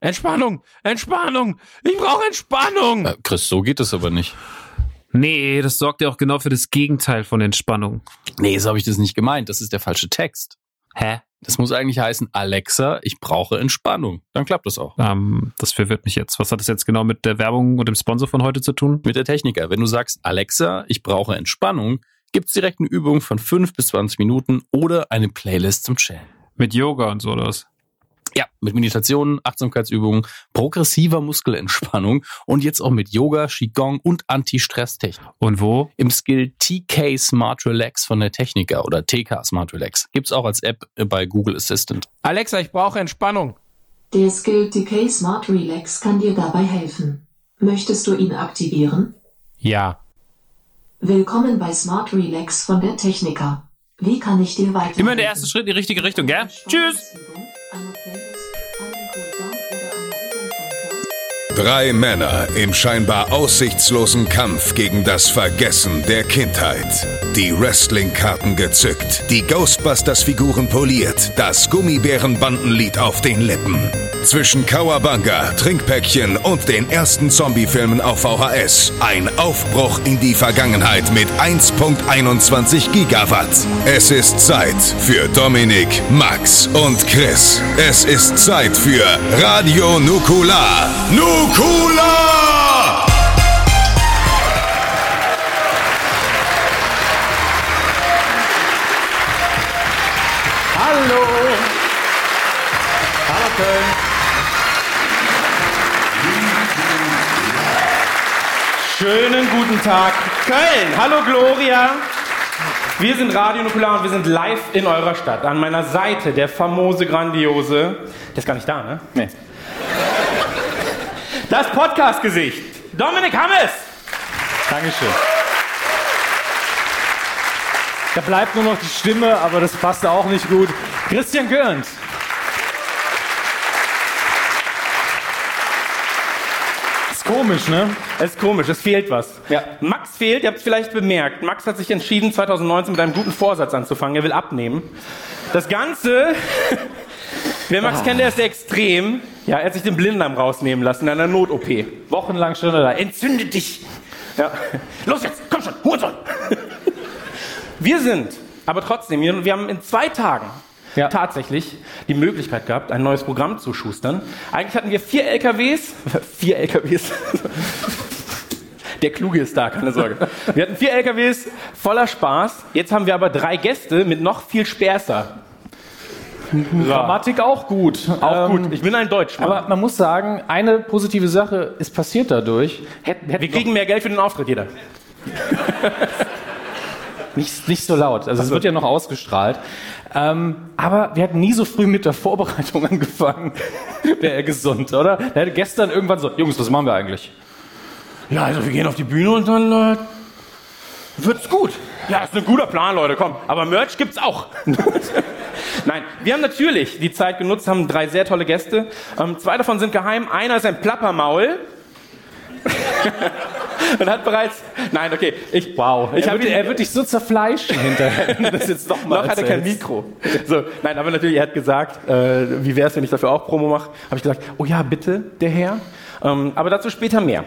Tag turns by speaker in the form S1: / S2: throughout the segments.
S1: Entspannung, Entspannung, ich brauche Entspannung.
S2: Äh, Chris, so geht es aber nicht.
S3: Nee, das sorgt ja auch genau für das Gegenteil von Entspannung.
S2: Nee, so habe ich das nicht gemeint. Das ist der falsche Text.
S3: Hä?
S2: Das muss eigentlich heißen, Alexa, ich brauche Entspannung. Dann klappt das auch.
S3: Ähm, das verwirrt mich jetzt. Was hat das jetzt genau mit der Werbung und dem Sponsor von heute zu tun?
S2: Mit der Techniker, wenn du sagst, Alexa, ich brauche Entspannung, gibt's direkt eine Übung von 5 bis 20 Minuten oder eine Playlist zum Chillen.
S3: Mit Yoga und so oder was?
S2: Ja, mit Meditationen, Achtsamkeitsübungen, progressiver Muskelentspannung und jetzt auch mit Yoga, Qigong und Anti-Stress-Technik.
S3: Und wo?
S2: Im Skill TK Smart Relax von der Techniker oder TK Smart Relax. Gibt's auch als App bei Google Assistant.
S1: Alexa, ich brauche Entspannung.
S4: Der Skill TK Smart Relax kann dir dabei helfen. Möchtest du ihn aktivieren?
S1: Ja.
S4: Willkommen bei Smart Relax von der Techniker. Wie kann ich dir weiterhelfen?
S3: Immer der erste Schritt in die richtige Richtung, gell? Tschüss!
S5: Drei Männer im scheinbar aussichtslosen Kampf gegen das Vergessen der Kindheit. Die Wrestling-Karten gezückt, die Ghostbusters-Figuren poliert, das Gummibärenbandenlied auf den Lippen. Zwischen Kawabanga, Trinkpäckchen und den ersten Zombie-Filmen auf VHS. Ein Aufbruch in die Vergangenheit mit 1.21 Gigawatt. Es ist Zeit für Dominik, Max und Chris. Es ist Zeit für Radio Nukular. Nukular!
S1: Hallo. Hallo Köln. Schönen guten Tag Köln. Hallo Gloria. Wir sind Radio Nukular und wir sind live in eurer Stadt. An meiner Seite der famose, grandiose. Der ist gar nicht da, ne? Nee. Das Podcast-Gesicht. Dominik Hammes.
S6: Dankeschön. Da bleibt nur noch die Stimme, aber das passte auch nicht gut. Christian Görnd. Ist komisch, ne?
S1: Es ist komisch, es fehlt was.
S6: Ja.
S1: Max fehlt, ihr habt es vielleicht bemerkt. Max hat sich entschieden, 2019 mit einem guten Vorsatz anzufangen. Er will abnehmen. Das Ganze, wer Max kennt, der ist extrem. Ja, er hat sich den Blinddarm rausnehmen lassen in einer Not-OP.
S6: Wochenlang schon da.
S1: Entzünde dich! Ja. Los jetzt, komm schon, Hurensohn! Wir sind, aber trotzdem, wir, wir haben in zwei Tagen
S6: Ja.
S1: tatsächlich die Möglichkeit gehabt, ein neues Programm zu schustern. Eigentlich hatten wir vier LKWs, vier LKWs, der Kluge ist da, keine Sorge. Wir hatten vier LKWs voller Spaß, jetzt haben wir aber drei Gäste mit noch viel Späßer.
S6: Grammatik auch gut.
S1: Auch
S6: Ähm,
S1: gut, ich bin ein Deutschmann.
S6: Aber man muss sagen, eine positive Sache ist passiert dadurch. Hätten, hätten
S1: ne? wir kriegen mehr Geld für den Auftritt, jeder.
S6: Nicht, nicht so laut. Also es wird ja noch ausgestrahlt. Ähm, aber wir hatten nie so früh mit der Vorbereitung angefangen. Wäre er gesund, oder? Er hätte gestern irgendwann so, Jungs, was machen wir eigentlich?
S1: Ja, also wir gehen auf die Bühne und dann äh, wird's gut. Ja, ist ein guter Plan, Leute, komm. Aber Merch gibt's auch. Nein, wir haben natürlich die Zeit genutzt, haben drei sehr tolle Gäste. Ähm, zwei davon sind geheim. Einer ist ein Plappermaul. und hat bereits. Nein, okay. Ich, wow. Ich
S6: er,
S1: habe
S6: wird,
S1: ihn.
S6: er wird dich so zerfleischen hinterher. wenn du Das jetzt noch mal
S1: Noch hat er kein
S6: erzählst.
S1: Mikro. So, nein, aber natürlich, er hat gesagt, äh, wie wäre es, wenn ich dafür auch Promo mache? Habe ich gesagt, oh ja, bitte, der Herr. Ähm, aber dazu später mehr.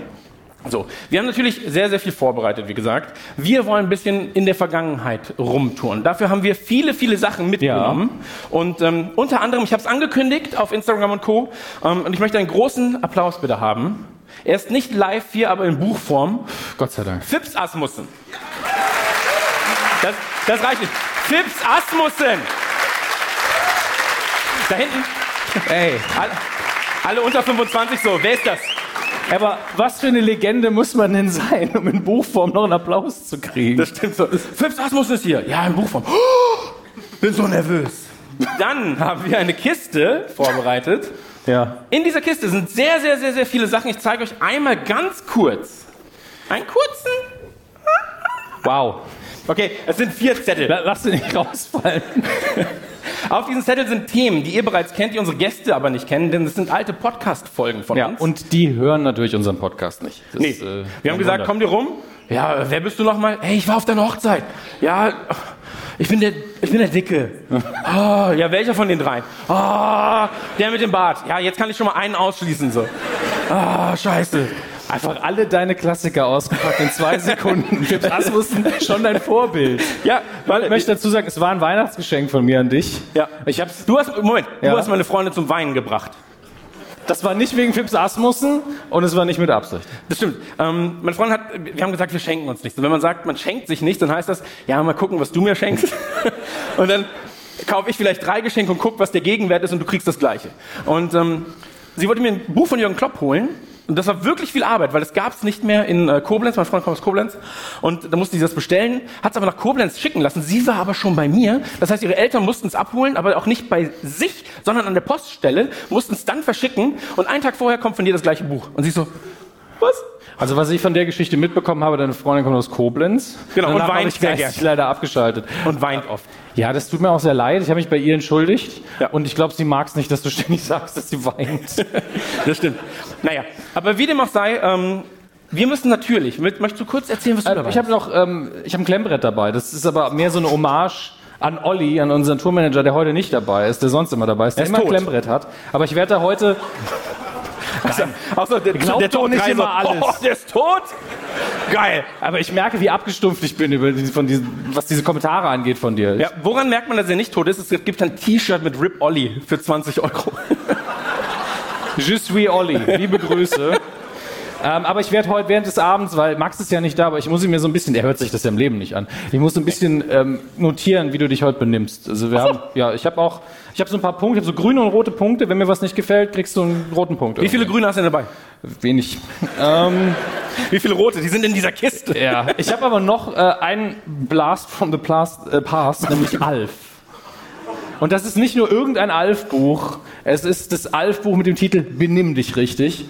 S1: So, wir haben natürlich sehr, sehr viel vorbereitet, wie gesagt. Wir wollen ein bisschen in der Vergangenheit rumtouren. Dafür haben wir viele, viele Sachen mitgenommen. Und ähm, unter anderem, ich habe es angekündigt auf Instagram und Co. Ähm, und ich möchte einen großen Applaus bitte haben. Er ist nicht live hier, aber in Buchform.
S6: Gott sei Dank.
S1: Fips Asmussen. Das, das reicht nicht. Fips Asmussen. Da hinten.
S6: Ey,
S1: Alle, alle unter 25 so. Wer ist das?
S6: aber was für eine Legende muss man denn sein, um in Buchform noch einen Applaus zu kriegen?
S1: Das stimmt so. Fips Asmussen ist hier. Ja, im Buchform. Oh, Bin so nervös. Dann haben wir eine Kiste vorbereitet.
S6: ja.
S1: In dieser Kiste sind sehr, sehr, sehr, sehr viele Sachen. Ich zeige euch einmal ganz kurz. Einen kurzen.
S6: Wow.
S1: Okay, es sind vier Zettel.
S6: La- Lass ihn nicht rausfallen.
S1: Auf diesen Zettel sind Themen, die ihr bereits kennt, die unsere Gäste aber nicht kennen, denn es sind alte Podcast-Folgen von
S6: Ja,
S1: uns.
S6: und die hören natürlich unseren Podcast nicht. Das
S1: nee.
S6: ist, äh,
S1: wir
S6: ein
S1: haben gesagt,
S6: Wunder.
S1: kommt ihr rum? Ja, wer bist du nochmal? Hey, ich war auf deiner Hochzeit. Ja, Ich bin der, ich bin der Dicke. Ah, ja, welcher von den dreien? Ah, der mit dem Bart. Ja, jetzt kann ich schon mal einen ausschließen, so. Ah, scheiße.
S6: Einfach alle deine Klassiker ausgepackt in zwei Sekunden. Für das wussten schon dein Vorbild.
S1: Ja, weil,
S6: Ich möchte dazu sagen, es war ein Weihnachtsgeschenk von mir an dich.
S1: ja.
S6: Ich hab's,
S1: Du hast, Moment,
S6: Ja.
S1: du hast meine Freundin zum Weinen gebracht.
S6: das war nicht wegen Fips Asmussen und es war nicht mit Absicht.
S1: Das stimmt. Ähm, mein Freund hat, wir haben gesagt, wir schenken uns nichts. Und wenn man sagt, man schenkt sich nichts, dann heißt das, ja, mal gucken, was du mir schenkst. und dann kaufe ich vielleicht drei Geschenke und guck, was der Gegenwert ist und du kriegst das Gleiche. Und ähm, sie wollte mir ein Buch von Jürgen Klopp holen. Und das war wirklich viel Arbeit, weil das gab es nicht mehr in äh, Koblenz. Mein Freund kommt aus Koblenz. Und da musste sie das bestellen, hat es aber nach Koblenz schicken lassen. Sie war aber schon bei mir. Das heißt, ihre Eltern mussten es abholen, aber auch nicht bei sich, sondern an der Poststelle, mussten es dann verschicken. Und einen Tag vorher kommt von dir das gleiche Buch. Und sie so, was?
S6: Also was ich von der Geschichte mitbekommen habe, deine Freundin kommt aus Koblenz.
S1: Genau, und
S6: Danach
S1: weint
S6: habe ich
S1: sehr
S6: geistig
S1: gern.
S6: leider abgeschaltet.
S1: Und weint oft.
S6: Ja, das tut mir auch sehr leid. Ich habe mich bei ihr entschuldigt.
S1: Ja.
S6: Und ich glaube, sie mag es nicht, dass du ständig sagst, dass sie weint.
S1: Das stimmt. Naja, aber wie dem auch sei, ähm, wir müssen natürlich, mit, möchtest du kurz erzählen, was du
S6: Äh, ich habe noch, ähm, ich habe ein Klemmbrett dabei. Das ist aber mehr so eine Hommage an Olli, an unseren Tourmanager, der heute nicht dabei ist, der sonst immer dabei ist, der
S1: ist
S6: immer ein
S1: tot.
S6: Klemmbrett hat. Aber ich werde da heute,
S1: Außer der,
S6: Glaubt
S1: der
S6: doch
S1: Tod
S6: nicht
S1: drei
S6: immer
S1: so,
S6: alles.
S1: Oh, der ist tot? Geil.
S6: aber ich merke, wie abgestumpft ich bin über die, von diesen, was diese Kommentare angeht von dir.
S1: Ja, woran merkt man, dass er nicht tot ist? Es gibt ein T-Shirt mit Rip Olli für 20 Euro.
S6: Je suis Olli. Liebe Grüße. Ähm, aber ich werde heute während des Abends, weil Max ist ja nicht da, aber ich muss ihn mir so ein bisschen, er hört sich das ja im Leben nicht an, ich muss so ein bisschen ähm, notieren, wie du dich heute benimmst. Also wir haben, ja, ich habe auch, ich habe so ein paar Punkte, ich habe so grüne und rote Punkte. Wenn mir was nicht gefällt, kriegst du einen roten Punkt.
S1: Wie viele Grüne hast du denn dabei?
S6: Wenig. Ähm,
S1: Wie viele Rote? Die sind in dieser Kiste.
S6: Ja. Ich habe aber noch äh, einen Blast from the Past, äh, Past nämlich Alf. Und das ist nicht nur irgendein Alf-Buch, es ist das Alf-Buch mit dem Titel Benimm dich richtig.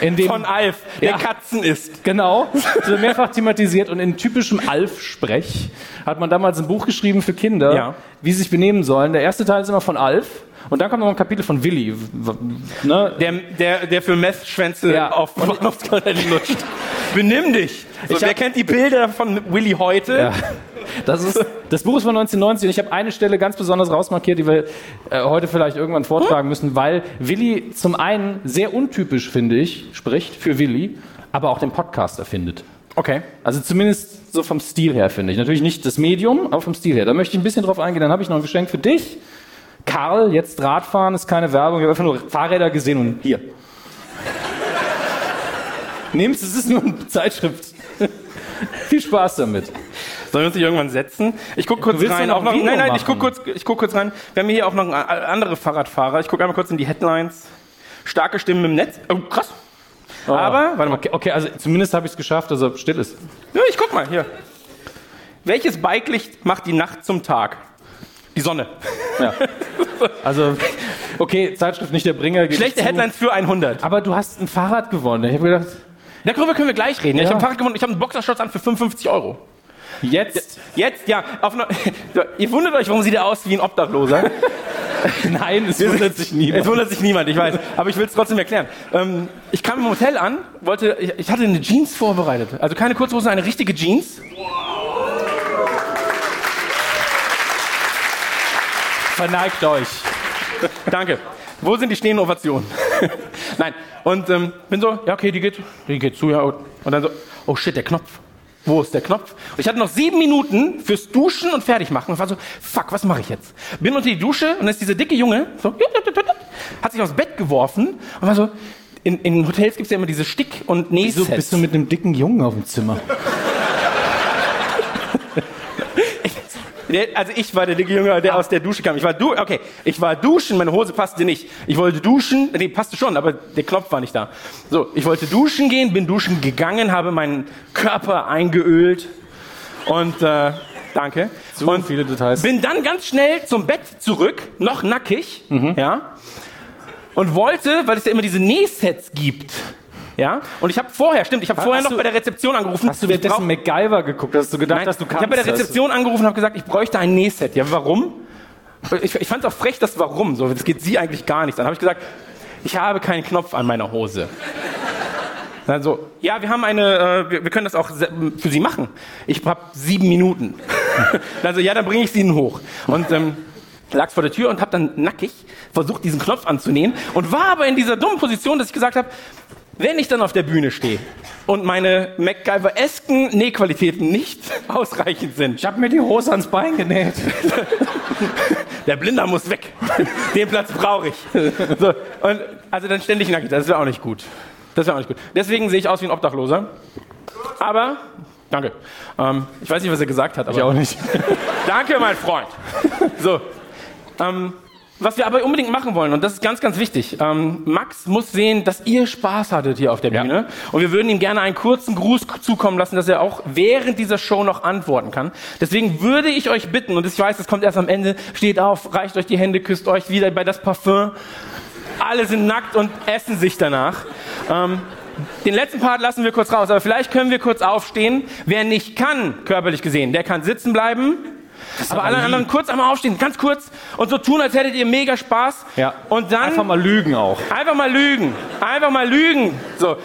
S6: In dem
S1: Von Alf, der
S6: Ja.
S1: Katzen ist.
S6: Genau, so mehrfach thematisiert und in typischem Alf-Sprech hat man damals ein Buch geschrieben für Kinder,
S1: Ja.
S6: wie sie sich benehmen sollen. Der erste Teil ist immer von Alf und dann kommt noch ein Kapitel von Willi. w- w- Ne?
S1: Der, der, der für Messschwänze
S6: Ja.
S1: auf Weihnachtskalender lutscht. Benimm dich. So,
S6: Ich
S1: wer
S6: hab-
S1: kennt die Bilder von Willy heute?
S6: Ja. Das, ist, das Buch ist von 1990 und ich habe eine Stelle ganz besonders rausmarkiert, die wir äh, heute vielleicht irgendwann vortragen müssen, weil Willi zum einen sehr untypisch, finde ich, spricht für Willi, aber auch den Podcast erfindet.
S1: Okay.
S6: Also zumindest so vom Stil her, finde ich. Natürlich nicht das Medium, aber vom Stil her. Da möchte ich ein bisschen drauf eingehen. Dann habe ich noch ein Geschenk für dich. Karl, jetzt Radfahren ist keine Werbung. Ich habe einfach nur Fahrräder gesehen und hier. Nimm's, es ist nur eine Zeitschrift. Viel Spaß damit.
S1: Sollen wir uns nicht irgendwann setzen? Ich guck kurz
S6: willst
S1: rein.
S6: doch
S1: Auch
S6: noch ein
S1: noch,
S6: Video
S1: nein, nein, ich
S6: machen.
S1: guck kurz, ich guck kurz rein. Wir haben hier auch noch a- andere Fahrradfahrer. Ich guck einmal kurz in die Headlines. Starke Stimmen im Netz. Oh, krass. Oh.
S6: Oh.
S1: Aber, warte mal.
S6: Okay, okay also zumindest habe ich es geschafft, dass er still ist.
S1: Ja, ich guck mal hier. Welches Bikelicht macht die Nacht zum Tag? Die Sonne.
S6: Also, okay, Zeitschrift nicht der Bringer. gebe
S1: Schlechte
S6: ich zu.
S1: Headlines für 100.
S6: Aber du hast ein Fahrrad gewonnen. Ich habe gedacht,
S1: Darüber können wir gleich reden. Ja. Ich
S6: Ja.
S1: habe ein Fahrrad gewonnen. Ich habe einen Boxershorts an für 55 Euro.
S6: jetzt.
S1: Jetzt, ja. Auf ne So, Ihr wundert euch, warum sieht er aus wie ein Obdachloser?
S6: Nein, es wundert sich niemand.
S1: Es wundert sich niemand, ich weiß. Aber ich will es trotzdem erklären. Ähm, ich kam im Hotel an, wollte, ich, ich hatte eine Jeans vorbereitet. Also keine Kurzhose, eine richtige Jeans.
S6: Verneigt euch.
S1: Danke. Wo sind die stehenden Ovationen? Nein. Und ähm, bin so, ja okay, die geht, die geht zu, ja. Und dann so, oh shit, der Knopf. Wo ist der Knopf? Und ich hatte noch sieben Minuten fürs Duschen und Fertigmachen. Und war so, fuck, was mache ich jetzt? Bin unter die Dusche und dann ist dieser dicke Junge, so, hat sich aufs Bett geworfen und war so, in, in Hotels gibt's ja immer diese Stick- und Nähsets.
S6: Wieso bist du mit einem dicken Jungen auf dem Zimmer?
S1: Der, also ich war der dicke Junge, der aus der Dusche kam. Ich war du, okay, ich war duschen, meine Hose passte nicht. Ich wollte duschen, nee, passte schon, aber der Knopf war nicht da. So, ich wollte duschen gehen, bin duschen gegangen, habe meinen Körper eingeölt und äh, danke.
S6: So
S1: und
S6: viele Details.
S1: Bin dann ganz schnell zum Bett zurück, noch nackig,
S6: Mhm.
S1: ja, und wollte, weil es ja immer diese Nähsets gibt. Ja, und ich habe vorher, stimmt, ich habe vorher noch
S6: du-
S1: bei der Rezeption angerufen.
S6: Hast du
S1: ich
S6: währenddessen
S1: brauch-
S6: MacGyver geguckt? Hast du gedacht,
S1: Nein,
S6: dass du kannst?
S1: ich habe bei der
S6: das?
S1: Rezeption angerufen und habe gesagt, ich bräuchte ein Nähset. Ja, warum? Ich, ich fand es auch frech, das Warum. So, das geht sie eigentlich gar nicht an. Habe ich gesagt, ich habe keinen Knopf an meiner Hose. Dann so, ja, wir haben eine, äh, wir, wir können das auch se- für Sie machen. Ich habe sieben Minuten. also ja, dann bringe ich sie ihnen hoch. Und ähm, lag vor der Tür und habe dann nackig versucht, diesen Knopf anzunähen und war aber in dieser dummen Position, dass ich gesagt habe, wenn ich dann auf der Bühne stehe und meine MacGyver-esken Nähqualitäten nicht ausreichend sind,
S6: Ich habe mir die Hose ans Bein genäht.
S1: der Blinder muss weg. Den Platz brauche ich. So, und also dann ständig nackig. Das wäre auch nicht gut. Das wäre auch nicht gut. Deswegen sehe ich aus wie ein Obdachloser. Aber, danke. Ähm, ich weiß nicht, was er gesagt hat, aber.
S6: nicht.
S1: Danke, mein Freund. So. Ähm, was wir aber unbedingt machen wollen, und das ist ganz, ganz wichtig, ähm, Max muss sehen, dass ihr Spaß hattet hier auf der Bühne. Und wir würden ihm gerne einen kurzen Gruß zukommen lassen, dass er auch während dieser Show noch antworten kann. Deswegen würde ich euch bitten, und ich weiß, es kommt erst am Ende, steht auf, reicht euch die Hände, küsst euch wieder bei das Parfüm. Alle sind nackt und essen sich danach. Ähm, den letzten Part lassen wir kurz raus, aber vielleicht können wir kurz aufstehen. Wer nicht kann, körperlich gesehen, der kann sitzen bleiben. Aber alle anderen kurz einmal aufstehen, ganz kurz und so tun, als hättet ihr mega Spaß.
S6: Ja.
S1: Und dann
S6: Einfach mal lügen auch.
S1: Einfach mal lügen. Einfach mal lügen. So.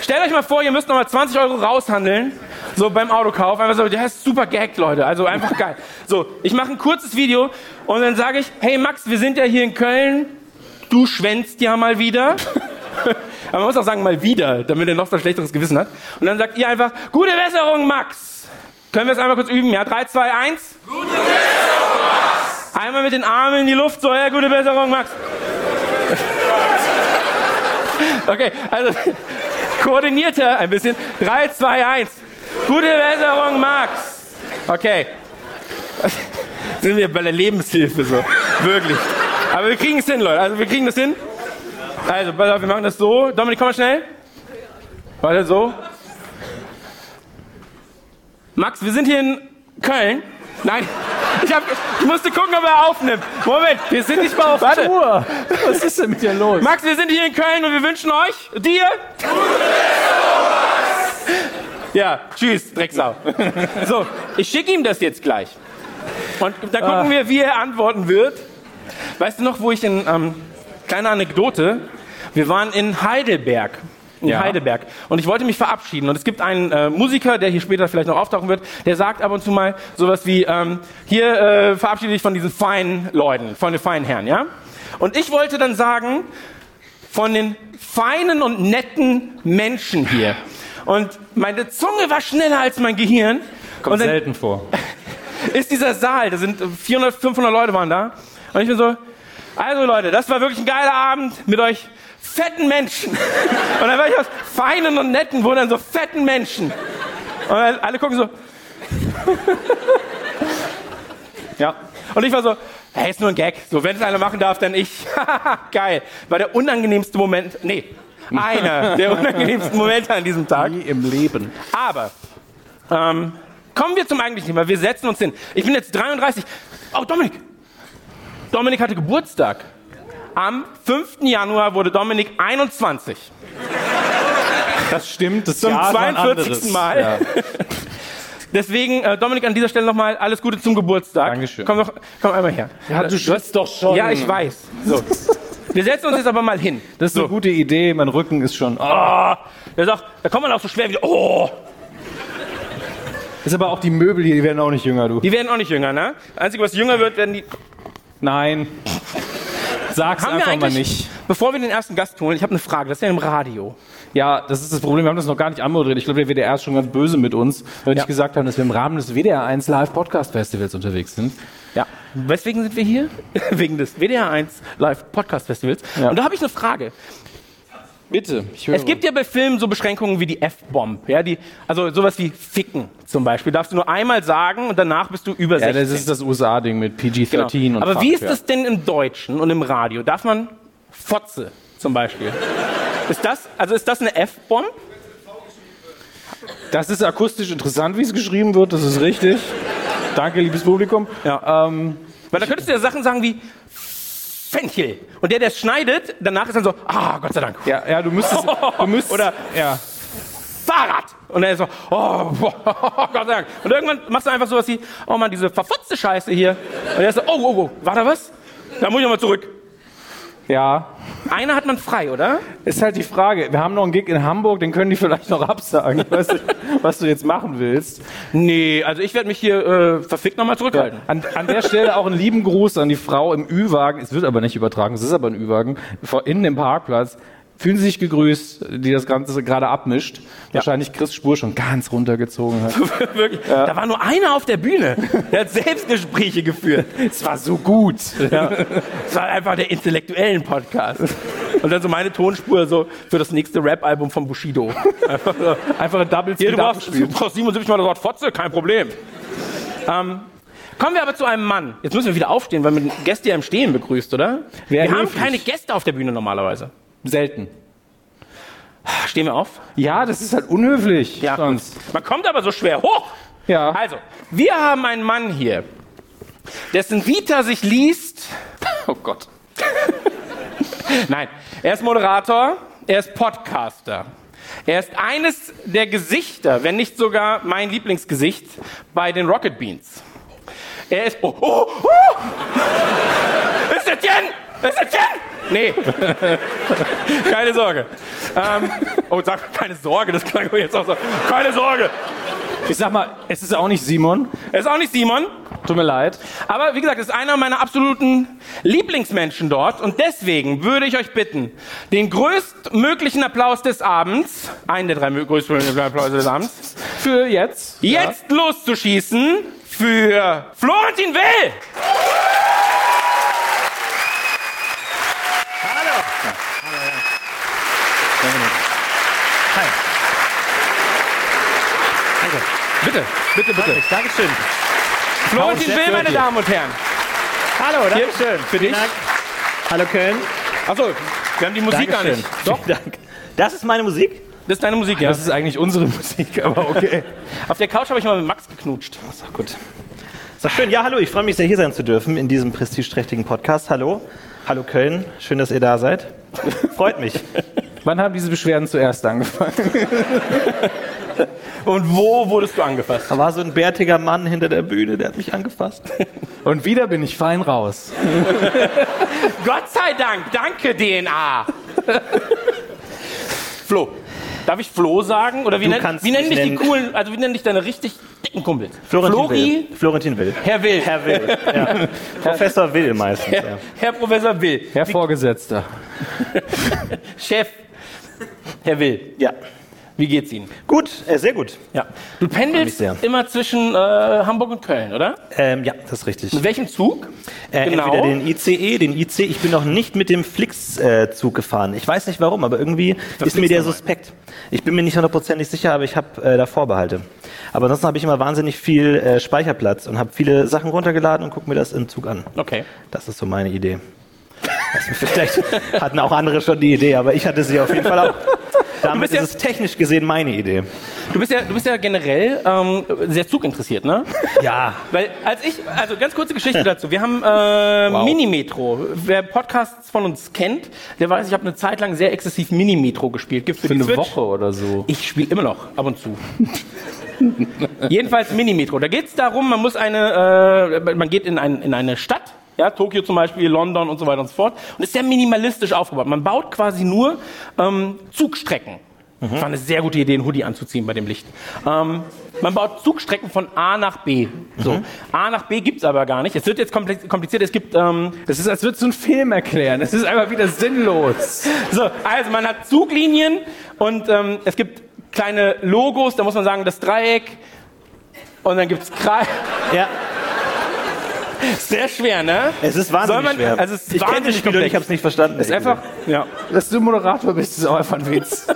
S1: Stellt euch mal vor, ihr müsst nochmal 20 Euro raushandeln. So beim Autokauf. Einfach so, der ist super Gag, Leute. Also einfach geil. So, ich mache ein kurzes Video und dann sage ich, hey Max, wir sind ja hier in Köln. Du schwänzt ja mal wieder. Aber man muss auch sagen, mal wieder, damit er noch so ein schlechteres Gewissen hat. Und dann sagt ihr einfach, gute Besserung, Max. Können wir es einmal kurz üben? Ja, 3, 2, 1. Gute Besserung, Max. Einmal mit den Armen in die Luft, so, ja, gute Besserung, Max. Okay, also koordinierter ein bisschen. 3, 2, 1. Gute Besserung, Max. Okay. Sind wir bei der Lebenshilfe so. Wirklich. Aber wir kriegen es hin, Leute. Also wir kriegen das hin. Also, pass auf, wir machen das so. Dominik, komm mal schnell. Warte, so. Max, wir sind hier in Köln. Nein, ich, hab, ich musste gucken, ob er aufnimmt. Moment, wir sind nicht mal auf Warte.
S6: Uhr, was ist denn mit dir los?
S1: Max, wir sind hier in Köln und wir wünschen euch, dir. Ja, tschüss, Drecksau. So, ich schicke ihm das jetzt gleich. Und dann gucken wir, wie er antworten wird. Weißt du noch, wo ich in, ähm, kleine Anekdote, wir waren in Heidelberg. In Heidelberg. Und ich wollte mich verabschieden. Und es gibt einen äh, Musiker, der hier später vielleicht noch auftauchen wird, der sagt ab und zu mal sowas wie, ähm, hier äh, verabschiede ich von diesen feinen Leuten, von den feinen Herren, ja? Und ich wollte dann sagen, von den feinen und netten Menschen hier. Und meine Zunge war schneller als mein Gehirn. und dann
S6: Selten vor.
S1: ist dieser Saal, da sind 400, 500 Leute waren da. Und ich bin so, also Leute, das war wirklich ein geiler Abend mit euch fetten Menschen. Und dann war ich aus feinen und netten, wurden dann so fetten Menschen. Und dann alle gucken so. ja. Und ich war so, hey, ist nur ein Gag. So, wenn es einer machen darf, dann ich. Geil. War der unangenehmste Moment. Nee. Einer der unangenehmsten Momente an diesem Tag.
S6: im Leben.
S1: Aber ähm, kommen wir zum eigentlichen Thema. Wir setzen uns hin. Ich bin jetzt 33. Oh, Dominik. Dominik hatte Geburtstag. Am 5. Januar wurde Dominik 21.
S6: Das stimmt, das
S1: Zum
S6: Jahr war ein
S1: 42.
S6: anderes.
S1: Mal. Deswegen, äh, Dominik, an dieser Stelle nochmal alles Gute zum Geburtstag.
S6: Dankeschön.
S1: Komm, doch, komm einmal her.
S6: Ja, du schwitzt doch schon.
S1: Ja, ich weiß. So. Wir setzen uns jetzt aber mal hin.
S6: Das ist eine gute Idee, mein Rücken ist schon. Oh.
S1: Oh, der sagt, da kommt man auch so schwer wieder. Oh,
S6: Ist aber auch die Möbel hier, die werden auch nicht jünger, du.
S1: die werden auch nicht jünger, ne? Einzige, was jünger wird, werden die
S6: Nein. Sag's
S1: Haben wir
S6: einfach mal
S1: eigentlich,
S6: nicht.
S1: bevor wir den ersten Gast holen, ich habe eine Frage, das ist ja im Radio.
S6: Ja, das ist das Problem. Wir haben das noch gar nicht anmoderiert. Ich glaube, der WDR ist schon ganz böse mit uns, weil wir nicht gesagt haben, dass wir im Rahmen des WDR 1 Live Podcast Festivals unterwegs sind.
S1: Ja. Weswegen sind wir hier? Wegen des WDR1 Live Podcast Festivals.
S6: Ja.
S1: Und da habe ich eine Frage.
S6: Bitte, ich höre.
S1: Es gibt ja bei Filmen so Beschränkungen wie die F-Bomb, ja, die, also sowas wie Ficken zum Beispiel. Darfst du nur einmal sagen und danach bist du über
S6: ja,
S1: 16.
S6: das ist das USA-Ding mit PG-13
S1: genau.
S6: und
S1: Aber
S6: Fuck,
S1: wie ist
S6: ja.
S1: das denn im Deutschen und im Radio? Darf man Fotze zum Beispiel? ist das, also ist das eine F-Bomb?
S6: Das ist akustisch interessant, wie es geschrieben wird, das ist richtig. Danke, liebes Publikum.
S1: Ja.
S6: Ähm,
S1: Weil da könntest du ja Sachen sagen wie Fenchel. Und der, der es schneidet, danach ist dann so, ah, Gott sei Dank.
S6: ja, ja, du müsstest. Du müsstest
S1: Oder-
S6: ja.
S1: Fahrrad. Und er ist so, oh, boah, Gott sei Dank. Und irgendwann machst du einfach sowas wie, oh Mann, diese verfotzte Scheiße hier. Und er ist so, oh, oh, oh, war da was? Da muss ich nochmal zurück.
S6: Ja.
S1: Einer hat man frei, oder?
S6: Ist halt die Frage, wir haben noch einen Gig in Hamburg, den können die vielleicht noch absagen. Ich weiß nicht, was du jetzt machen willst.
S1: Nee, also ich werde mich hier äh, verfickt nochmal zurückhalten.
S6: An, an der Stelle auch einen lieben Gruß an die Frau im Ü-Wagen. Es wird aber nicht übertragen, es ist aber ein Ü-Wagen. Vor- Innen im Parkplatz. Fühlen Sie sich gegrüßt, die das Ganze gerade abmischt. Wahrscheinlich Chris Spur schon ganz runtergezogen hat.
S1: Wirklich. Da war nur einer auf der Bühne. Der hat Selbstgespräche geführt.
S6: Es war so gut.
S1: Das war einfach der intellektuellen Podcast. Und dann so meine Tonspur so für das nächste Rap-Album von Bushido. Einfach so.
S6: Einfach ein Double
S1: Hier, du, brauchst, du brauchst 77 Mal das Wort Fotze, kein Problem. Ähm, kommen wir aber zu einem Mann. Jetzt müssen wir wieder aufstehen, weil man Gäste ja im Stehen begrüßt, oder?
S6: Wäre
S1: wir haben
S6: höflich.
S1: keine Gäste auf der Bühne normalerweise.
S6: Selten.
S1: Stehen wir auf?
S6: Ja, das ist halt unhöflich. Sonst.
S1: Man kommt aber so schwer hoch.
S6: Ja.
S7: Halt
S1: Also, wir haben einen Mann hier, dessen Vita sich liest. Oh Gott. Nein, er ist Moderator, er ist Podcaster. Er ist eines der Gesichter, wenn nicht sogar mein Lieblingsgesicht bei den Rocket Beans. Er ist. Oh, oh, oh! Ist das Jen? Ist das Jen? Nee. Keine Sorge. Ähm, oh, sag keine Sorge, das klang jetzt auch so. Keine Sorge.
S6: Ich sag mal, es ist auch nicht Simon.
S1: Er ist auch nicht Simon,
S6: Tut mir leid.
S1: aber wie gesagt, ist einer meiner absoluten Lieblingsmenschen dort und deswegen würde ich euch bitten, den größtmöglichen Applaus des Abends, einen der drei mö- größtmöglichen Applaus des Abends,
S6: Für jetzt.
S1: jetzt loszuschießen für Florentin Will.
S6: Bitte, bitte, bitte.
S7: Dankeschön.
S1: Florentin
S7: sehr
S1: Will, meine
S7: flirty.
S1: Damen und Herren.
S7: Hallo, Dankeschön.
S1: für
S7: Vielen
S1: dich.
S7: Dank. Hallo Köln.
S1: Achso, wir haben die Musik gar nicht.
S7: Doch. Dank. Das ist meine Musik.
S1: Das ist deine Musik, ja.
S6: Das ist eigentlich unsere Musik, aber okay.
S1: Auf der Couch habe ich mal mit Max geknutscht.
S7: Ist doch schön. Ja, hallo. Ich freue mich sehr, hier sein zu dürfen in diesem prestigeträchtigen Podcast. Hallo. Hallo Köln. Schön, dass ihr da seid. Freut mich.
S6: Wann haben diese Beschwerden zuerst angefangen?
S1: Und wo wurdest du angefasst?
S7: Da war so ein bärtiger Mann hinter der Bühne, der hat mich angefasst.
S6: Und wieder bin ich fein raus.
S1: Gott sei Dank, danke DNA. Flo. Darf ich Flo sagen? Oder wie,
S7: Du
S1: nenn,
S7: kannst
S1: wie nennen
S7: mich
S1: dich die
S7: nennen.
S1: coolen, also wie nennen dich deine richtig dicken Kumpels? Flori,
S7: Will. Florentin Will.
S1: Herr Will.
S7: Herr Will. Ja. Professor Will meistens.
S1: Herr,
S7: Ja.
S1: Herr Professor Will.
S6: Herr Vorgesetzter.
S1: Chef. Herr Will,
S7: ja.
S1: wie geht's Ihnen?
S7: Gut, äh, sehr gut.
S1: Ja. Du pendelst
S7: Freut mich sehr.
S1: immer zwischen äh, Hamburg und Köln, oder?
S7: Ähm, ja, das ist richtig.
S1: Mit welchem Zug?
S7: Äh,
S1: Genau.
S7: Entweder den ICE, den IC. Ich bin noch nicht mit dem Flix-Zug gefahren. Ich weiß nicht warum, aber irgendwie ist mir der suspekt. Ich bin mir nicht hundertprozentig sicher, aber ich habe äh, da Vorbehalte. Aber ansonsten habe ich immer wahnsinnig viel äh, Speicherplatz und habe viele Sachen runtergeladen und gucke mir das im Zug an.
S1: Okay.
S7: Das ist so meine Idee. Also vielleicht hatten auch andere schon die Idee, aber ich hatte sie auf jeden Fall auch. Damit
S1: bist ja-
S7: ist es technisch gesehen meine Idee.
S1: Du bist ja, du bist ja generell ähm, sehr zuginteressiert, ne?
S7: Ja.
S1: Weil als ich, also ganz kurze Geschichte dazu. Wir haben äh, Minimetro. Wer Podcasts von uns kennt, der weiß, ich habe eine Zeit lang sehr exzessiv Minimetro gespielt. Gibt's für,
S6: Für
S1: die
S6: eine
S1: Switch.
S6: Woche oder so.
S1: Ich spiele immer noch, ab und zu. Jedenfalls Minimetro. Da geht's darum, man muss eine, äh, man geht in, ein, in eine Stadt, ja, Tokio zum Beispiel, London und so weiter und so fort. Und ist sehr minimalistisch aufgebaut. Man baut quasi nur ähm, Zugstrecken. Das war eine sehr gute Idee, einen Hoodie anzuziehen bei dem Licht. Ähm, man baut Zugstrecken von A nach B. So. A nach B gibt's aber gar nicht. Es wird jetzt komplex- kompliziert. Es gibt ähm,
S6: Es ist, als würdest du einen Film erklären. Es ist einfach wieder sinnlos.
S1: So, also man hat Zuglinien und ähm, es gibt kleine Logos, da muss man sagen, das Dreieck und dann gibt's Kreis.
S7: Ja,
S1: Sehr schwer, ne?
S7: es ist wahnsinnig
S1: Soll man-
S7: schwer.
S1: also es ist
S7: ich kenne das
S1: wahnsinnig
S7: Spiel und
S1: komplex.
S7: ich habe es nicht verstanden.
S1: Ist einfach, ja,
S6: Dass du Moderator bist, ist auch einfach ein Witz.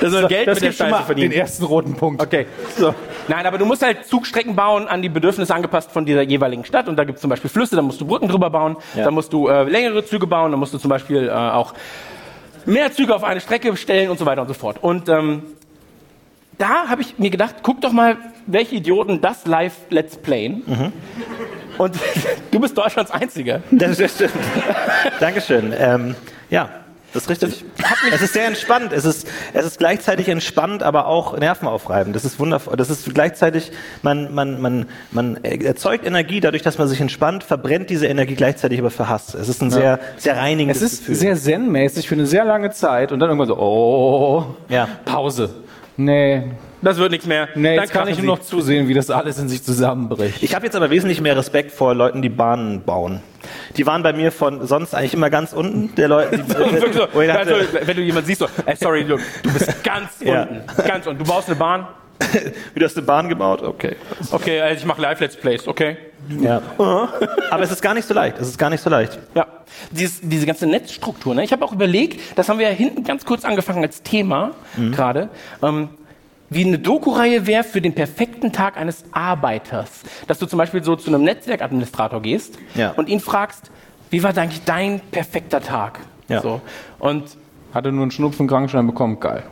S1: das soll Geld mit der Scheiße
S6: den
S1: verdienen.
S6: ersten roten Punkt.
S1: Okay, so. Nein, aber du musst halt Zugstrecken bauen an die Bedürfnisse angepasst von dieser jeweiligen Stadt. Und da gibt's zum Beispiel Flüsse, da musst du Brücken drüber bauen, da musst du äh, längere Züge bauen, da musst du zum Beispiel äh, auch mehr Züge auf eine Strecke stellen und so weiter und so fort. Und ähm, da habe ich mir gedacht, guck doch mal, welche Idioten das live let's playen. Und du bist Deutschlands Einziger.
S7: Das, das stimmt. Dankeschön. Ähm, ja, Das ist richtig. Es ist sehr entspannt. Es ist, es ist gleichzeitig entspannt, aber auch nervenaufreibend. Das ist wundervoll. Das ist gleichzeitig, man, man, man, man erzeugt Energie dadurch, dass man sich entspannt, verbrennt diese Energie gleichzeitig aber für Hass. Es ist ein sehr, sehr reinigendes
S6: Es ist
S7: Gefühl.
S6: sehr zen-mäßig für eine sehr lange Zeit und dann irgendwann so, oh,
S7: Ja.
S6: Pause. Nee,
S1: Das wird nichts mehr.
S6: nee
S1: Dann
S6: jetzt kann ich nur noch zusehen, wie das alles in sich zusammenbricht.
S7: Ich habe jetzt aber wesentlich mehr Respekt vor Leuten, die Bahnen bauen. Die waren bei mir von sonst eigentlich immer ganz unten der Leute. Die,
S1: Wirklich so.
S7: wo ich dachte,
S1: also, wenn du jemanden siehst, so, ey, sorry, du, du bist ganz
S7: Ja.
S1: unten. Ganz unten. Du baust eine Bahn.
S7: wie hast du eine Bahn gebaut? Okay.
S1: Okay, also ich mache Live-Let's Plays, okay?
S7: Ja. aber es ist gar nicht so leicht. Es ist gar nicht so leicht.
S1: Ja, Dieses, diese ganze Netzstruktur. Ne? Ich habe auch überlegt, das haben wir ja hinten ganz kurz angefangen als Thema gerade, ähm, wie eine Doku-Reihe wäre für den perfekten Tag eines Arbeiters. Dass du zum Beispiel so zu einem Netzwerkadministrator gehst
S7: Ja.
S1: und ihn fragst, wie war eigentlich dein perfekter Tag?
S7: Ja.
S1: So. Und
S6: Hatte nur einen Schnupfen, Krankenschein bekommen, geil.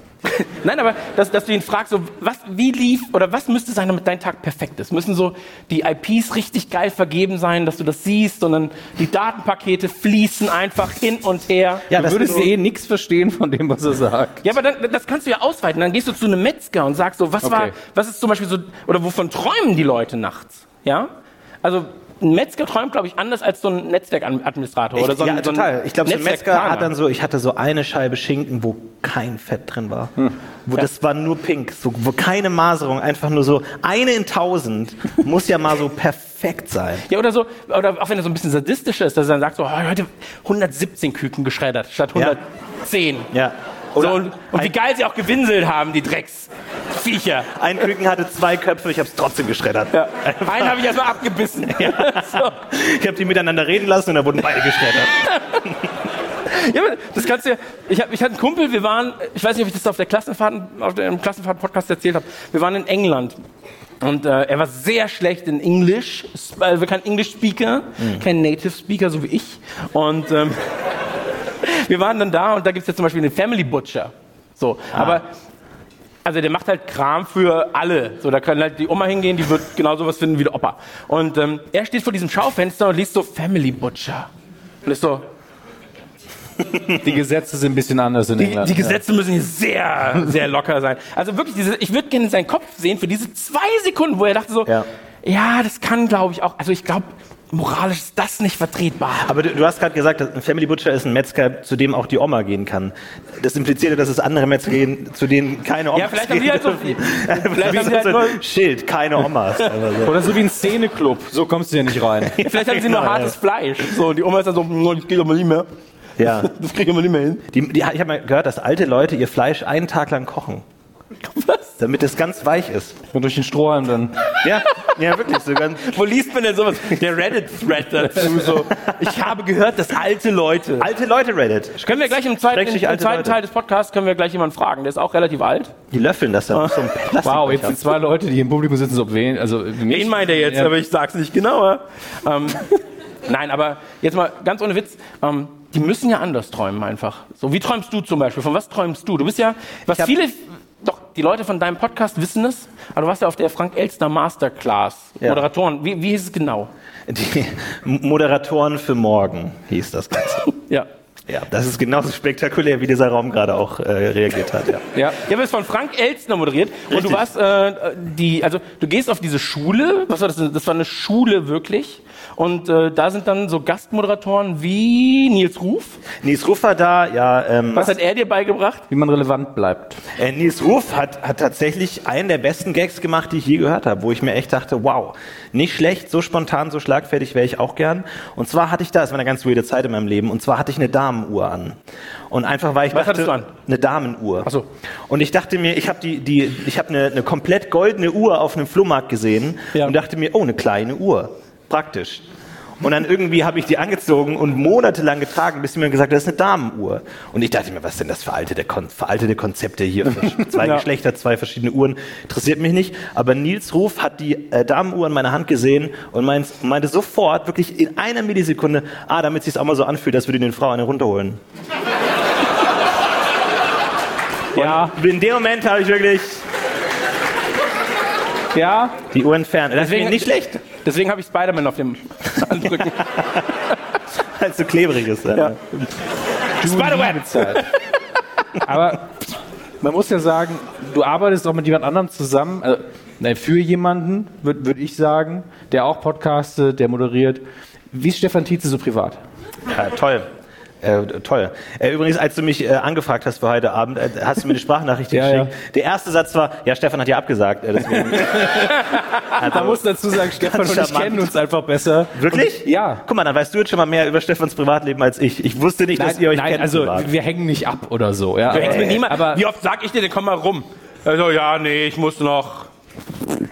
S1: Nein, aber dass, dass du ihn fragst, so, was, wie lief oder was müsste sein, damit dein Tag perfekt ist? Müssen so die IPs richtig geil vergeben sein, dass du das siehst, sondern die Datenpakete fließen einfach hin und her.
S7: Ja,
S6: Du
S7: das
S6: würdest eh nichts verstehen von dem, was er sagt.
S1: Ja, aber dann, das kannst du ja ausweiten. Dann gehst du zu einem Metzger und sagst so, was war, was ist zum Beispiel so, oder wovon träumen die Leute nachts? Ja? Also, ein Metzger träumt, glaube ich, anders als so ein Netzwerkadministrator oder so ein,
S7: ja, total.
S1: So ein
S7: ich glaube, so ein Metzger hat
S1: Netzwerkplaner.
S7: dann so, ich hatte so eine Scheibe Schinken, wo kein Fett drin war. Wo das war nur pink, so, wo keine Maserung, einfach nur so eine in tausend muss ja mal so perfekt sein.
S1: Ja, oder so, oder auch wenn er so ein bisschen sadistisch ist, dass er dann sagt, so, oh, heute 117 Küken geschreddert statt
S7: Ja.
S1: 110.
S7: Ja.
S1: So, und, und wie geil sie auch gewinselt haben, die Drecksviecher.
S7: Ein Küken hatte zwei Köpfe, ich habe es trotzdem geschreddert.
S1: Einen habe ich erstmal abgebissen. Ja. So.
S7: Ich habe die miteinander reden lassen und dann wurden beide geschreddert.
S1: Ja, aber das kannst du ja, ich, hab, ich hatte einen Kumpel, wir waren, ich weiß nicht, ob ich das auf der Klassenfahrt, auf dem Klassenfahrt-Podcast erzählt habe, wir waren in England. Und äh, er war sehr schlecht in Englisch, sp- also kein English-Speaker, kein Native-Speaker, so wie ich. Und ähm, wir waren dann da und da gibt es ja zum Beispiel den Family Butcher. So, aber also der macht halt Kram für alle. So, da kann halt die Oma hingehen, die wird genau sowas finden wie der Opa. Und ähm, er steht vor diesem Schaufenster und liest so Family Butcher. Und ist so,
S6: Die Gesetze sind ein bisschen anders in
S1: die,
S6: England.
S1: die Gesetze müssen hier sehr, sehr locker sein. Also wirklich, diese, ich würde gerne seinen Kopf sehen für diese zwei Sekunden, wo er dachte so, ja,
S7: Ja.
S1: das kann, glaube ich, auch. Also ich glaube, moralisch ist das nicht vertretbar.
S7: Aber du, du hast gerade gesagt, dass ein Family Butcher ist ein Metzger, zu dem auch die Oma gehen kann. Das impliziert ja, dass es andere Metzger gehen, zu denen keine Omas
S1: Ja, vielleicht haben die halt so-
S7: gehen
S1: vielleicht
S7: dürfen.
S1: haben die
S7: Wie so
S1: halt
S7: ein
S1: nur-
S7: Schild, keine Omas. Einfach so.
S6: Oder so wie ein Szeneclub, so kommst du ja nicht rein.
S1: Vielleicht haben sie nur
S7: genau,
S1: hartes Fleisch. So, und die Oma ist dann so, "Mm, das geht aber nicht mehr.
S7: Ja.
S1: Das kriege ich aber nicht mehr hin.
S7: Die, die, ich habe mal gehört, dass alte Leute ihr Fleisch einen Tag lang kochen.
S1: Was?
S7: Damit es ganz weich ist.
S6: Und durch den Strohhalm dann.
S7: Ja, ja wirklich. So ganz,
S1: Wo liest man denn sowas? Der Reddit-Thread dazu. So. Ich habe gehört, dass alte Leute.
S7: alte Leute Reddit.
S1: Können wir gleich im zweiten,
S7: Schrecklich
S1: im
S7: alte
S1: zweiten
S7: Leute.
S1: Teil des Podcasts können wir gleich jemanden fragen. Der ist auch relativ alt.
S7: Die löffeln das dann. auf So ein
S6: Wow, jetzt sind zwei Leute, die hier im Publikum sitzen, so wen, also mich.
S1: Wen meint er jetzt?
S6: Ja.
S1: Aber ich sag's nicht genauer. Ähm, nein, aber jetzt mal ganz ohne Witz. Ähm, die müssen ja anders träumen einfach. So, wie träumst du zum Beispiel? Von was träumst du? Du bist ja, was
S7: hab-
S1: viele, doch, die Leute von deinem Podcast wissen es, aber du warst ja auf der Frank Elstner Masterclass.
S7: Ja.
S1: Moderatoren, wie, wie hieß es genau?
S7: Die Moderatoren für morgen hieß das Ganze.
S1: Ja.
S7: Ja, das ist genauso spektakulär, wie dieser Raum gerade auch äh, reagiert hat. Ja.
S1: Ja. ja, du bist von Frank Elstner moderiert und du
S7: Richtig.
S1: warst äh, die, also du gehst auf diese Schule, was war das? denn? Das war eine Schule wirklich und äh, da sind dann so Gastmoderatoren wie Nils Ruf.
S7: Nils Ruf war da, ja. Ähm,
S1: Was hat er dir beigebracht?
S6: Wie man relevant bleibt.
S7: äh, Nils Ruf hat, hat tatsächlich einen der besten Gags gemacht, die ich je gehört habe, wo ich mir echt dachte, wow, nicht schlecht, so spontan, so schlagfertig wäre ich auch gern. Und zwar hatte ich da, es war eine ganz weirde Zeit in meinem Leben, und zwar hatte ich eine Damenuhr an. Und einfach war ich
S1: Was
S7: dachte,
S1: hattest du an?
S7: eine Damenuhr.
S1: Ach so.
S7: Und ich dachte mir, ich habe die, die, ich habe eine, eine komplett goldene Uhr auf einem Flohmarkt gesehen
S1: Ja.
S7: und dachte mir, oh, eine kleine Uhr, praktisch. Und dann irgendwie habe ich die angezogen und monatelang getragen, bis sie mir gesagt hat, das ist eine Damenuhr. Und ich dachte mir, was sind das veraltete, Kon veraltete Konzepte hier? Für zwei Geschlechter, zwei verschiedene Uhren. Interessiert mich nicht. Aber Nils Ruf hat die äh, Damenuhr in meiner Hand gesehen und meint, meinte sofort, wirklich in einer Millisekunde, ah, damit sich's auch mal so anfühlt, dass wir den Frau eine runterholen.
S6: Ja,
S7: In dem Moment habe ich wirklich
S6: ja.
S7: die Uhr entfernt. Das ist nicht schlecht.
S1: Deswegen habe ich Spider-Man auf dem Handrücken.
S7: Als so klebrig ist. Ja. Spider-Man!
S6: Aber man muss ja sagen, du arbeitest auch mit jemand anderem zusammen, also, nein, für jemanden, würde würd ich sagen, der auch podcastet, der moderiert. Wie ist Stefan Tietze so privat?
S7: Ja, toll. Äh, toll. Äh, übrigens, als du mich äh, angefragt hast für heute Abend, äh, hast du mir eine Sprachnachricht
S6: Ja,
S7: geschickt. Der erste Satz war, ja, Stefan hat ja abgesagt. Äh, deswegen. also,
S6: Man muss dazu sagen, Stefan und ich
S7: charmant.
S6: kennen uns einfach besser.
S7: wirklich?
S6: Und, ja.
S7: Guck mal, dann weißt du jetzt schon mal mehr über Stefans Privatleben als ich. Ich wusste nicht, dass ihr euch
S6: nein,
S7: kennt.
S6: also
S7: privat.
S6: wir hängen nicht ab oder so. Ja, aber,
S1: Mit niemand,
S6: aber
S1: wie oft sag ich dir denn, komm mal rum? Also, ja, nee, ich muss noch.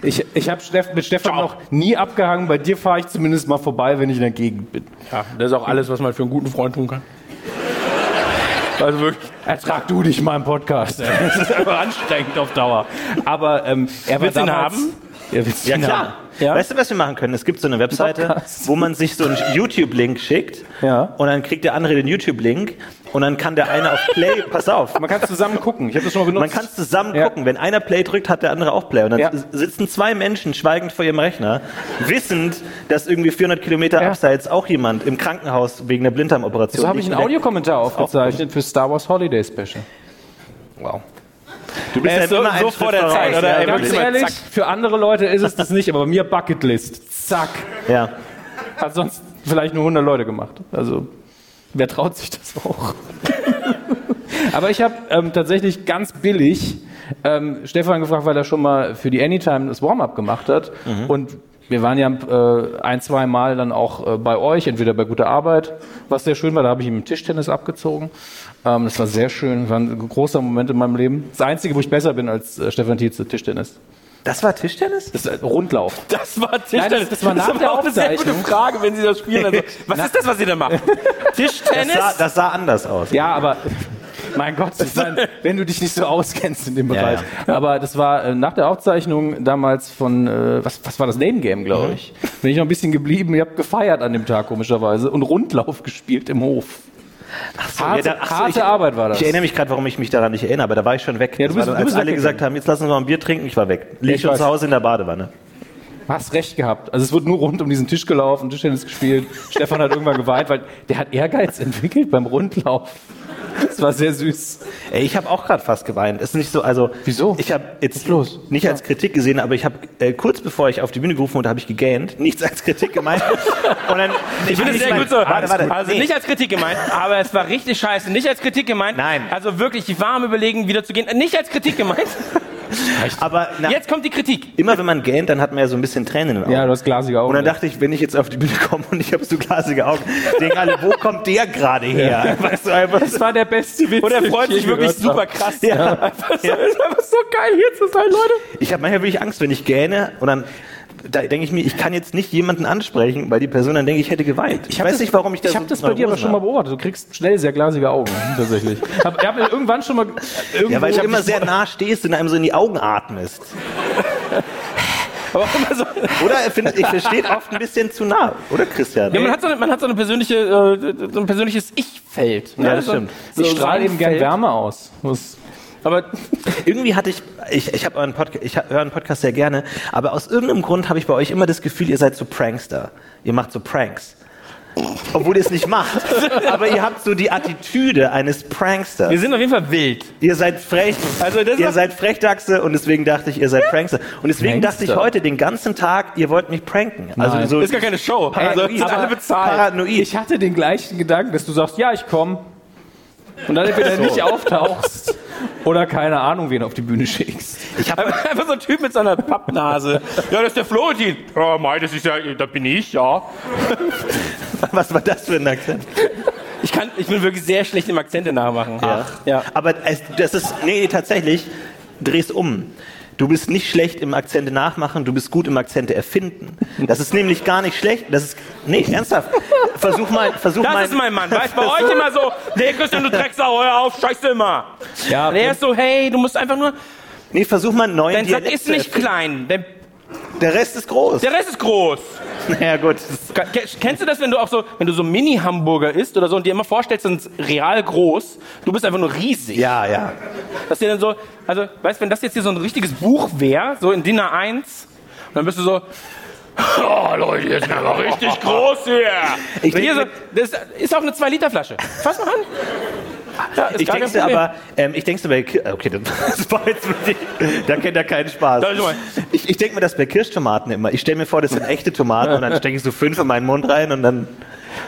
S6: ich, ich habe Steff, mit Stefan noch nie abgehangen. Bei dir fahre ich zumindest mal vorbei, wenn ich in der Gegend bin.
S1: Ja, das ist auch alles, was man für einen guten Freund tun kann. Also wirklich.
S6: Ertrag du dich mal im Podcast. ey. Das ist einfach anstrengend auf Dauer. Aber ähm, er war
S1: Willst du ihn
S6: damals,
S1: haben?
S6: Ja, willst du
S7: Ja,
S6: ihn
S7: klar.
S6: haben? Ja?
S7: Weißt du, was wir machen können? Es gibt so eine Webseite,
S6: Podcast.
S7: wo man sich so einen YouTube-Link schickt
S6: Ja.
S7: und dann kriegt der andere den YouTube-Link und dann kann der eine auf Play, pass auf,
S6: Man kann zusammen gucken. Ich habe das schon mal benutzt.
S7: man kann es zusammen
S6: Ja.
S7: gucken. Wenn einer Play drückt, hat der andere auch Play. Und dann
S6: Ja.
S7: sitzen zwei Menschen schweigend vor ihrem Rechner, wissend, dass irgendwie 400 Kilometer
S6: Ja.
S7: abseits auch jemand im Krankenhaus wegen einer Blinddarmoperation
S6: so habe ich einen
S7: liegt.
S6: Audiokommentar aufgezeichnet für Star Wars Holiday Special.
S7: Wow. Du
S6: Äh,
S7: bist
S1: Er
S7: ja
S1: ist so-
S7: immer
S1: so
S7: ein
S1: vor
S7: Schritt
S1: der
S7: voraus,
S1: Zeit, oder?
S7: Ja,
S1: Er
S6: Ganz
S1: wirklich.
S7: wirklich.
S6: ehrlich, für andere Leute ist es das nicht, aber bei mir Bucketlist. Zack.
S7: ja.
S6: Hat sonst vielleicht nur 100 Leute gemacht. Also, wer traut sich das auch? aber ich habe ähm, tatsächlich ganz billig ähm, Stefan gefragt, weil er schon mal für die Anytime das Warm-up gemacht hat.
S1: Mhm.
S6: Und wir waren ja äh, ein, zwei Mal dann auch äh, bei euch, entweder bei guter Arbeit, was sehr schön war. Da habe ich ihm Tischtennis abgezogen. Ähm, das war sehr schön. War ein großer Moment in meinem Leben. Das Einzige, wo ich besser bin als äh, Stefan Tietze, Tischtennis.
S7: Das war Tischtennis?
S6: Das ist äh, Rundlauf.
S1: Das war Tischtennis.
S6: Nein, das- das war nach
S1: aber
S6: der
S1: auch eine sehr gute
S6: Aufzeichnung.
S1: Frage, wenn Sie das spielen. Also, was ist das, was Sie da machen?
S7: Das
S1: Tischtennis?
S7: sah, das sah anders aus.
S6: Ja, aber mein Gott, ich meine, wenn du dich nicht so auskennst in dem
S7: Ja,
S6: Bereich. Aber das war äh, nach der Aufzeichnung damals von, äh, was, was war das, Name Game, glaube
S7: Mhm.
S6: ich. Bin ich noch ein bisschen geblieben, ich habe gefeiert an dem Tag komischerweise und Rundlauf gespielt im Hof.
S7: Ja,
S6: harte
S7: da- ach so,
S6: harte
S7: ich-
S6: Arbeit war das.
S7: Ich erinnere mich gerade, warum ich mich daran nicht erinnere, aber da war ich schon weg.
S6: Ja, du
S7: Das
S6: bist-
S7: war
S6: du
S7: dann, als
S6: bist
S7: alle gesagt haben, jetzt lassen wir mal ein Bier trinken, ich war weg. Lieg
S6: ich
S7: schon
S6: weiß.
S7: zu Hause in der Badewanne.
S6: Hast recht gehabt. Also es wird nur rund um diesen Tisch gelaufen, Tischtennis gespielt. Stefan hat irgendwann geweint, weil der hat Ehrgeiz entwickelt beim Rundlauf. Das war sehr süß.
S7: Ey, ich habe auch gerade fast geweint. Ist nicht so, also
S6: Wieso?
S7: Ich habe jetzt
S6: los?
S7: nicht als Kritik gesehen, aber ich habe äh, kurz bevor ich auf die Bühne gerufen wurde, habe ich gegähnt. Nichts als Kritik gemeint. Und dann,
S1: Ich finde es sehr
S7: mein-
S1: gut so.
S7: Warte, warte.
S1: Also
S7: nee.
S1: nicht als Kritik gemeint, aber es war richtig scheiße. Nicht als Kritik gemeint.
S7: Nein.
S1: Also wirklich, ich war am überlegen, wieder zu gehen. Nicht als Kritik gemeint.
S7: aber na,
S1: Jetzt kommt die Kritik.
S7: immer wenn man gähnt, dann hat man ja so ein bisschen Tränen in den Augen.
S6: Ja, du hast glasige Augen.
S7: Und dann dachte ich, wenn ich jetzt auf die Bühne komme und ich habe so glasige Augen, denken alle, wo kommt der gerade her? Weißt du, einfach
S6: das war der beste Witz.
S1: Und er
S6: den
S1: freut
S6: ich je
S1: sich wirklich
S6: gehört habe.
S1: super krass.
S7: Ja.
S1: Einfach so, ist einfach so geil hier zu sein, Leute.
S7: Ich habe manchmal wirklich Angst, wenn ich gähne und dann da denke ich mir, ich kann jetzt nicht jemanden ansprechen, weil die Person dann denkt, ich hätte geweint. Ich,
S6: hab
S7: weiß
S6: das-
S7: nicht, warum ich das
S6: Ich habe das bei dir aber schon mal beobachtet. Du kriegst schnell sehr glasige Augen, tatsächlich. Ich habe hab irgendwann schon mal. Irgendwo,
S7: Ja, weil du immer sehr nah stehst und einem so in die Augen atmest.
S1: Aber auch immer so.
S7: Oder ich finde, ich steht oft ein bisschen zu nah, oder Christian?
S1: Ja, man hat so, eine, man hat so, eine persönliche, äh, so ein persönliches Ich-Feld. ne?
S7: Ja, das
S1: So-
S7: stimmt.
S1: So
S6: ich strahle eben gern
S1: Feld.
S6: Wärme aus. Muss-
S1: Aber
S7: Irgendwie hatte ich, ich, ich habe euren Podcast, ich hab- höre einen Podcast sehr gerne, aber aus irgendeinem Grund habe ich bei euch immer das Gefühl, ihr seid so Prankster. Ihr macht so Pranks. Obwohl ihr es nicht macht. Aber ihr habt so die Attitüde eines Pranksters.
S1: wir sind auf jeden Fall wild.
S7: Ihr seid frech.
S1: Also das
S7: ihr
S1: war-
S7: seid Frechdachse und deswegen dachte ich, ihr seid Prankster. Und deswegen dachte ich
S6: Prankster.
S7: heute den ganzen Tag, ihr wollt mich pranken. Also
S6: Nein.
S7: so
S1: Ist gar keine Show.
S7: Paranoid.
S1: Also, sind alle bezahlt.
S7: Paranoid.
S6: Ich hatte den gleichen Gedanken, dass du sagst, ja, ich komme. Und dann entweder nicht auftauchst oder keine Ahnung, wen auf die Bühne schickst.
S7: ich hab,
S1: Einfach so ein Typ mit so einer Pappnase. Ja, das ist der Florentin. Ja, mei, das ist ja, da bin ich, ja.
S7: was war das für ein Akzent?
S1: Ich kann, ich bin wirklich sehr schlecht im Akzente nachmachen.
S7: Ja. Aber es, das ist, nee, nee, tatsächlich, dreh's um. Du bist nicht schlecht im Akzente nachmachen, du bist gut im Akzente erfinden. Das ist nämlich gar nicht schlecht. Das ist, nee, ernsthaft. Versuch mal, versuch
S1: Das
S7: mal.
S1: ist mein Mann. Weißt bei euch immer so, nee, Christian, du Drecksau, hör auf, scheiße immer.
S6: Ja,
S1: Der ist so, hey, du musst einfach nur,
S7: Nee, versuch mal einen neuen
S1: dein Sack
S7: Dialekt
S1: ist
S7: zu
S1: nicht
S7: erfinden.
S1: klein, dein,
S7: Der Rest ist groß.
S1: der Rest ist groß.
S7: Ja, gut.
S1: Ke- Kennst du das, wenn du auch so, wenn du so Mini-Hamburger isst oder so und dir immer vorstellst, sind real groß, du bist einfach nur riesig.
S7: Ja, ja.
S1: Dass dir dann so, also, weißt du, wenn das jetzt hier so ein richtiges Buch wäre, so in DIN A1, dann bist du so, Oh, Leute, jetzt werden wir richtig groß hier.
S7: Ich
S1: hier so,
S7: denke
S1: das ist auch eine 2-Liter-Flasche. Fass mal an. Ja, ist
S7: ich
S1: gar kein
S7: denkste
S1: Problem.
S7: aber, ähm, ich denkste bei, Ki- okay, das war jetzt wirklich, da kennt er keinen Spaß.
S1: Darf ich mal?
S7: Ich, ich denke mir das bei Kirschtomaten immer. Ich stelle mir vor, das sind echte Tomaten und dann stecke ich so fünf in meinen Mund rein und dann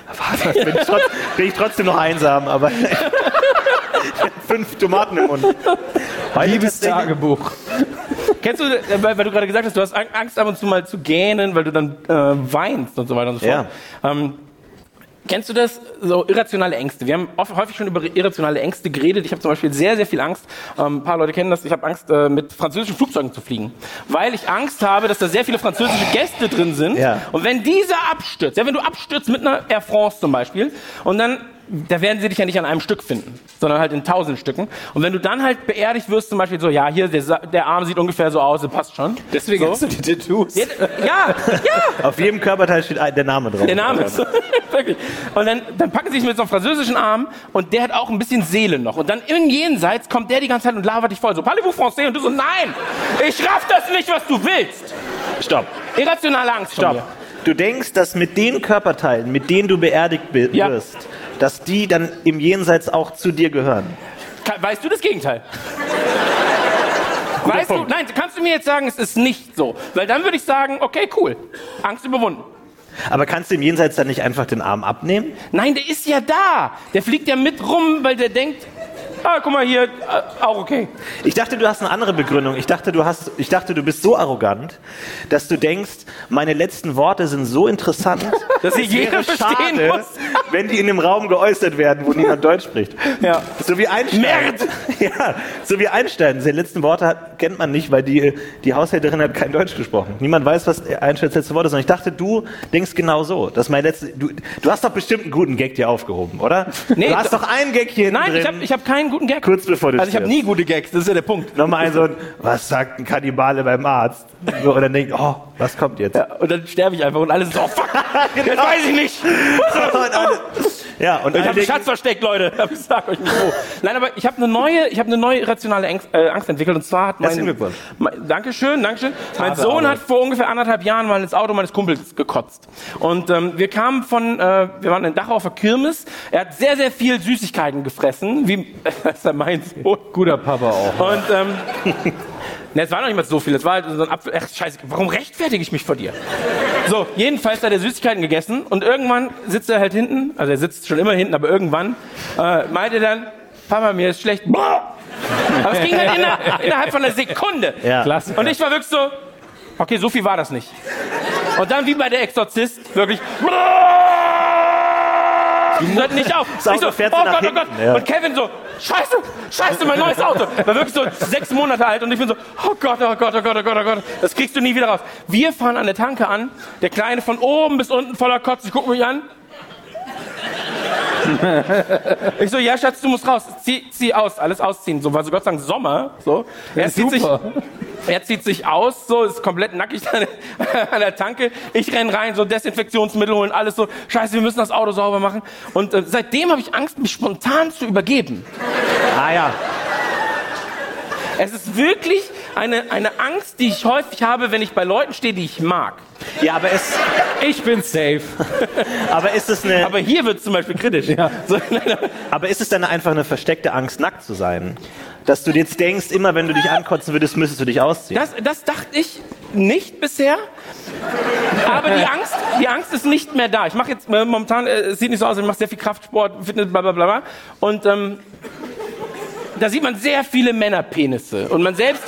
S7: was, bin, ich trotz, bin ich trotzdem noch einsam, aber ich hab fünf Tomaten im Mund. Beide tatsächlich-
S6: Tagebuch.
S1: Kennst du, äh, weil, weil du gerade gesagt hast, du hast Ang- Angst ab und zu mal zu gähnen, weil du dann äh, weinst und so weiter und so fort. Ähm, kennst du das? So irrationale Ängste. Wir haben oft, häufig schon über irrationale Ängste geredet. Ich habe zum Beispiel sehr, sehr viel Angst. Ähm, ein paar Leute kennen das. Ich habe Angst, äh, mit französischen Flugzeugen zu fliegen, weil ich Angst habe, dass da sehr viele französische Gäste drin sind.
S7: Ja.
S1: Und wenn dieser abstürzt, ja, wenn du abstürzt mit einer Air France zum Beispiel, und dann da werden sie dich ja nicht an einem Stück finden, sondern halt in tausend Stücken. Und wenn du dann halt beerdigt wirst, zum Beispiel so, ja, hier, der, Sa- der Arm sieht ungefähr so aus, das passt schon.
S6: Deswegen
S1: so.
S6: hast du die Tattoos.
S1: Ja, ja, ja,
S7: Auf jedem Körperteil steht ein- der Name drauf.
S1: der Name ist wirklich. Und dann, dann packen sie dich mit so einem französischen Arm und der hat auch ein bisschen Seele noch. Und dann im Jenseits kommt der die ganze Zeit und labert dich voll. So, parlez-vous français? Und du so, nein, ich raff das nicht, was du willst.
S7: Stopp.
S1: Irrationale Angst Stopp.
S7: Stopp. Du denkst, dass mit den Körperteilen, mit denen du beerdigt bi-
S1: Ja.
S7: wirst, dass die dann im Jenseits auch zu dir gehören.
S1: Ka- Weißt du das Gegenteil? Weißt du, nein, kannst du mir jetzt sagen, es ist nicht so? Weil dann würde ich sagen, okay, cool, Angst überwunden.
S7: Aber kannst du im Jenseits dann nicht einfach den Arm abnehmen?
S1: Nein, der ist ja da. Der fliegt ja mit rum, weil der denkt, ah, guck mal hier, äh, auch okay.
S7: Ich dachte, du hast eine andere Begründung. Ich dachte, du hast, ich dachte, du bist so arrogant, dass du denkst, meine letzten Worte sind so interessant,
S1: Dass sie jeder verstehen
S7: schade,
S1: muss.
S7: wenn die in dem Raum geäußert werden, wo niemand Deutsch spricht.
S1: Ja.
S7: So wie Einstein.
S1: Merd!
S7: Ja, so wie Einstein. Seine letzten Worte hat, kennt man nicht, weil die, die Haushälterin hat kein Deutsch gesprochen. Niemand weiß, was Einsteins letzte Worte sind. Und ich dachte, du denkst genau so. Dass mein letzte, du, du hast doch bestimmt einen guten Gag dir aufgehoben, oder?
S1: Nee,
S7: du hast
S1: da-
S7: doch einen Gag hier hinten
S1: Nein,
S7: drin.
S1: ich habe ich hab keinen guten Gag.
S7: Kurz bevor du
S1: Also ich habe
S7: stirbst.
S1: nie gute Gags, das ist ja der Punkt.
S7: Nochmal ein so ein, was sagt ein Kannibale beim Arzt? So, und dann denkt, oh, was kommt jetzt? Ja,
S1: Und dann sterbe ich einfach und alles ist, oh fuck, das weiß ich nicht.
S7: und, alle, ja,
S1: Ich
S7: und alle
S1: habe einen
S7: denken,
S1: Schatz versteckt, Leute. Ich sag euch nicht wo. Nein, aber ich habe eine neue, ich habe eine neue irrationale Angst, äh, Angst entwickelt. Und zwar hat mein,
S7: Herzlichen Glückwunsch.
S1: mein Dankeschön, Dankeschön. Mein Sohn hat vor ungefähr anderthalb Jahren mal ins Auto meines Kumpels gekotzt. Und ähm, wir kamen von, äh, wir waren in Dachau auf der Kirmes. Er hat sehr, sehr viel Süßigkeiten gefressen, wie das ist ja mein Sohn.
S6: Guter Papa auch.
S1: Und ähm, ne, es war noch nicht mal so viel. Es war halt so ein Apfel. Ach, scheiße, warum rechtfertige ich mich vor dir? So, jedenfalls hat er Süßigkeiten gegessen und irgendwann sitzt er halt hinten, also er sitzt schon immer hinten, aber irgendwann äh, meinte dann, Papa, mir ist schlecht. Boah! Aber es ging halt inner, innerhalb von einer Sekunde.
S7: Ja.
S6: Klasse.
S1: Und ich war wirklich so, okay, so viel war das nicht. Und dann wie bei der Exorzist, wirklich. Die hört nicht auf.
S7: Das Auto
S1: Ich so,
S7: fährt
S1: oh
S7: so nach
S1: Gott, oh Gott.
S7: hinten, ja.
S1: Und Kevin so, scheiße, scheiße, mein neues Auto. War wirklich so sechs Monate alt und ich bin so, oh Gott, oh Gott, oh Gott, oh Gott, oh Gott. Das kriegst du nie wieder raus. Wir fahren an der Tanke an, der Kleine von oben bis unten voller Kotze, guck mich an. Ich so, ja, Schatz, du musst raus. Zieh, zieh aus, alles ausziehen. So war so Gott sei Dank Sommer. So. Er zieht sich, er zieht sich aus, so ist komplett nackig an der, an der Tanke. Ich renn rein, so Desinfektionsmittel holen, alles so. Scheiße, wir müssen das Auto sauber machen. Und äh, seitdem habe ich Angst, mich spontan zu übergeben.
S7: ah ja,
S1: Es ist wirklich eine, eine Angst, die ich häufig habe, wenn ich bei Leuten stehe, die ich mag.
S7: ja, aber ist,
S6: Ich bin safe.
S7: aber ist es eine,
S1: Aber hier wird es zum Beispiel kritisch. So,
S7: aber ist es dann einfach eine versteckte Angst, nackt zu sein? Dass du jetzt denkst, immer wenn du dich ankotzen würdest, müsstest du dich ausziehen.
S1: das, das dachte ich nicht bisher. Aber die Angst, die Angst ist nicht mehr da. Ich mache jetzt äh, momentan, äh, es sieht nicht so aus, ich mache sehr viel Kraftsport, Fitness, bla bla bla. bla. Und ähm, da sieht man sehr viele Männerpenisse. Und man selbst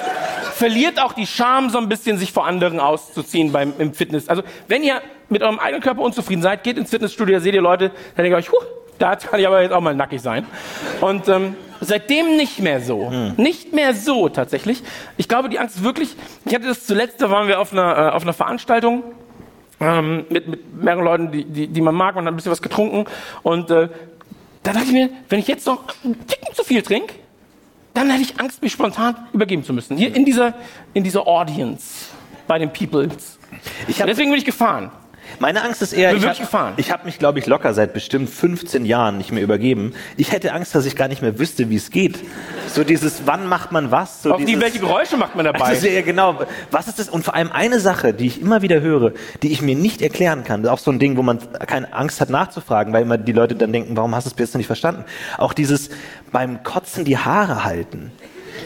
S1: verliert auch die Scham, so ein bisschen sich vor anderen auszuziehen beim, im Fitness. Also wenn ihr mit eurem eigenen Körper unzufrieden seid, geht ins Fitnessstudio, da seht ihr Leute, dann denkt ihr euch, huh, da kann ich aber jetzt auch mal nackig sein. Und ähm, seitdem nicht mehr so. Nicht mehr so tatsächlich. Ich glaube, die Angst ist wirklich, ich hatte das zuletzt, da waren wir auf einer, äh, auf einer Veranstaltung ähm, mit, mit mehreren Leuten, die, die, die man mag, man hat ein bisschen was getrunken. Und äh, da dachte ich mir, wenn ich jetzt noch einen Ticken zu viel trinke, dann hätte ich Angst, mich spontan übergeben zu müssen. Hier in dieser, in dieser Audience, bei den Peoples.
S7: Ich hab,
S1: Deswegen bin ich gefahren.
S7: meine Angst ist eher,
S1: Bin
S7: ich
S1: wirklich gefahren.
S7: habe hab mich, glaube ich, locker seit bestimmt 15 Jahren nicht mehr übergeben. Ich hätte Angst, dass ich gar nicht mehr wüsste, wie es geht. So dieses, wann macht man was? So
S1: Auf die,
S7: dieses,
S1: welche Geräusche macht man dabei?
S7: Das ist ja genau. Was ist das? Und vor allem eine Sache, die ich immer wieder höre, die ich mir nicht erklären kann. Auch so ein Ding, wo man keine Angst hat nachzufragen, weil immer die Leute dann denken, warum hast du es bis jetzt nicht verstanden? Auch dieses beim Kotzen die Haare halten.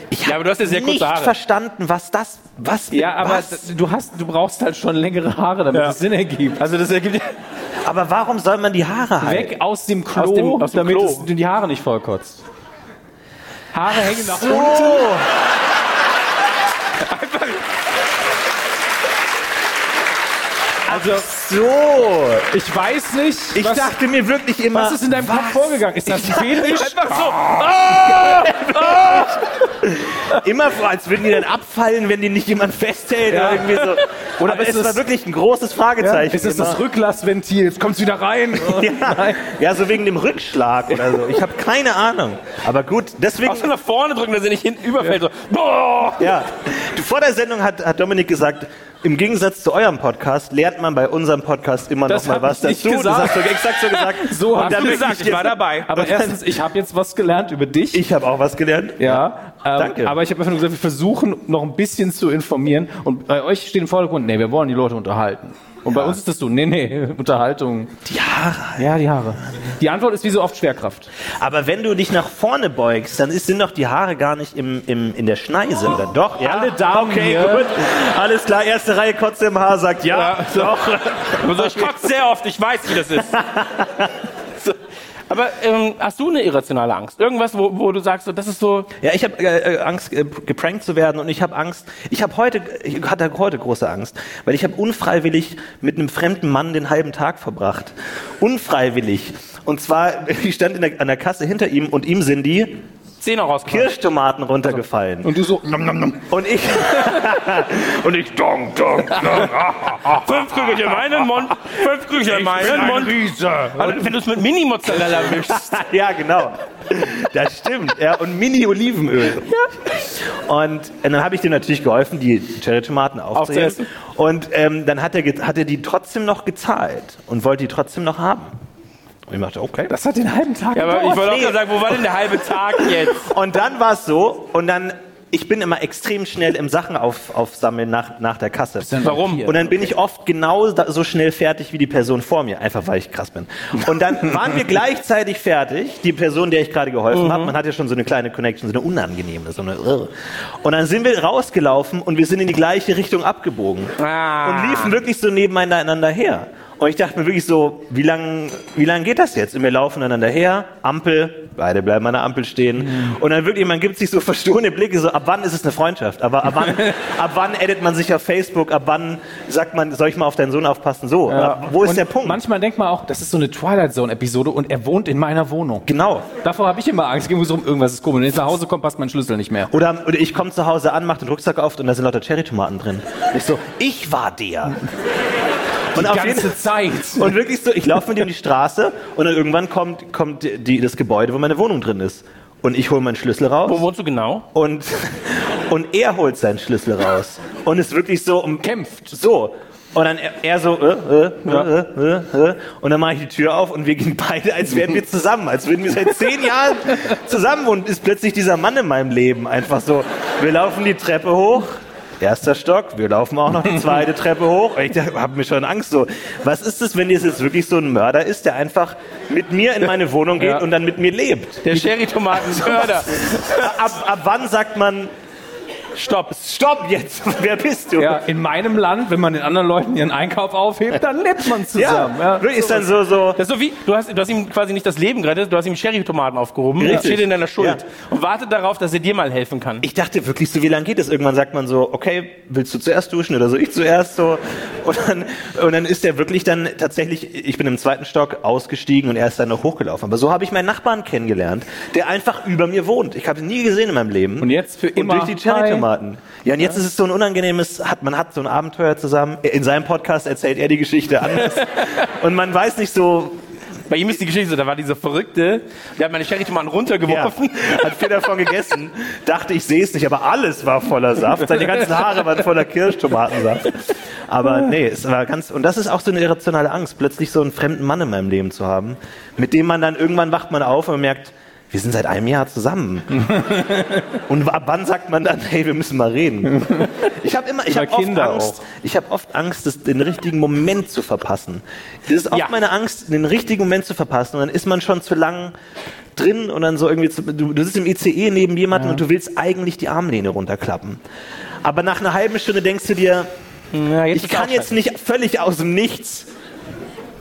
S7: Ich
S1: Ja, aber du hast ja sehr kurze
S7: nicht
S1: Haare.
S7: verstanden, was das, was mit
S6: Ja, aber
S7: was.
S6: d- du hast, du brauchst halt schon längere Haare, damit
S1: Ja.
S6: es Sinn ergibt.
S1: Also das ergibt
S7: Aber warum soll man die Haare halten?
S6: Weg aus dem Klo,
S1: Aus dem- aus dem
S6: damit
S1: Klo.
S6: Es, du die Haare nicht vollkotzt. Haare hängen nach
S7: So.
S6: unten.
S7: Also so.
S6: Ich weiß nicht.
S7: Ich dachte mir wirklich immer.
S6: was ist in deinem Kopf vorgegangen? Ist das ein Fetisch?
S7: Immer vor, als würden die dann abfallen, wenn die nicht jemand festhält oder irgendwie so.
S6: Oder
S7: Aber
S6: ist
S7: es war
S6: es-
S7: wirklich ein großes Fragezeichen.
S6: Ist das
S7: immer.
S6: das Rücklassventil? Jetzt kommt's wieder rein.
S7: ja. ja, so wegen dem Rückschlag oder so. Ich habe keine Ahnung. Aber gut, deswegen.
S1: nach vorne drücken, dass er nicht hinten überfällt. So. Boah!
S7: Ja. Du, Vor der Sendung hat, hat Dominik gesagt, im Gegensatz zu eurem Podcast lernt man bei unserem Podcast immer
S6: Das
S7: noch mal
S6: hab
S7: was
S6: ich nicht
S7: dazu. Das
S6: gesagt.
S7: hast du exakt so gesagt.
S6: So
S7: Und
S6: hast
S7: dann
S6: du
S7: bin
S1: gesagt, ich war
S7: jetzt-
S1: dabei.
S6: Aber erstens, ich habe jetzt was gelernt über dich.
S7: Ich habe auch was gelernt.
S6: Ja, ähm,
S7: Danke.
S6: aber ich habe einfach nur gesagt, wir versuchen noch ein bisschen zu informieren und bei euch steht im Vordergrund, nee, wir wollen die Leute unterhalten. Und bei uns ist das so, nee, nee, Unterhaltung.
S7: Die Haare.
S6: Ja, die Haare. Die Antwort ist wie so oft Schwerkraft.
S7: Aber wenn du dich nach vorne beugst, dann ist, sind doch die Haare gar nicht im, im, in der Schneise, oder doch? Ja?
S6: Oh, Alle Damen
S7: Okay,
S6: hier.
S7: gut. Alles klar, erste Reihe kotzt im Haar, sagt ja, doch.
S1: Also ich kotze sehr oft, ich weiß, wie das ist. So. Aber ähm, hast du eine irrationale Angst? Irgendwas, wo, wo du sagst, so, das ist so,
S7: Ja, ich habe äh, äh, Angst, äh, geprankt zu werden und ich habe Angst, ich habe heute, ich hatte heute große Angst, weil ich habe unfreiwillig mit einem fremden Mann den halben Tag verbracht. Unfreiwillig. Und zwar, ich stand in der, an der Kasse hinter ihm und ihm sind die
S1: Zähne rausgefallen.
S7: Kirschtomaten runtergefallen.
S6: Und du so,
S7: Und ich, und ich, dong, dong, dong,
S1: Fünf Krügelchen meinen Mund, fünf Krügelchen meinen Mund. Also, wenn du es mit Mini-Mozzarella mischst.
S7: ja, genau. Das stimmt. Ja, und Mini-Olivenöl. Und, äh, dann habe ich dir natürlich geholfen, die Cherry-Tomaten
S1: Aufzuessen.
S7: aufzuessen. Und ähm, dann hat er, ge- hat er die trotzdem noch gezahlt und wollte die trotzdem noch haben. Und ich dachte, okay.
S6: das hat den halben Tag
S1: Ja, aber ich wollte auch gerade sagen, wo war denn der halbe Tag jetzt?
S7: Und dann war es so, und dann, ich bin immer extrem schnell im Sachen auf, aufsammeln nach, nach der Kasse.
S1: Warum?
S7: Und dann bin ich oft genau da- so schnell fertig wie die Person vor mir, einfach weil ich krass bin. Und dann waren wir gleichzeitig fertig, die Person, der ich gerade geholfen habe. Man hat ja schon so eine kleine Connection, so eine unangenehme, so eine. Irr. Und dann sind wir rausgelaufen und wir sind in die gleiche Richtung abgebogen
S1: Ah.
S7: und liefen wirklich so nebeneinander her. Und ich dachte mir wirklich so, wie lang, wie lang geht das jetzt? Und wir laufen einander her, Ampel, beide bleiben an der Ampel stehen.
S6: Mhm.
S7: Und dann wirklich, man gibt sich so verstohlene Blicke, so, ab wann ist es eine Freundschaft? Aber ab wann, ab wann edit man sich auf Facebook? Ab wann sagt man, soll ich mal auf deinen Sohn aufpassen? So, ab- wo ist
S6: Und
S7: der Punkt?
S6: Manchmal denkt man auch, das ist so eine Twilight Zone-Episode und er wohnt in meiner Wohnung.
S7: genau.
S6: Davor habe ich immer Angst, ich muss rum, irgendwas ist komisch. Wenn ich nach Hause komme, passt mein Schlüssel nicht mehr.
S7: Oder, oder ich komme zu Hause an, mache den Rucksack auf und da sind lauter Cherrytomaten drin. Und ich so, ich war der. Und
S6: Die ganze Zeit.
S7: Und wirklich so, ich laufe mit ihm die Straße und dann irgendwann kommt, kommt die- die, das Gebäude, wo meine Wohnung drin ist. Und ich hole meinen Schlüssel
S1: Wo
S7: raus
S1: wohnst du genau?
S7: und, und er holt seinen Schlüssel raus. Und ist wirklich so um.
S6: Kämpft.
S7: So. Und dann er, er so, äh, äh, äh, äh, äh, und dann mache ich die Tür auf und wir gehen beide, als wären wir zusammen, als würden wir seit zehn Jahren zusammen und ist plötzlich dieser Mann in meinem Leben einfach so. Wir laufen die Treppe hoch, erster Stock, wir laufen auch noch die zweite Treppe hoch. Und ich habe mir schon Angst so. Was ist es, wenn jetzt jetzt wirklich so ein Mörder ist, der einfach mit mir in meine Wohnung geht
S6: Ja.
S7: und dann mit mir lebt?
S1: Der Sherry-Tomaten-Mörder.
S7: Ab, ab wann sagt man, stopp, stopp jetzt, wer bist du?
S6: Ja, in meinem Land, wenn man den anderen Leuten ihren Einkauf aufhebt, dann lebt man zusammen. Ja.
S7: Ja, ist dann so, so.
S1: Das ist so wie, du hast, du hast ihm quasi nicht das Leben gerettet, du hast ihm Sherry-Tomaten aufgehoben. Er
S7: Richtig.
S1: steht in deiner Schuld
S7: Ja.
S1: und wartet darauf, dass er dir mal helfen kann.
S7: Ich dachte wirklich so, wie lange geht das? Irgendwann sagt man so, okay, willst du zuerst duschen oder so, ich zuerst so. Und dann, und dann ist er wirklich dann tatsächlich, ich bin im zweiten Stock ausgestiegen und er ist dann noch hochgelaufen. Aber so habe ich meinen Nachbarn kennengelernt, der einfach über mir wohnt. Ich habe ihn nie gesehen in meinem Leben.
S6: Und jetzt für immer.
S7: Und durch die Cherrytomaten. Ja, und jetzt ist es so ein unangenehmes, hat, man hat so ein Abenteuer zusammen. In seinem Podcast erzählt er die Geschichte anders. und man weiß nicht so,
S1: Bei ihm ist die Geschichte so, da war dieser Verrückte, der hat meine Sherry-Tomaten runtergeworfen.
S7: Ja, hat viel davon gegessen. Dachte, ich sehe es nicht, aber alles war voller Saft. Seine ganzen Haare waren voller Kirschtomatensaft. Aber nee, es war ganz. Und das ist auch so eine irrationale Angst, plötzlich so einen fremden Mann in meinem Leben zu haben, mit dem man dann irgendwann wacht man auf und merkt, wir sind seit einem Jahr zusammen. Und ab wann sagt man dann, hey, wir müssen mal reden? Ich habe immer, ich
S6: Über
S7: habe oft
S6: Kinder
S7: Angst,
S6: auch.
S7: ich habe oft Angst, das, den richtigen Moment zu verpassen. Das ist oft
S6: Ja.
S7: meine Angst, den richtigen Moment zu verpassen. Und dann ist man schon zu lang drin und dann so irgendwie, zu, du, du sitzt im ICE neben jemandem und du willst eigentlich die Armlehne runterklappen. Aber nach einer halben Stunde denkst du dir, ich kann jetzt nicht völlig aus dem Nichts.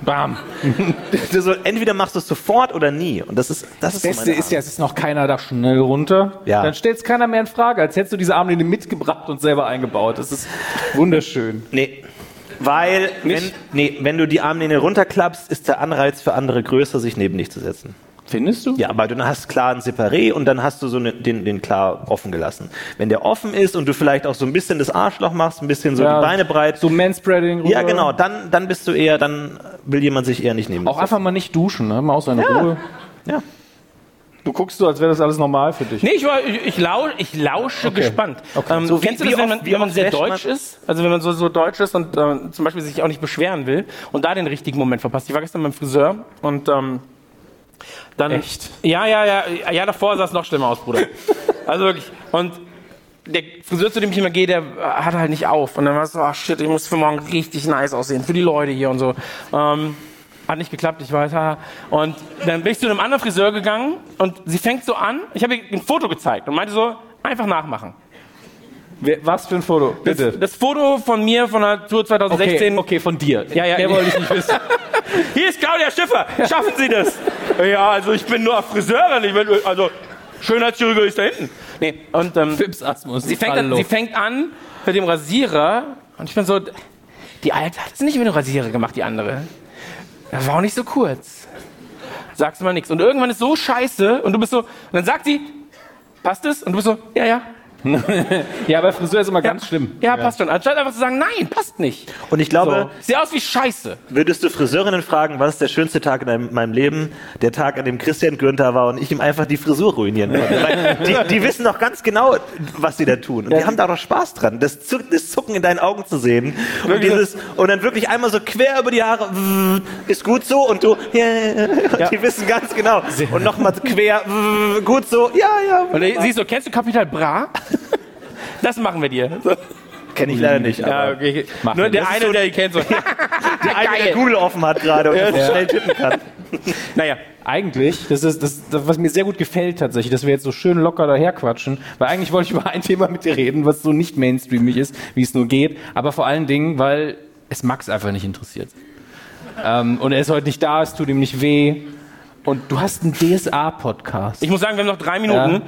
S6: Bam.
S7: Du so, entweder machst du es sofort oder nie. Und das ist das,
S6: Das
S7: ist so
S6: Beste
S7: meine
S6: ist ja, es ist noch keiner da schnell runter.
S7: Ja.
S6: Dann stellt es keiner mehr in Frage, als hättest du diese Armlehne mitgebracht und selber eingebaut. Das ist wunderschön.
S7: Nee. Weil, wenn, nee, wenn du die Armlehne runterklappst, ist der Anreiz für andere größer, sich neben dich zu setzen.
S6: Findest du?
S7: Ja, weil du hast klar ein Separé und dann hast du so ne, den, den klar offen gelassen. Wenn der offen ist und du vielleicht auch so ein bisschen das Arschloch machst, ein bisschen so
S6: Ja,
S7: die Beine breit.
S6: So Manspreading.
S7: ja,
S6: rüber.
S7: genau, dann, dann bist du eher, dann will jemand sich eher nicht neben
S6: Auch
S7: dich
S6: einfach mal nicht duschen, ne? Mal aus einer Ruhe.
S7: Ja.
S6: Du guckst so, als wäre das alles normal für dich.
S1: Nee, ich, war, ich, ich, lau, ich lausche gespannt. Ähm,
S7: So, wie-
S1: kennst du das,
S7: wie
S1: wenn
S7: oft-
S1: man,
S7: wie
S1: wenn man
S7: oft
S1: sehr
S7: wäscht man-
S1: deutsch ist? Also wenn man so, so deutsch ist und äh, zum Beispiel sich auch nicht beschweren will und da den richtigen Moment verpasst. Ich war gestern beim Friseur und ähm, dann...
S6: Echt?
S1: Ja, ja, ja. Ja, davor sah es noch schlimmer aus, Bruder. also wirklich. Und der Friseur, zu dem ich immer gehe, der äh, hat halt nicht auf. Und dann war es so, ach shit, ich muss für morgen richtig nice aussehen, für die Leute hier und so. Ähm, hat nicht geklappt, ich weiß. haha. Und dann bin ich zu einem anderen Friseur gegangen und sie fängt so an, ich habe ihr ein Foto gezeigt und meinte so, einfach nachmachen.
S6: Wer- Was für ein Foto? Bitte.
S1: Das Foto von mir von der Tour 2016.
S6: okay, von dir.
S1: Ja, ja,
S6: Mehr
S1: nee.
S6: wollte ich nicht wissen.
S1: Hier ist Claudia Schiffer, schaffen Sie das? ja, also ich bin nur Friseurin, ich bin, also Schönheitschirurgie ist da hinten. Nee, und ähm,
S2: Pips Asmus.
S1: Sie fängt, an, sie fängt an mit dem Rasierer und ich bin so, die Alte hat es nicht mit dem Rasierer gemacht, die andere. Das war auch nicht so kurz. Sagst du mal nichts. Und irgendwann ist so scheiße und du bist so, und dann sagt sie, passt es? Und du bist so, ja, ja.
S6: Ja, aber Friseur ist immer ganz schlimm.
S1: Ja, passt schon. Anstatt einfach zu sagen, nein, passt nicht.
S7: Und ich glaube,
S1: Sieht aus wie Scheiße.
S7: Würdest du Friseurinnen fragen, was ist der schönste Tag in deinem, meinem Leben? Der Tag, an dem Christian Günther war und ich ihm einfach die Frisur ruinieren konnte. Weil die, die wissen doch ganz genau, was sie da tun. Und die haben da doch Spaß dran, das, Zu- das Zucken in deinen Augen zu sehen. Und, dieses, und dann wirklich einmal so quer über die Haare, ist gut so und du, ja, ja, ja. Und die wissen ganz genau. Und nochmal quer, gut so, ja, ja.
S1: Und sie ist so, kennst du Kapital Bra? Das machen wir dir.
S7: Kenne ich leider nicht. Aber
S1: okay. Nur der eine, der die kennt, so.
S7: der eine, der
S1: geil.
S7: Google offen hat gerade und schnell tippen kann.
S1: naja.
S6: Eigentlich, das ist das, das, was mir sehr gut gefällt tatsächlich, dass wir jetzt so schön locker daherquatschen, weil eigentlich wollte ich über ein Thema mit dir reden, was so nicht mainstreamig ist, wie es nur geht, aber vor allen Dingen, weil es Max einfach nicht interessiert. Ähm, und er ist heute nicht da, es tut ihm nicht weh. Und du hast einen DSA-Podcast.
S1: Ich muss sagen, wir haben noch drei Minuten.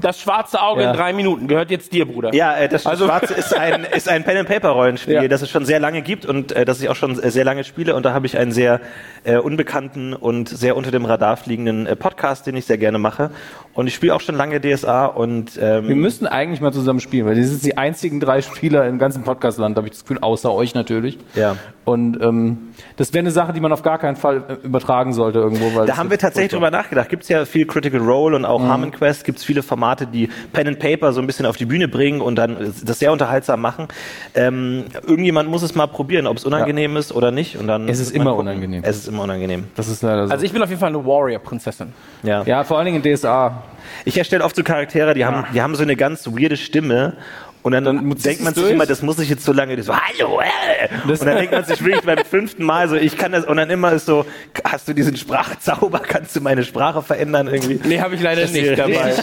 S1: Das schwarze Auge
S6: Ja.
S1: in drei Minuten gehört jetzt dir, Bruder.
S7: Ja, äh, das
S1: Also-
S7: Schwarze ist ein, ist ein Pen-and-Paper-Rollenspiel,
S6: Ja.
S7: das es schon sehr lange gibt und äh, das ich auch schon äh, sehr lange spiele. Und da habe ich einen sehr äh, unbekannten und sehr unter dem Radar fliegenden äh, Podcast, den ich sehr gerne mache. Und ich spiele auch schon lange DSA und
S6: Wir
S7: ähm,
S6: müssen eigentlich mal zusammen spielen, weil die sind die einzigen drei Spieler im ganzen Podcastland, habe ich das Gefühl, außer euch natürlich.
S7: Ja.
S6: Und ähm, das wäre eine Sache, die man auf gar keinen Fall äh, übertragen sollte irgendwo. Weil
S7: da haben wir tatsächlich drüber nachgedacht. Gibt es ja viel Critical Role und
S6: Mhm.
S7: auch Harmon Quest, gibt es viele Formate, die Pen and Paper so ein bisschen auf die Bühne bringen und dann äh, das sehr unterhaltsam machen. Ähm, irgendjemand muss es mal probieren, ob es unangenehm ist oder nicht. Und dann
S6: Es ist
S7: wird man
S6: immer
S7: gucken.
S6: unangenehm.
S7: Es ist immer unangenehm.
S6: Das ist leider so.
S1: Also ich bin auf jeden Fall eine Warrior-Prinzessin.
S7: Ja.
S6: ja, vor allen Dingen in DSA.
S7: Ich erstelle oft so Charaktere, die haben, die haben so eine ganz weirde Stimme. Und dann, denkt man
S6: du
S7: sich
S6: durch.
S7: immer, das muss ich jetzt so lange, so, hallo, äh. Und dann denkt man sich wirklich beim fünften Mal so, ich kann das, und dann immer ist so, hast du diesen Sprachzauber, kannst du meine Sprache verändern irgendwie?
S1: Nee, habe ich leider
S7: ist hier
S1: nicht dabei.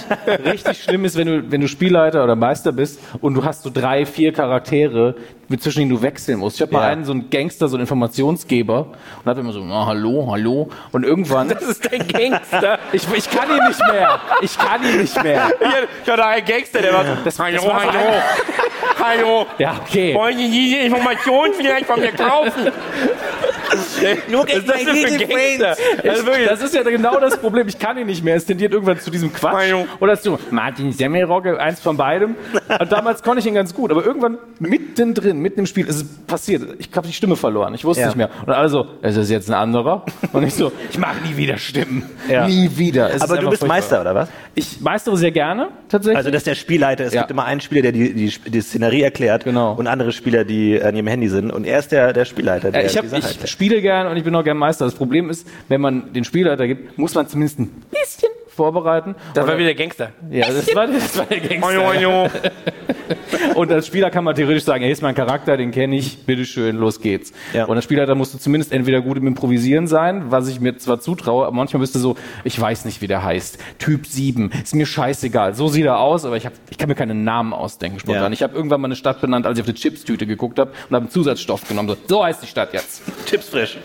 S6: Richtig schlimm ist, wenn du, wenn du Spielleiter oder Meister bist und du hast so drei, vier Charaktere, mit zwischen denen du wechseln musst. Ich habe mal
S7: Ja.
S6: einen, so einen Gangster, so einen Informationsgeber und hab immer so, ah, hallo, hallo. Und irgendwann...
S1: Das ist dein Gangster.
S6: Ich, ich kann ihn nicht mehr. Ich kann ihn nicht mehr.
S1: Ich hatte- Ich hatte einen Gangster, der war so, das war
S6: war so
S1: Hallo, hallo.
S6: Ja, okay.
S1: Wollen Sie diese Information vielleicht von mir kaufen? Nur gegen das denn für Gangster? Also wirklich,
S6: Das ist ja genau das Problem. Ich kann ihn nicht mehr. Es tendiert irgendwann zu diesem Quatsch.
S1: Meinung.
S6: Oder zu Martin Semmelrogge, eins von beidem. Und damals konnte ich ihn ganz gut. Aber irgendwann mittendrin, mitten im Spiel, ist es passiert. Ich habe die Stimme verloren. Ich wusste
S7: Ja.
S6: nicht mehr. Und also, es ist jetzt ein anderer. Und ich so, ich mache nie wieder Stimmen.
S7: Ja.
S6: Nie wieder. Es ist
S7: Aber du
S6: einfach
S7: bist
S6: furchtbar.
S7: Meister, oder was?
S6: Ich meistere sehr gerne, tatsächlich.
S7: Also, das ist der Spielleiter. Es
S6: Ja.
S7: gibt immer einen Spieler, der die, die, die Szenerie erklärt
S6: Genau.
S7: und andere Spieler, die an ihrem Handy sind. Und er ist der, der Spielleiter, der
S6: Ja, Äh, ich, hab,
S7: die Sache erklärt.
S6: ich spiele gern und ich bin auch gern Meister. Das Problem ist, wenn man den Spielleiter gibt, muss man zumindest ein bisschen vorbereiten.
S1: Das war wieder Gangster.
S6: Ja, das war, das war der Gangster. Und als Spieler kann man theoretisch sagen, hey, ist mein Charakter, den kenne ich, bitteschön, los geht's.
S7: Ja.
S6: Und als Spieler, da musst du zumindest entweder gut im Improvisieren sein, was ich mir zwar zutraue, aber manchmal bist du so, ich weiß nicht, wie der heißt. Typ 7, ist mir scheißegal. So sieht er aus, aber ich, hab, ich kann mir keinen Namen ausdenken spontan.
S7: Ja.
S6: Ich habe irgendwann mal eine Stadt benannt, als ich auf die Chips-Tüte geguckt habe und habe einen Zusatzstoff genommen. So, so heißt die Stadt jetzt.
S7: Chips frisch.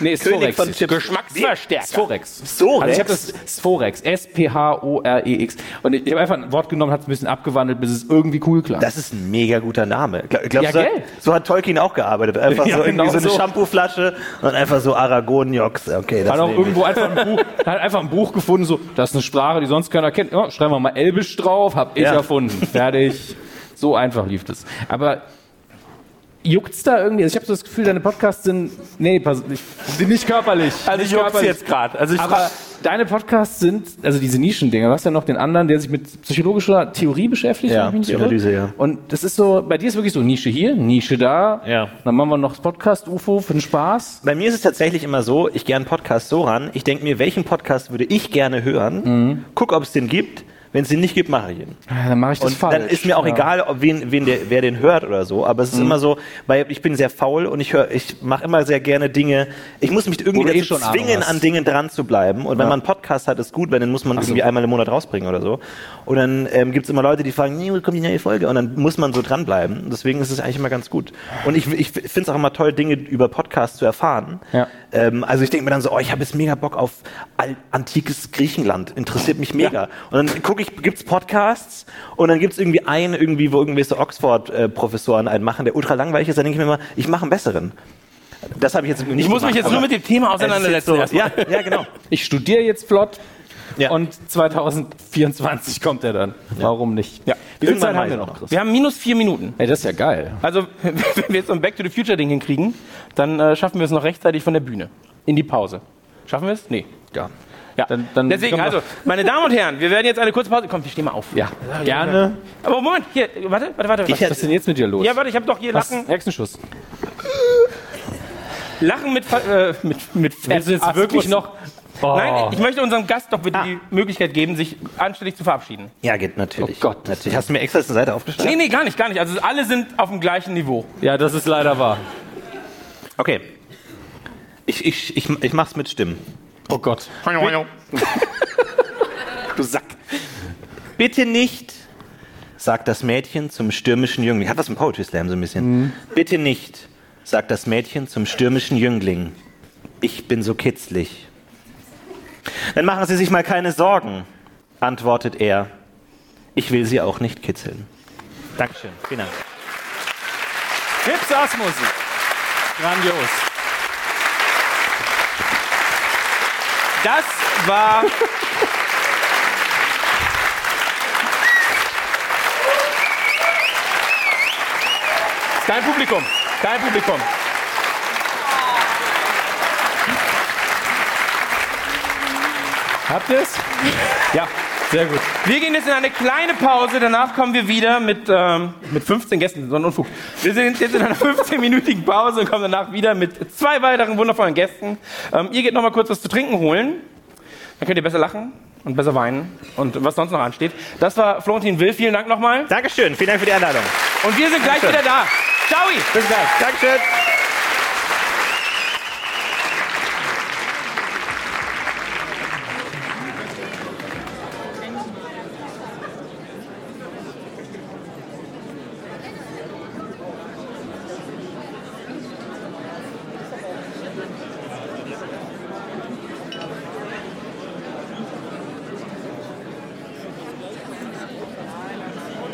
S6: Nee, ist
S7: König
S6: Forex.
S7: von Chips.
S6: Geschmacksverstärker. Forex.
S7: Sphorex?
S6: Also ich habe das Sphorex. S-P-H-O-R-E-X. E Und ich habe einfach ein Wort genommen, habe es ein bisschen abgewandelt, bis es irgendwie cool klang.
S7: Das ist ein mega guter Name. Gla- Glaubst
S6: Ja,
S7: du,
S6: gell?
S7: so hat Tolkien auch gearbeitet. Einfach
S6: Ja,
S7: so irgendwie
S6: genau
S7: so eine
S6: so.
S7: Shampooflasche und einfach so Aragon-Jox. Okay, das
S6: hat auch
S7: nehme ich.
S6: irgendwo einfach ein, Buch, hat einfach ein Buch gefunden, so, das ist eine Sprache, die sonst keiner kennt. Ja, schreiben wir mal Elbisch drauf, hab ich
S7: Ja.
S6: erfunden. Fertig. So einfach lief das. Aber juckt's da irgendwie? Also ich habe so das Gefühl, deine Podcasts sind, nee, pass, ich, sind nicht körperlich.
S1: Also
S6: nicht
S1: ich juck's
S6: körperlich.
S1: jetzt gerade. Also ich
S6: Aber deine Podcasts sind, also diese Nischendinger, du hast ja noch den anderen, der sich mit psychologischer Theorie beschäftigt.
S7: Ja,
S6: wenn ich mich nicht irre.
S7: Psychoanalyse, ja.
S6: Und das ist so, bei dir ist wirklich so Nische hier, Nische da.
S7: Ja.
S6: Dann machen wir noch das Podcast-UFO für den Spaß.
S7: Bei mir ist es tatsächlich immer so, ich gehe einen Podcast so ran, ich denke mir, welchen Podcast würde ich gerne hören,
S6: Mhm.
S7: guck, ob es den gibt. Wenn es den nicht gibt, mache ich ihn.
S6: Ja, Ah, dann mache ich das
S7: Und
S6: falsch.
S7: dann ist mir auch
S6: ja. Mhm.
S7: egal, ob wen, wen der, wer den hört oder so. Aber es ist immer so, weil ich bin sehr faul und ich höre, ich mache immer sehr gerne Dinge. Ich muss mich
S6: Wo
S7: irgendwie
S6: du eh
S7: dazu
S6: schon Ahnung
S7: zwingen,
S6: hast.
S7: an Dingen dran zu bleiben. Und wenn man einen Podcast hat, ist gut, weil den muss man irgendwie einmal im Monat rausbringen oder so. Und dann ähm, gibt es immer Leute, die fragen, nee, wo kommt die neue Folge? Und dann muss man so dranbleiben. Und Deswegen ist es eigentlich immer ganz gut. Und ich, ich finde es auch immer toll, Dinge über Podcasts zu erfahren.
S6: Ja.
S7: Ähm, also ich denke mir dann so, oh, ich habe jetzt mega Bock auf al- antikes Griechenland, interessiert mich mega. Und dann gucke ich, gibt's Podcasts und dann gibt's irgendwie einen, irgendwie, wo irgendwelche Oxford-Professoren einen machen, der ultra langweilig ist, dann denke ich mir mal, ich mache einen besseren. Das habe ich jetzt nicht
S1: Ich muss mich jetzt nur mit dem Thema auseinandersetzen.
S7: so, ja, ja, genau.
S6: Ich studiere jetzt flott
S7: Ja.
S6: und 2024 kommt er dann. Warum nicht? Ja. Wie viel
S7: Irgendwann
S6: Zeit haben wir
S7: mal.
S6: noch, Chris?
S1: Wir haben minus vier Minuten.
S6: Ey, das ist ja geil.
S1: Also, wenn wir jetzt so ein Back to the Future Ding hinkriegen, dann äh, schaffen wir es noch rechtzeitig von der Bühne. In die Pause. Schaffen wir es? Nee.
S6: Ja.
S1: Ja.
S6: Dann- dann
S1: Deswegen,
S6: können wir-
S1: also, meine Damen und Herren, wir werden jetzt eine kurze Pause. Komm, wir stehen mal auf.
S6: Ja. Gerne.
S1: Aber Moment, hier, warte, warte, warte.
S7: Ich
S1: warte.
S6: Was ist denn jetzt mit dir los?
S1: Ja, warte, ich habe doch hier
S6: Was?
S1: Lachen,
S6: Hexenschuss.
S1: Lachen mit, Ver- äh, mit, mit
S6: Willst du jetzt
S1: Ach,
S6: wirklich
S1: Kuss.
S6: noch- Oh. Ah.
S1: Nein, ich möchte unserem Gast doch bitte die Möglichkeit geben, sich anständig zu verabschieden.
S7: Ja, geht natürlich.
S6: Oh Gott.
S7: Natürlich. Hast du mir extra jetzt eine Seite aufgestellt?
S1: Nee, nee, gar nicht, gar nicht. Also, alle sind auf dem gleichen Niveau.
S6: Ja, das ist leider wahr.
S7: Okay. Ich, ich, ich, ich mach's mit Stimmen.
S6: Oh Gott.
S7: Du Sack. Bitte nicht, sagt das Mädchen zum stürmischen Jüngling. Hat was mit Poetry Slam so ein bisschen.
S6: Mhm.
S7: Bitte nicht, sagt das Mädchen zum stürmischen Jüngling. Ich bin so kitzlig. Dann machen Sie sich mal keine Sorgen, antwortet er. Ich will Sie auch nicht kitzeln. Dankeschön. Vielen Dank.
S6: Hips Asmusik. Grandios.
S1: Das war. Kein Publikum, kein Publikum.
S6: Habt ihr's? Ja, sehr gut.
S1: Wir gehen jetzt in eine kleine Pause, danach kommen wir wieder mit, ähm, mit 15 Gästen, so ein Unfug. Wir sind jetzt in einer 15-minütigen Pause und kommen danach wieder mit zwei weiteren wundervollen Gästen. Ähm, ihr geht nochmal kurz was zu trinken holen, dann könnt ihr besser lachen und besser weinen und was sonst noch ansteht. Das war Florentin Will, vielen Dank nochmal.
S7: Dankeschön. Vielen Dank für die Einladung.
S1: Und wir sind gleich wieder da. Ciao!
S7: Bis gleich. Dankeschön.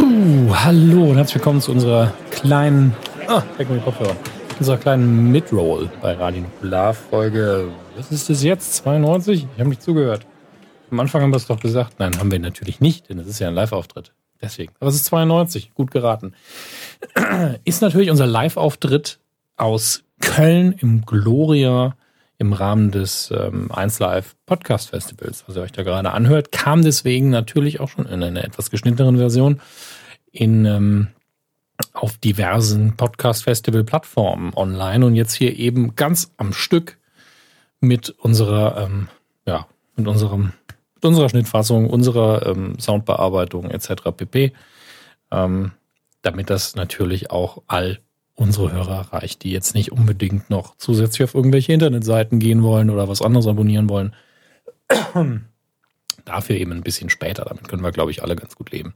S8: Uh, hallo und herzlich willkommen zu unserer kleinen, ah, weg mit den Kopfhörern, unserer kleinen Midroll bei Radio Nukular Folge, was ist das jetzt, 92? Ich habe nicht zugehört. Am Anfang haben wir es doch gesagt, nein, haben wir natürlich nicht, denn es ist ja ein Live-Auftritt. Deswegen. Aber es ist 92, gut geraten. Ist natürlich unser Live-Auftritt aus Köln im Gloria im Rahmen des ähm, 1Live Podcast Festivals, was ihr euch da gerade anhört, kam deswegen natürlich auch schon in einer etwas geschnitteneren Version in ähm, auf diversen Podcast-Festival-Plattformen online und jetzt hier eben ganz am Stück mit unserer ähm, ja mit unserem mit unserer Schnittfassung, unserer ähm, Soundbearbeitung etc. pp. Ähm, damit das natürlich auch all unsere Hörer erreicht, die jetzt nicht unbedingt noch zusätzlich auf irgendwelche Internetseiten gehen wollen oder was anderes abonnieren wollen. Dafür eben ein bisschen später. Damit können wir, glaube ich, alle ganz gut leben.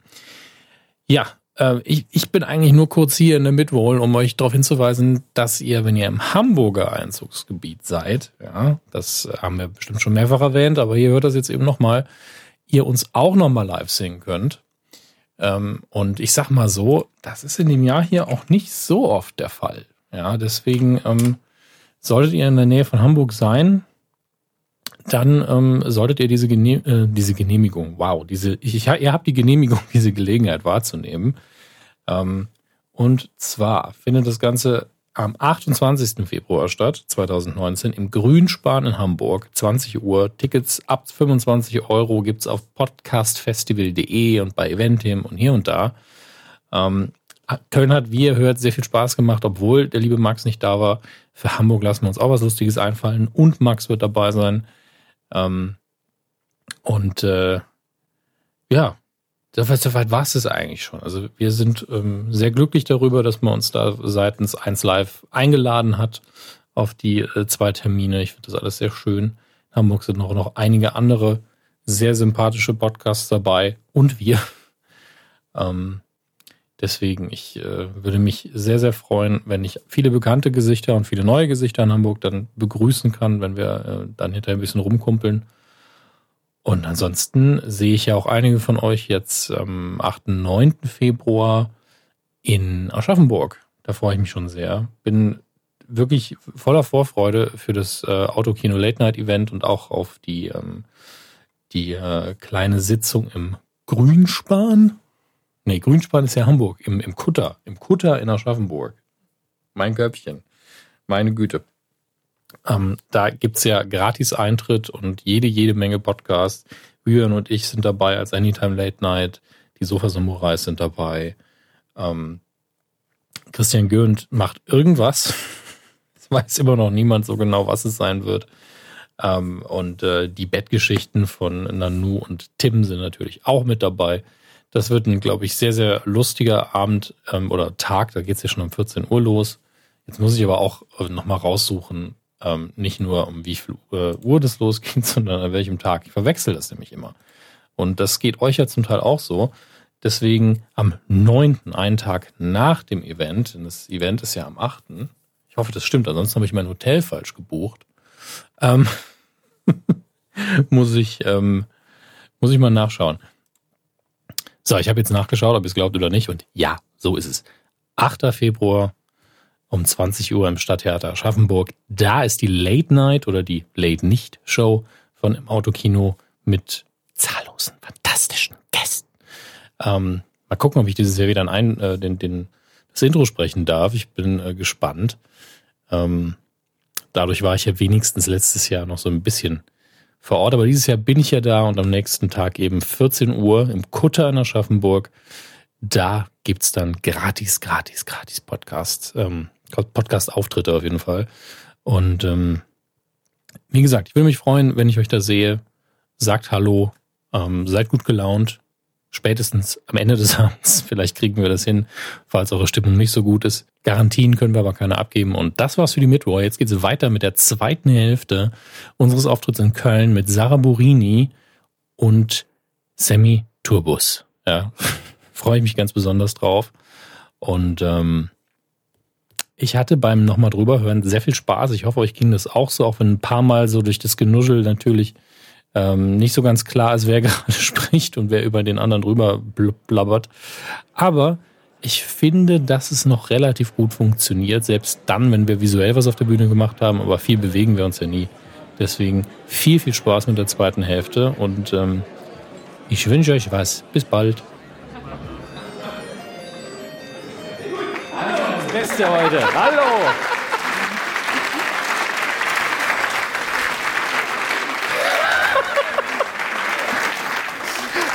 S8: Ja, äh, ich, ich bin eigentlich nur kurz hier in der Midroll, um euch darauf hinzuweisen, dass ihr, wenn ihr im Hamburger Einzugsgebiet seid, ja, das äh, haben wir bestimmt schon mehrfach erwähnt, aber ihr hört das jetzt eben nochmal, ihr uns auch nochmal live singen könnt. Ähm, und ich sag mal so, das ist in dem Jahr hier auch nicht so oft der Fall. Ja, deswegen ähm, solltet ihr in der Nähe von Hamburg sein, dann ähm, solltet ihr diese, Gene äh, diese Genehmigung, wow, diese, ich, ich, ihr habt die Genehmigung, diese Gelegenheit wahrzunehmen. Ähm, und zwar findet das Ganze am 28. Februar statt, 2019, im Grünspan in Hamburg, 20 Uhr. Tickets ab 25 Euro gibt's auf podcastfestival.de und bei Eventim und hier und da. Ähm, Köln hat, wie ihr hört, sehr viel Spaß gemacht, obwohl der liebe Max nicht da war. Für Hamburg lassen wir uns auch was Lustiges einfallen und Max wird dabei sein. Ähm, und äh, ja, soweit so war es das eigentlich schon. Also wir sind ähm, sehr glücklich darüber, dass man uns da seitens 1 Live eingeladen hat auf die äh, zwei Termine. Ich finde das alles sehr schön. In Hamburg sind auch noch einige andere sehr sympathische Podcasts dabei und wir. ähm, deswegen, ich äh, würde mich sehr, sehr freuen, wenn ich viele bekannte Gesichter und viele neue Gesichter in Hamburg dann begrüßen kann, wenn wir äh, dann hinterher ein bisschen rumkumpeln. Und ansonsten sehe ich ja auch einige von euch jetzt am 8. 9. Februar in Aschaffenburg. Da freue ich mich schon sehr. Bin wirklich voller Vorfreude für das äh, Autokino Late Night Event und auch auf die, ähm, die äh, kleine Sitzung im Grünspan. Nee, Grünspan ist ja Hamburg, im, im Kutter, im Kutter in Aschaffenburg. Mein Köpfchen. Meine Güte. Ähm, da gibt's ja gratis Eintritt und jede, jede Menge Podcasts. Rühren und ich sind dabei als Anytime Late Night. Die Sofa Samurais sind dabei. Ähm, Christian Göhnt macht irgendwas. Es weiß immer noch niemand so genau, was es sein wird. Ähm, und äh, die Bettgeschichten von Nanu und Tim sind natürlich auch mit dabei. Das wird ein, glaube ich, sehr, sehr lustiger Abend ähm, oder Tag. Da geht's ja schon um 14 Uhr los. Jetzt muss ich aber auch äh, nochmal raussuchen, ähm, nicht nur um wie viel äh, Uhr das losgeht, sondern an welchem Tag. Ich verwechsel das nämlich immer. Und das geht euch ja zum Teil auch so. Deswegen am 9., einen Tag nach dem Event, denn das Event ist ja am 8. Ich hoffe, das stimmt, ansonsten habe ich mein Hotel falsch gebucht. Ähm, muss ich, ähm, muss ich mal nachschauen. So, ich habe jetzt nachgeschaut, ob ihr es glaubt oder nicht. Und ja, so ist es. 8. Februar um 20 Uhr im Stadttheater Aschaffenburg. Da ist die Late Night oder die Late Nicht Show von im Autokino mit zahllosen, fantastischen Gästen. Ähm, mal gucken, ob ich dieses Jahr wieder an einen, äh, den, den, das Intro sprechen darf. Ich bin äh, gespannt. Ähm, dadurch war ich ja wenigstens letztes Jahr noch so ein bisschen vor Ort. Aber dieses Jahr bin ich ja da und am nächsten Tag eben 14 Uhr im Kutter in Aschaffenburg. Da gibt's dann gratis, gratis, gratis Podcasts. Ähm, Podcast-Auftritte auf jeden Fall. Und ähm, wie gesagt, ich würde mich freuen, wenn ich euch da sehe. Sagt Hallo, ähm, seid gut gelaunt. Spätestens am Ende des Abends, vielleicht kriegen wir das hin, falls eure Stimmung nicht so gut ist. Garantien können wir aber keine abgeben. Und das war's für die Midwar. Jetzt geht's weiter mit der zweiten Hälfte unseres Auftritts in Köln mit Sarah Burini und Sammy Turbus. Ja, freue ich mich ganz besonders drauf. Und ähm, ich hatte beim nochmal drüber hören sehr viel Spaß. Ich hoffe, euch ging das auch so, auch wenn ein paar Mal so durch das Genuschel natürlich ähm, nicht so ganz klar ist, wer gerade spricht und wer über den anderen drüber blabbert. Aber ich finde, dass es noch relativ gut funktioniert, selbst dann, wenn wir visuell was auf der Bühne gemacht haben, aber viel bewegen wir uns ja nie. Deswegen viel, viel Spaß mit der zweiten Hälfte und ähm, ich wünsche euch was. Bis bald.
S6: Beste heute. Hallo.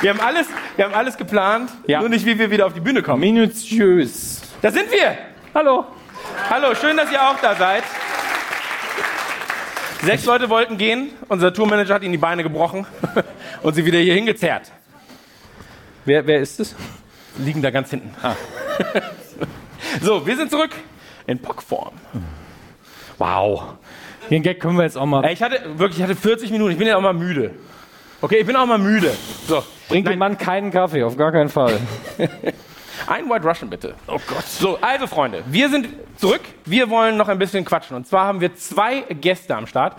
S1: Wir haben alles, wir haben alles geplant,
S6: Ja.
S1: nur nicht, wie wir wieder auf die Bühne kommen.
S6: Minutiös.
S1: Da sind wir!
S6: Hallo.
S1: Hallo, schön, dass ihr auch da seid. Sechs Leute wollten gehen, unser Tourmanager hat ihnen die Beine gebrochen. und sie wieder hier hingezerrt. Wer, wer ist es? Liegen da ganz hinten. Ah. so, wir sind zurück in Pockform. Wow.
S6: Den Gag können wir jetzt auch mal.
S1: Ey, Ich hatte wirklich ich hatte 40 Minuten. Ich bin ja auch mal müde. Okay, ich bin auch mal müde. So,
S6: Bringt dem Mann keinen Kaffee, auf gar keinen Fall.
S1: Ein White Russian bitte. Oh Gott. So, also Freunde, wir sind zurück. Wir wollen noch ein bisschen quatschen. Und zwar haben wir zwei Gäste am Start.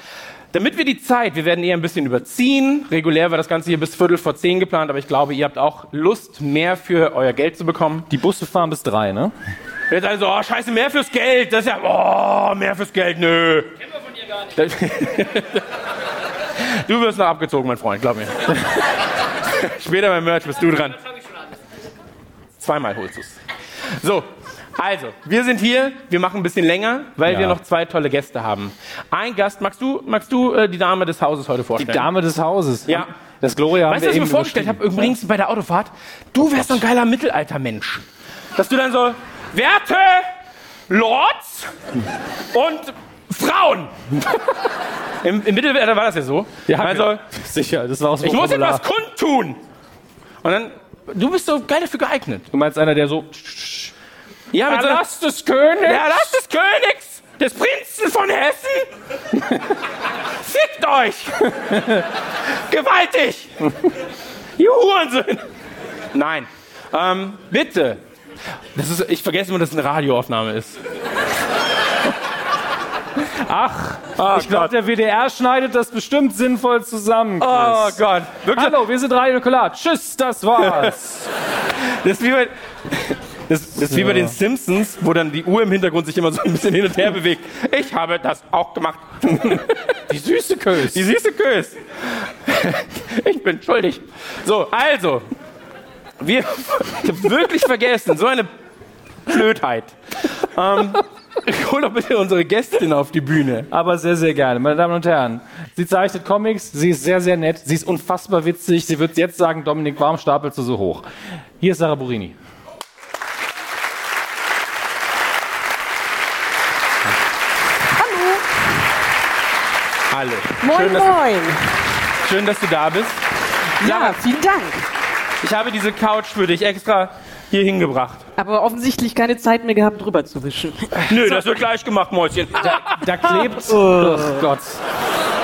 S1: Damit wir die Zeit, wir werden eher ein bisschen überziehen. Regulär war das Ganze hier bis Viertel vor zehn geplant, aber ich glaube, ihr habt auch Lust, mehr für euer Geld zu bekommen.
S6: Die Busse fahren bis drei, ne?
S1: Jetzt also, oh, scheiße, mehr fürs Geld. Das ist ja, oh, mehr fürs Geld, nö. Kennen wir von dir gar nicht. du wirst noch abgezogen, mein Freund, glaub mir. Später beim Merch bist du dran. Zweimal holst du's. So, also, wir sind hier, wir machen ein bisschen länger, weil wir noch zwei tolle Gäste haben. Ein Gast, magst du, magst du äh, die Dame des Hauses heute vorstellen?
S6: Die Dame des Hauses.
S1: Ja.
S6: Das Gloria haben
S1: Weißt du,
S6: wir
S1: was ich
S6: eben
S1: mir vorgestellt habe?
S6: überstiegen.
S1: Übrigens bei der Autofahrt, du wärst so ein geiler Mittelaltermensch. Dass du dann so, Werte, Lords und Frauen. Im, Im Mittelalter war das ja so.
S6: Ja, genau.
S1: also,
S6: sicher, das war auch so
S1: ich muss etwas kundtun. Und dann, du bist so geil dafür geeignet.
S6: Du meinst einer, der so.
S1: Ja, mit so einer-
S6: Erlass des Königs!
S1: der Erlass des Königs, des Prinzen von Hessen. Fickt euch! Gewaltig! Ihr Hurensöhne! Nein. Ähm, bitte. Das ist, ich vergesse immer, dass es eine Radioaufnahme ist.
S6: Ach,
S1: Oh
S6: ich glaube, der WDR schneidet das bestimmt sinnvoll zusammen.
S1: Oh Gott. Wirklich,
S6: Hallo, wir sind Radio Nukular. Tschüss, das war's.
S1: das ist wie bei, das, das ist wie bei den Simpsons, wo dann die Uhr im Hintergrund sich immer so ein bisschen hin und her bewegt. Ich habe das auch gemacht.
S6: Die süße Kös.
S1: Die süße Kös. Ich bin schuldig. So, also. Wir ich hab wirklich vergessen. So eine Blödheit. Ähm, hol doch bitte unsere Gästin auf die Bühne.
S6: Aber sehr, sehr gerne. Meine Damen und Herren, sie zeichnet Comics, sie ist sehr, sehr nett, sie ist unfassbar witzig. Sie wird jetzt sagen, Dominik, warum stapelst du so hoch? Hier ist Sarah Burini.
S1: Alle.
S9: Moin,
S1: schön, dass,
S9: moin.
S1: schön, dass du da bist.
S9: Ja, vielen Dank.
S1: Ich habe diese Couch für dich extra hier hingebracht.
S9: Aber offensichtlich keine Zeit mehr gehabt, drüber zu wischen.
S1: Nö, das wird gleich gemacht, Mäuschen. Oh.
S6: Da klebt. Ach Gott.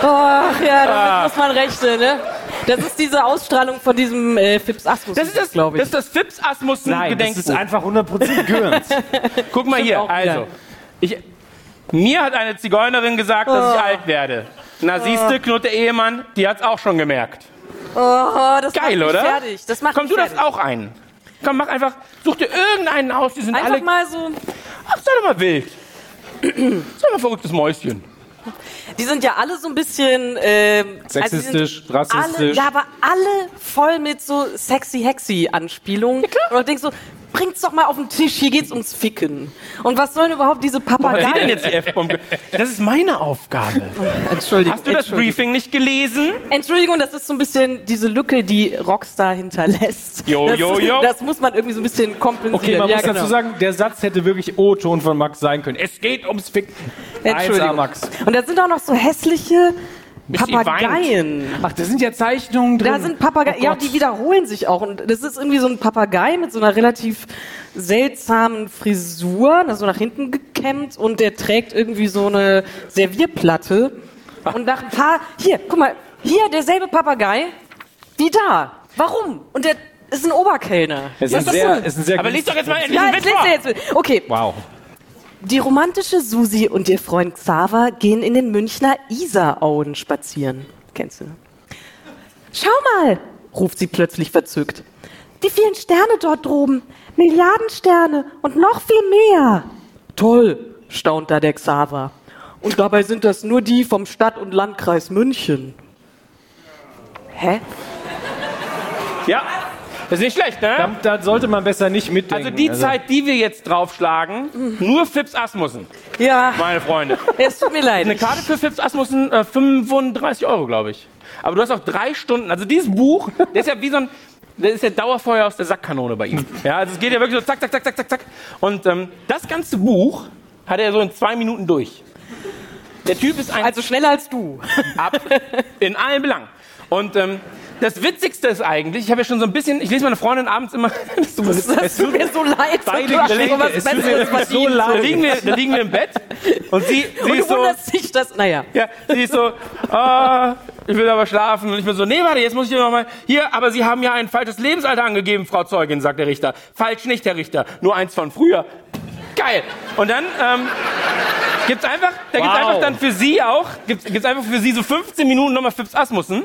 S9: Ach ja, damit muss man rechnen, ne? Das ist diese Ausstrahlung von diesem äh, Fips Asmus.
S1: Das ist das,
S9: glaube ich.
S1: das, ist das Fips Asmussen
S6: Nein, das ist
S1: Gedenkbuch.
S6: einfach 100% Gürnt.
S1: Guck mal hier,
S9: auch wieder.
S1: also. Ich, mir hat eine Zigeunerin gesagt, dass ich
S9: Oh.
S1: alt werde. Na siehste, Knut der Ehemann, die hat's auch schon gemerkt.
S9: oh, das macht
S1: Geil,
S9: mich
S1: oder?
S9: fertig. Das macht
S1: Komm,
S9: mich
S1: du darfst
S9: fertig.
S1: auch einen. Komm, mach einfach, such dir irgendeinen aus, die sind
S9: Einfach
S1: alle...
S9: mal so.
S1: Ach, sei doch mal wild. sei doch mal verrücktes Mäuschen.
S9: Die sind ja alle so ein bisschen ähm, also die sind
S6: Sexistisch,
S9: Alle,
S6: rassistisch.
S9: ja, aber alle voll mit so sexy hexy Anspielungen. Und du denkst so, bringt's doch mal auf den Tisch, hier geht's ums Ficken. Und was sollen überhaupt diese
S1: Was sieht denn
S9: Papageien?
S1: jetzt die F-Bombe? Das ist meine Aufgabe.
S9: Entschuldigung.
S1: Hast du das
S9: Entschuldigung.
S1: Briefing nicht gelesen?
S9: Entschuldigung, das ist so ein bisschen diese Lücke, die Rockstar hinterlässt.
S1: Jo,
S9: das,
S1: jo, jo.
S9: Das muss man irgendwie so ein bisschen kompensieren.
S6: Okay, man
S9: Ja,
S6: muss dazu
S9: genau.
S6: sagen, der Satz hätte wirklich O-Ton von Max sein können. Es geht ums Fick.
S9: Entschuldigung.
S6: 1A Max.
S9: Und da sind auch noch so hässliche
S1: sie weint.
S9: Papageien.
S6: Ach, da sind ja Zeichnungen drin. Oh
S9: Da sind Papageien, ja, die wiederholen sich auch. Und das ist irgendwie so ein Papagei mit so einer relativ seltsamen Frisur, also nach hinten gekämmt und der trägt irgendwie so eine Servierplatte. Und nach ein paar, hier, guck mal, hier derselbe Papagei wie da. Warum? Und der ist ein Oberkellner.
S6: Es ist,
S9: Was
S6: ein
S9: das
S6: sehr,
S9: soll?
S6: es ist ein sehr
S1: Aber
S6: günstiges-
S1: lies doch jetzt mal
S9: Ja,
S1: diesen
S9: ich
S1: Witz
S9: lese
S1: vor.
S9: dir jetzt. mit. Okay.
S6: Wow.
S9: Die romantische Susi und ihr Freund Xaver gehen in den Münchner Isarauen spazieren. Kennst du? ne? Schau mal, ruft sie plötzlich verzückt. Die vielen Sterne dort droben. Milliarden Sterne und noch viel mehr. Toll, staunt da der Xaver. Und dabei sind das nur die vom Stadt- und Landkreis München. Hä?
S1: Ja, das ist nicht schlecht, ne?
S6: Da, da sollte man besser nicht mitdenken.
S1: Also die Zeit, die wir jetzt draufschlagen, nur Fips Asmussen,
S9: Ja,
S1: meine Freunde.
S9: es tut mir leid.
S1: Eine Karte für Fips Asmussen, äh, 35 Euro, glaube ich. Aber du hast auch drei Stunden. Also dieses Buch, das ist ja wie so ein, das ist ja Dauerfeuer aus der Sackkanone bei ihm. Ja, also es geht ja wirklich so zack, zack, zack, zack, zack, zack. Und ähm, das ganze Buch hat er so in zwei Minuten durch. Der Typ ist ein
S9: Also schneller als du.
S1: ab in allen Belangen. Und ähm, das Witzigste ist eigentlich, ich habe ja schon so ein bisschen, ich lese meine Freundin abends immer, das tut mir
S9: Das tut mir so leid.
S1: Beide
S9: Du hast
S1: Geschenke,
S9: sowas
S1: es tut mir
S9: Besseres
S1: so
S9: verdient.
S1: leid. Da liegen wir, da liegen wir im Bett und sie, sie
S9: Und du
S1: ist so,
S9: wunderst dich, dass, naja.
S1: ja, sie ist so, ah, ich will aber schlafen. Und ich bin so, nee, warte, jetzt muss ich dir noch mal, hier, aber Sie haben ja ein falsches Lebensalter angegeben, Frau Zeugin, sagt der Richter. Falsch nicht, Herr Richter, nur eins von früher. Geil. Und dann, ähm, gibt's einfach, da gibt's einfach dann für Sie auch, gibt's, gibt's einfach für Sie so 15 Minuten nochmal Fips Asmussen.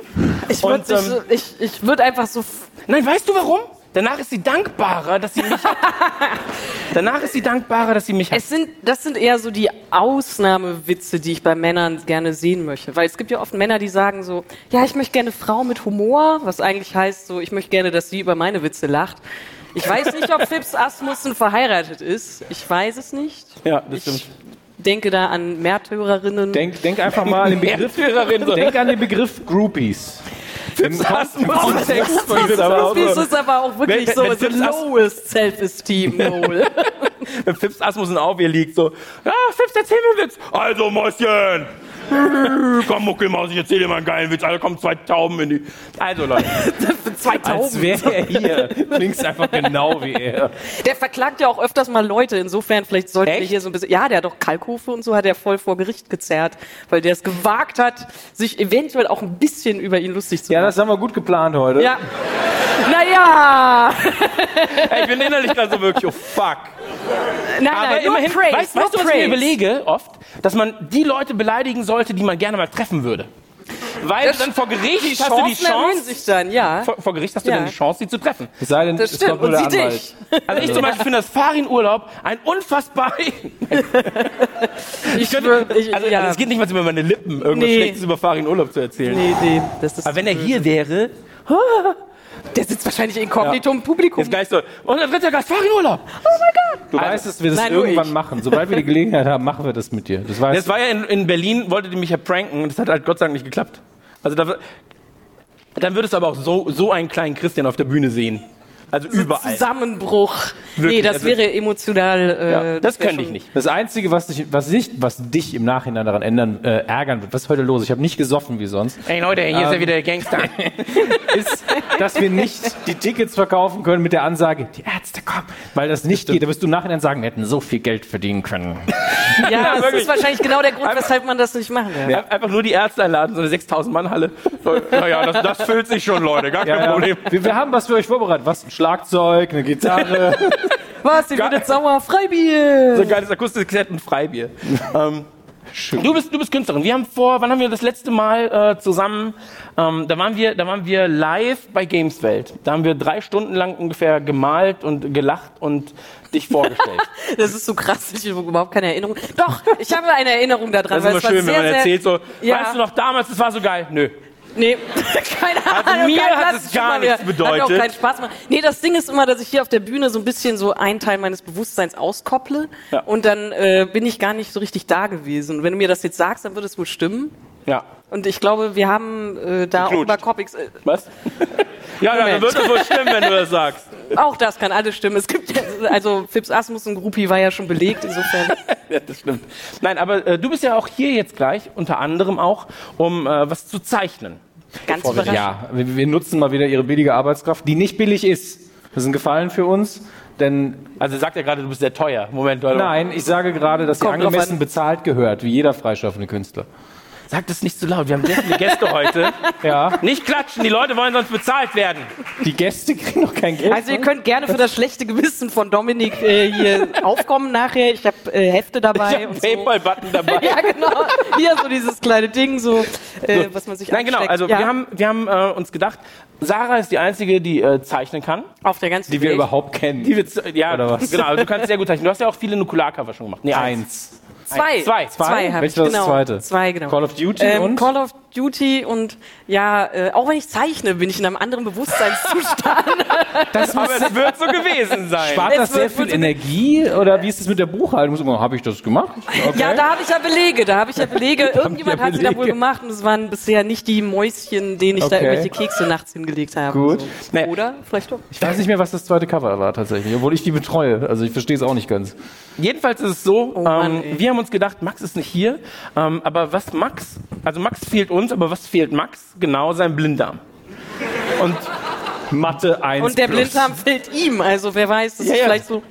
S9: Ich würde
S1: Und, ähm,
S9: ich, ich würd einfach so.
S1: Nein, weißt du warum? Danach ist sie dankbarer, dass sie mich hat. Danach ist sie dankbarer, dass sie mich hat.
S9: Es sind, das sind eher so die Ausnahmewitze, die ich bei Männern gerne sehen möchte. Weil es gibt ja oft Männer, die sagen so, ja, ich möchte gerne Frau mit Humor, was eigentlich heißt so, ich möchte gerne, dass sie über meine Witze lacht. Ich weiß nicht, ob Phipps Asmussen verheiratet ist. Ich weiß es nicht.
S1: Ja, das stimmt.
S9: Denke da an Märtyrerinnen.
S6: Denk, denk einfach mal an den Begriff. denk an den Begriff Groupies. Im Kontext
S9: das
S6: von
S9: ist,
S6: aber auch
S9: das
S6: so.
S9: ist aber auch wirklich
S1: Wenn-
S9: so
S1: wenn
S9: the
S1: Phipps As-
S9: lowest self-esteem. wohl.
S1: Wenn Fips Asmussen auf ihr liegt, so, ja, Fips, erzähl mir einen Witz. Also, Mäuschen, komm, Muckelmaus, ich erzähl dir mal einen geilen Witz. Also, kommen zwei Tauben in die... Also, Leute,
S9: Zwei
S6: Als
S9: Tauben.
S6: wäre er hier. Klingst einfach genau wie er.
S9: Der verklagt ja auch öfters mal Leute. Insofern, vielleicht sollten wir
S1: Echt?
S9: hier so ein bisschen. Ja, der hat doch Kalkofe und so hat er voll vor Gericht gezerrt, weil der es gewagt hat, sich eventuell auch ein bisschen über ihn lustig zu
S6: Ja,
S9: machen.
S6: das haben wir gut geplant heute.
S9: Ja. Naja.
S1: ey, ich bin innerlich gerade so wirklich, oh, fuck.
S9: Nein, nein, nur praise,
S1: weißt,
S9: nur
S1: weißt du, was ich mir
S9: praise.
S1: überlege oft? Dass man die Leute beleidigen sollte, die man gerne mal treffen würde. Weil
S9: Das-
S1: dann vor Gericht
S9: Die
S1: hast du die
S9: Chancen erhöhen
S1: Chance...
S9: sich dann, ja.
S1: Vor, vor Gericht hast du
S9: Ja.
S1: dann die Chance, sie zu treffen.
S6: Es sei denn,
S9: Das
S6: es
S9: stimmt.
S6: kommt nur
S9: Und
S6: der
S9: sie
S6: Anwalt.
S9: dich.
S1: Also ich zum Beispiel finde das Farin-Urlaub ein unfassbar...
S9: Ich
S1: könnte,
S9: schwör, ich-
S1: also,
S9: ja.
S1: also es geht nicht mal über meine Lippen, irgendwas
S9: Nee.
S1: Schlechtes über Farin-Urlaub zu erzählen.
S9: Nee, nee, das ist
S1: Aber wenn er hier wäre,
S9: der sitzt wahrscheinlich inkognito im Publikum.
S1: ist gleich so, und der dritte Gast, Farin-Urlaub.
S6: Du weißt, dass wir das
S9: Nein, nur
S6: irgendwann
S9: ich.
S6: machen. Sobald wir die Gelegenheit haben, machen wir das mit dir. Das weißt
S1: Das war ja in, in Berlin, wollte die mich ja pranken, das hat halt Gott sei Dank nicht geklappt. Also da, dann würdest du aber auch so, so einen kleinen Christian auf der Bühne sehen. Also überall.
S9: Zusammenbruch. nee, das
S1: also-
S9: wäre emotional. Äh,
S1: Ja, das
S9: wär
S1: könnte ich
S9: schon-
S1: nicht.
S6: Das Einzige, was dich, was, dich, was dich im Nachhinein daran ändern, äh, ärgern wird, was ist heute los? Ich habe nicht gesoffen wie sonst,
S1: Hey Leute,
S9: Äh,
S1: hier ist ja wieder der Gangster.
S6: ist, dass wir nicht die Tickets verkaufen können mit der Ansage, die Ärzte kommen, weil das nicht geht. Da wirst du im Nachhinein sagen, wir hätten so viel Geld verdienen können.
S9: Ja, das
S1: wirklich.
S9: ist wahrscheinlich genau der Grund, weshalb man das nicht machen darf.
S1: Ja. Einfach nur die Ärzte einladen, so eine 6000-Mann-Halle. Naja, das, das füllt sich schon, Leute, gar kein
S6: Ja, ja.
S1: Problem.
S6: Wir, wir haben was für euch vorbereitet. Was? Ein Schlagzeug, eine Gitarre.
S9: Was? Ihr werdet sauer. Oh, Freibier.
S1: So ein geiles Akustikset und Freibier. ähm, du, bist, du bist Künstlerin. Wir haben vor, wann haben wir das letzte Mal äh, zusammen, ähm, da, waren wir, da waren wir live bei Gameswelt. Da haben wir drei Stunden lang ungefähr gemalt und gelacht und dich vorgestellt.
S9: Das ist so krass, ich habe überhaupt keine Erinnerung. Doch, ich habe eine Erinnerung daran.
S1: Das ist immer schön, wenn man erzählt so,
S9: Ja.
S1: weißt du noch damals, das war so geil. Nö. Also
S9: Nee, keine Ahnung.
S1: mir
S9: kein
S1: hat
S9: Platz
S1: es gar
S9: schon mal mehr.
S1: nichts bedeutet.
S9: Hat mir auch keinen Spaß gemacht. Nee, das Ding ist immer, dass ich hier auf der Bühne so ein bisschen so einen Teil meines Bewusstseins auskopple
S1: Ja.
S9: und dann äh, bin ich gar nicht so richtig da gewesen. Und wenn du mir das jetzt sagst, dann würde es wohl stimmen.
S1: Ja.
S9: Und ich glaube, wir haben äh, da auch über Copics... Äh,
S1: Was? ja, ja, dann
S9: Moment.
S1: wird das wohl stimmen, wenn du das sagst.
S9: auch das kann alles stimmen. Es gibt ja, also Fips Asmus und Gruppi war ja schon belegt, insofern...
S1: Ja, das stimmt. Nein, aber äh, du bist ja auch hier jetzt gleich, unter anderem auch, um äh, was zu zeichnen.
S9: Ganz überraschend.
S6: Ja, wir, wir nutzen mal wieder ihre billige Arbeitskraft, die nicht billig ist. Das ist ein Gefallen für uns, denn
S1: Also sagt er gerade, du bist sehr teuer. Moment, warte mal.
S6: nein, ich sage gerade, dass sie
S9: Kommt drauf
S6: angemessen
S9: an.
S6: bezahlt gehört, wie jeder freischaffende Künstler.
S1: Sag das nicht zu laut, wir haben sehr viele Gäste heute.
S6: Ja,
S1: Nicht klatschen, die Leute wollen sonst bezahlt werden.
S6: die Gäste kriegen noch kein Geld.
S9: Also ihr könnt gerne für das schlechte Gewissen von Dominik äh, hier aufkommen nachher. Ich habe äh, Hefte dabei und so.
S1: Paypal-Button dabei.
S9: Ja, genau. Hier so dieses kleine Ding, so, äh, was man sich
S1: Nein, genau,
S9: ansteckt.
S1: also
S9: ja,
S1: wir haben, wir haben äh, uns gedacht, Sarah ist die Einzige, die äh, zeichnen kann.
S9: auf der ganzen
S6: die wir
S9: Welt.
S6: überhaupt kennen.
S1: Die wird, äh, ja,
S6: Oder was?
S1: genau, also du kannst sehr gut zeichnen. Du hast ja auch viele Nukular-Cover schon gemacht. Nee,
S6: eins.
S9: zwei,
S1: Zwei.
S9: zwei,
S1: Zwei?
S9: habe ich
S6: Welches war das
S9: genau.
S6: zweite?
S9: Zwei, genau.
S6: Call of Duty
S9: ähm,
S6: und?
S9: Call of Duty und ja, äh, auch wenn ich zeichne, bin ich in einem anderen Bewusstseinszustand.
S1: Das Aber es wird so gewesen sein.
S6: Spart das
S9: Es wird-
S6: sehr viel
S9: wird-
S6: Energie oder wie ist es mit der Buchhaltung? Muss ich mal, Habe ich das gemacht? Okay.
S9: Ja, da habe ich ja Belege, da habe ich ja Belege. Irgendjemand
S6: ja
S9: hat sie da wohl
S6: Belege.
S9: gemacht und es waren bisher nicht die Mäuschen, denen ich da
S6: Okay.
S9: irgendwelche Kekse nachts hingelegt habe.
S6: Gut.
S1: Nee.
S9: So. Oder? Vielleicht doch.
S6: Ich weiß nicht mehr, was das zweite Cover war tatsächlich, obwohl ich die betreue. Also ich verstehe es auch nicht ganz.
S1: Jedenfalls ist es so,
S9: Oh Mann,
S1: ähm,
S9: ey.
S1: wir haben uns gedacht, Max ist nicht hier, ähm, aber was Max, also Max fehlt uns, aber was fehlt Max? Genau, sein Blinddarm. Und Mathe 1
S9: Und der
S1: plus.
S9: Blinddarm fällt ihm, also wer weiß, das
S1: Ja,
S9: ist
S1: ja.
S9: vielleicht so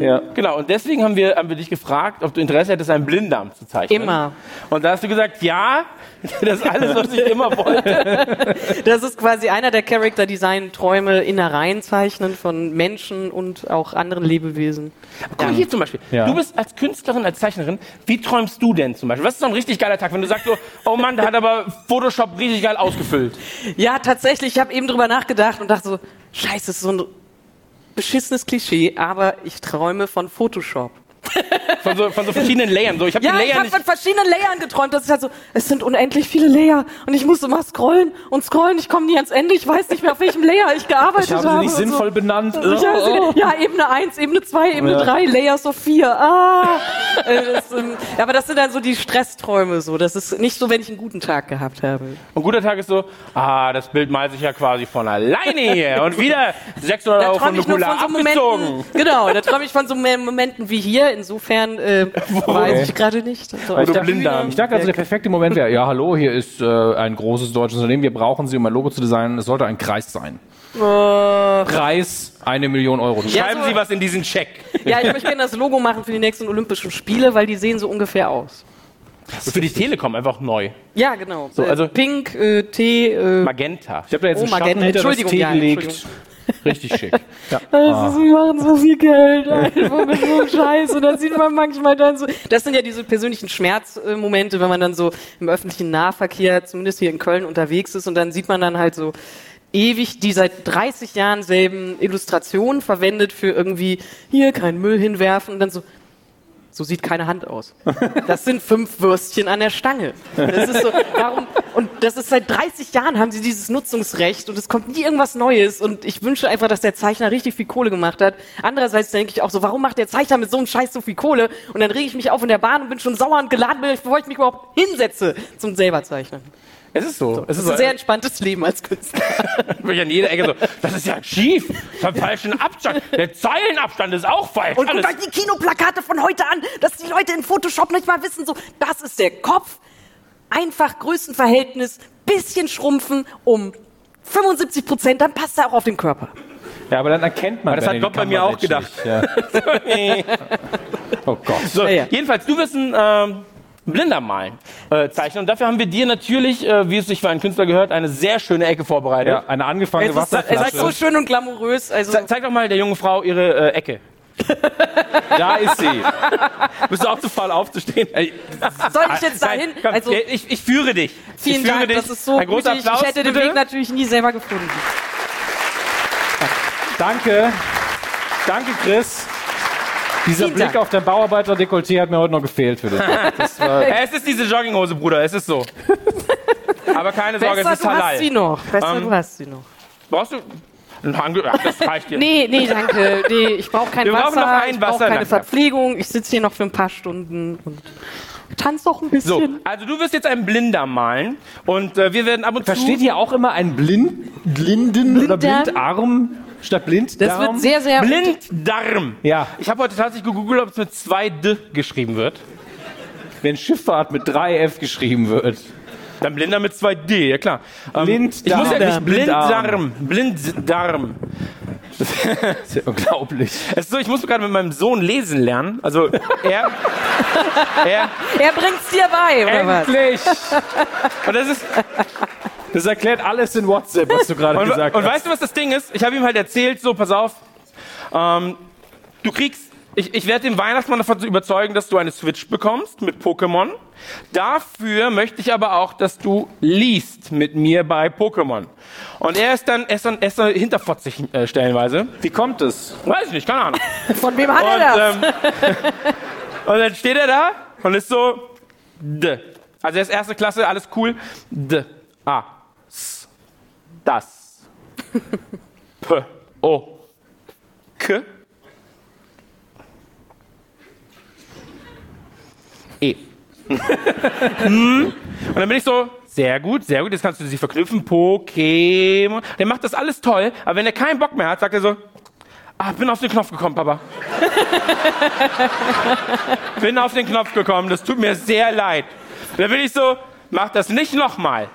S1: Ja, genau. Und deswegen haben wir, haben wir dich gefragt, ob du Interesse hättest, einen Blinddarm zu zeichnen.
S9: immer.
S1: Und da hast du gesagt, ja, das ist alles, was ich immer wollte.
S9: Das ist quasi einer der Character Design Träume, Innereien zeichnen von Menschen und auch anderen Lebewesen.
S1: Guck mal hier zum Beispiel. Du bist als Künstlerin, als Zeichnerin, wie träumst du denn zum Beispiel? Was ist so ein richtig geiler Tag, wenn du sagst so, oh Mann, da hat aber Photoshop richtig geil ausgefüllt.
S9: Ja, tatsächlich, ich habe eben drüber nachgedacht und dachte so, scheiße, das ist so ein beschissenes Klischee, aber ich träume von Photoshop.
S1: Von so, von so verschiedenen Layern. So, ich habe
S9: Ja,
S1: die
S9: ich
S1: Layer
S9: habe
S1: nicht...
S9: von verschiedenen Layern geträumt. Das ist halt so, es sind unendlich viele Layer und ich muss immer scrollen und scrollen. Ich komme nie ans Ende. Ich weiß nicht mehr, auf welchem Layer ich gearbeitet habe. und so.
S6: benannt.
S9: Ich
S7: oh.
S9: weiß nicht. Ja, Ebene 1, Ebene 2, Ebene 3, Layers of 4. Ah. Äh, das, ähm, aber das sind dann so die Stressträume. So. Das ist nicht so, wenn ich einen guten Tag gehabt habe.
S1: Und guter Tag ist so, ah, das Bild malt sich ja quasi von alleine hier. Und wieder 600 Euro von Nukula abgezogen.
S9: Momenten. Genau, da träume ich von so mehr Momenten wie hier. Insofern äh, weiß ich gerade nicht. So.
S1: Oder Blinddarm.
S6: Ich dachte also, der perfekte Moment wäre, ja hallo, hier ist äh, ein großes deutsches Unternehmen, wir brauchen Sie, um ein Logo zu designen. Es sollte ein Kreis sein. Kreis, eine Million Euro.
S1: Schreiben
S9: so-
S1: Sie was in diesen Check.
S9: Ja, ich möchte gerne das Logo machen für die nächsten Olympischen Spiele, weil die sehen so ungefähr aus.
S1: Für die Telekom einfach neu.
S9: Ja, genau. So,
S1: also-
S9: Pink, äh, Tee, äh,
S1: Magenta.
S6: Ich habe da jetzt
S9: Oh,
S6: einen
S9: Magenta.
S6: Schatten hinter das
S9: Entschuldigung,
S6: Tee
S9: ja,
S6: gelegt.
S9: Entschuldigung.
S6: Richtig schick.
S9: Also, sie machen so viel Geld einfach mit so einem Scheiß. Und das sieht man manchmal dann so. Das sind ja diese persönlichen Schmerzmomente, wenn man dann so im öffentlichen Nahverkehr, zumindest hier in Köln, unterwegs ist und dann sieht man dann halt so ewig die seit 30 Jahren selben Illustrationen verwendet für irgendwie hier keinen Müll hinwerfen und dann so. So sieht keine Hand aus. Das sind fünf Würstchen an der Stange. Das ist so, warum, und das ist seit 30 Jahren haben sie dieses Nutzungsrecht und es kommt nie irgendwas Neues und ich wünsche einfach, dass der Zeichner richtig viel Kohle gemacht hat. Andererseits denke ich auch so, warum macht der Zeichner mit so einem Scheiß so viel Kohle? Und dann rege ich mich auf in der Bahn und bin schon sauer und geladen, bevor ich mich überhaupt hinsetze zum selber zeichnen.
S1: Es ist so. Es
S9: Das
S1: ist
S9: ist
S1: so.
S9: ein sehr entspanntes Leben als Künstler.
S1: Wirklich an jeder Ecke so, das ist ja schief. Ich hab falschen Abstand. Der Zeilenabstand ist auch falsch.
S9: Und guckt
S1: Alles.
S9: euch die Kinoplakate von heute an, dass die Leute in Photoshop nicht mal wissen, so, das ist der Kopf. Einfach Größenverhältnis, bisschen schrumpfen um 75 Prozent, dann passt er auch auf den Körper.
S6: Ja, aber dann erkennt man.
S1: Aber das
S6: wenn
S1: hat
S6: die
S1: Gott bei mir
S6: Kamera
S1: auch gedacht.
S6: wegschlägt, Ja. oh Gott.
S1: So,
S9: Ja, ja.
S1: Jedenfalls, du wirst ein ähm, Blinder malen, äh, zeichnen. Und dafür haben wir dir natürlich, äh, wie es sich für einen Künstler gehört, eine sehr schöne Ecke vorbereitet.
S6: Ja, eine angefangene
S9: Es ist, es ist so
S6: Wasserflasche.
S9: schön und glamourös. Also,
S1: Ze- Zeig doch mal der jungen Frau ihre äh, Ecke.
S6: Da ist sie.
S1: Bist du auch zu faul aufzustehen?
S9: soll ich jetzt dahin?
S1: Komm,
S9: Also,
S1: ja, ich, ich führe dich. ich
S9: vielen
S1: führe
S9: Dank,
S1: dich.
S9: das ist so
S1: Ein großer
S9: mutig.
S1: Applaus,
S9: Ich hätte den
S1: bitte.
S9: Weg natürlich nie selber gefunden.
S6: Danke. Danke, Chris. Dieser
S9: Vielen
S6: Blick
S9: Dank.
S6: auf dein Bauarbeiter-Dekolleté hat mir heute noch gefehlt für das.
S1: Ja, Es ist diese Jogginghose, Bruder, es ist so. Aber keine Sorge,
S9: Besser,
S1: es ist
S9: du hast
S1: halal.
S9: sie noch. Besser,
S1: Ähm,
S9: du hast sie noch.
S1: Brauchst du einen Hang? Ach, das reicht dir.
S9: Nee, nee, danke. Nee, ich brauche kein
S1: Wir
S9: Wasser.
S1: brauchen noch ein
S9: ich brauche
S1: Wasser,
S9: keine
S1: danke.
S9: Verpflegung. Ich sitze hier noch für ein paar Stunden und tanze doch ein bisschen.
S1: So, also du wirst jetzt einen Blinder malen und äh, wir werden ab und
S6: Versteht
S1: zu...
S6: ihr auch immer einen Blind, Blinden oder
S9: Blinddarm?
S6: Blindarm statt
S9: Das
S6: Blinddarm?
S9: wird sehr, sehr.
S1: Blinddarm.
S6: Ja.
S1: Ich habe heute tatsächlich gegoogelt, ob es mit zwei D geschrieben wird.
S6: Wenn Schifffahrt mit 3F geschrieben wird.
S1: Dann Blinder mit zwei D, ja klar. Ähm,
S6: Blinddarm.
S1: Ich muss ja nicht Blinddarm.
S6: Blinddarm.
S1: Blinddarm.
S6: Sehr unglaublich.
S1: Es ist so, ich muss gerade mit meinem Sohn lesen lernen. Also er, er,
S9: Er bringt's dir bei, oder was?
S6: Endlich!
S1: und das ist,
S6: Das erklärt alles in WhatsApp, was du gerade
S1: Und,
S6: gesagt
S1: und
S6: hast.
S1: weißt du, was das Ding ist? Ich habe ihm halt erzählt, so, pass auf, ähm, du kriegst, ich, ich werde den Weihnachtsmann davon überzeugen, dass du eine Switch bekommst mit Pokémon. Dafür möchte ich aber auch, dass du liest mit mir bei Pokémon. Und er ist dann, er ist dann, er ist dann hinterfotzig äh, stellenweise.
S6: Wie kommt es?
S1: Weiß ich nicht, keine Ahnung.
S9: Von wem hat
S1: Und,
S9: er das?
S1: ähm, und dann steht er da und ist so, d. Also er ist erste Klasse, alles cool. D, a, s, das, p, o, k, e. Hm. und dann bin ich so, sehr gut, sehr gut, jetzt kannst du sie verknüpfen, Pokémon. Der macht das alles toll, aber wenn er keinen Bock mehr hat, sagt er so, ah, bin auf den Knopf gekommen, Papa. bin auf den Knopf gekommen, das tut mir sehr leid. Da bin ich so, mach das nicht nochmal.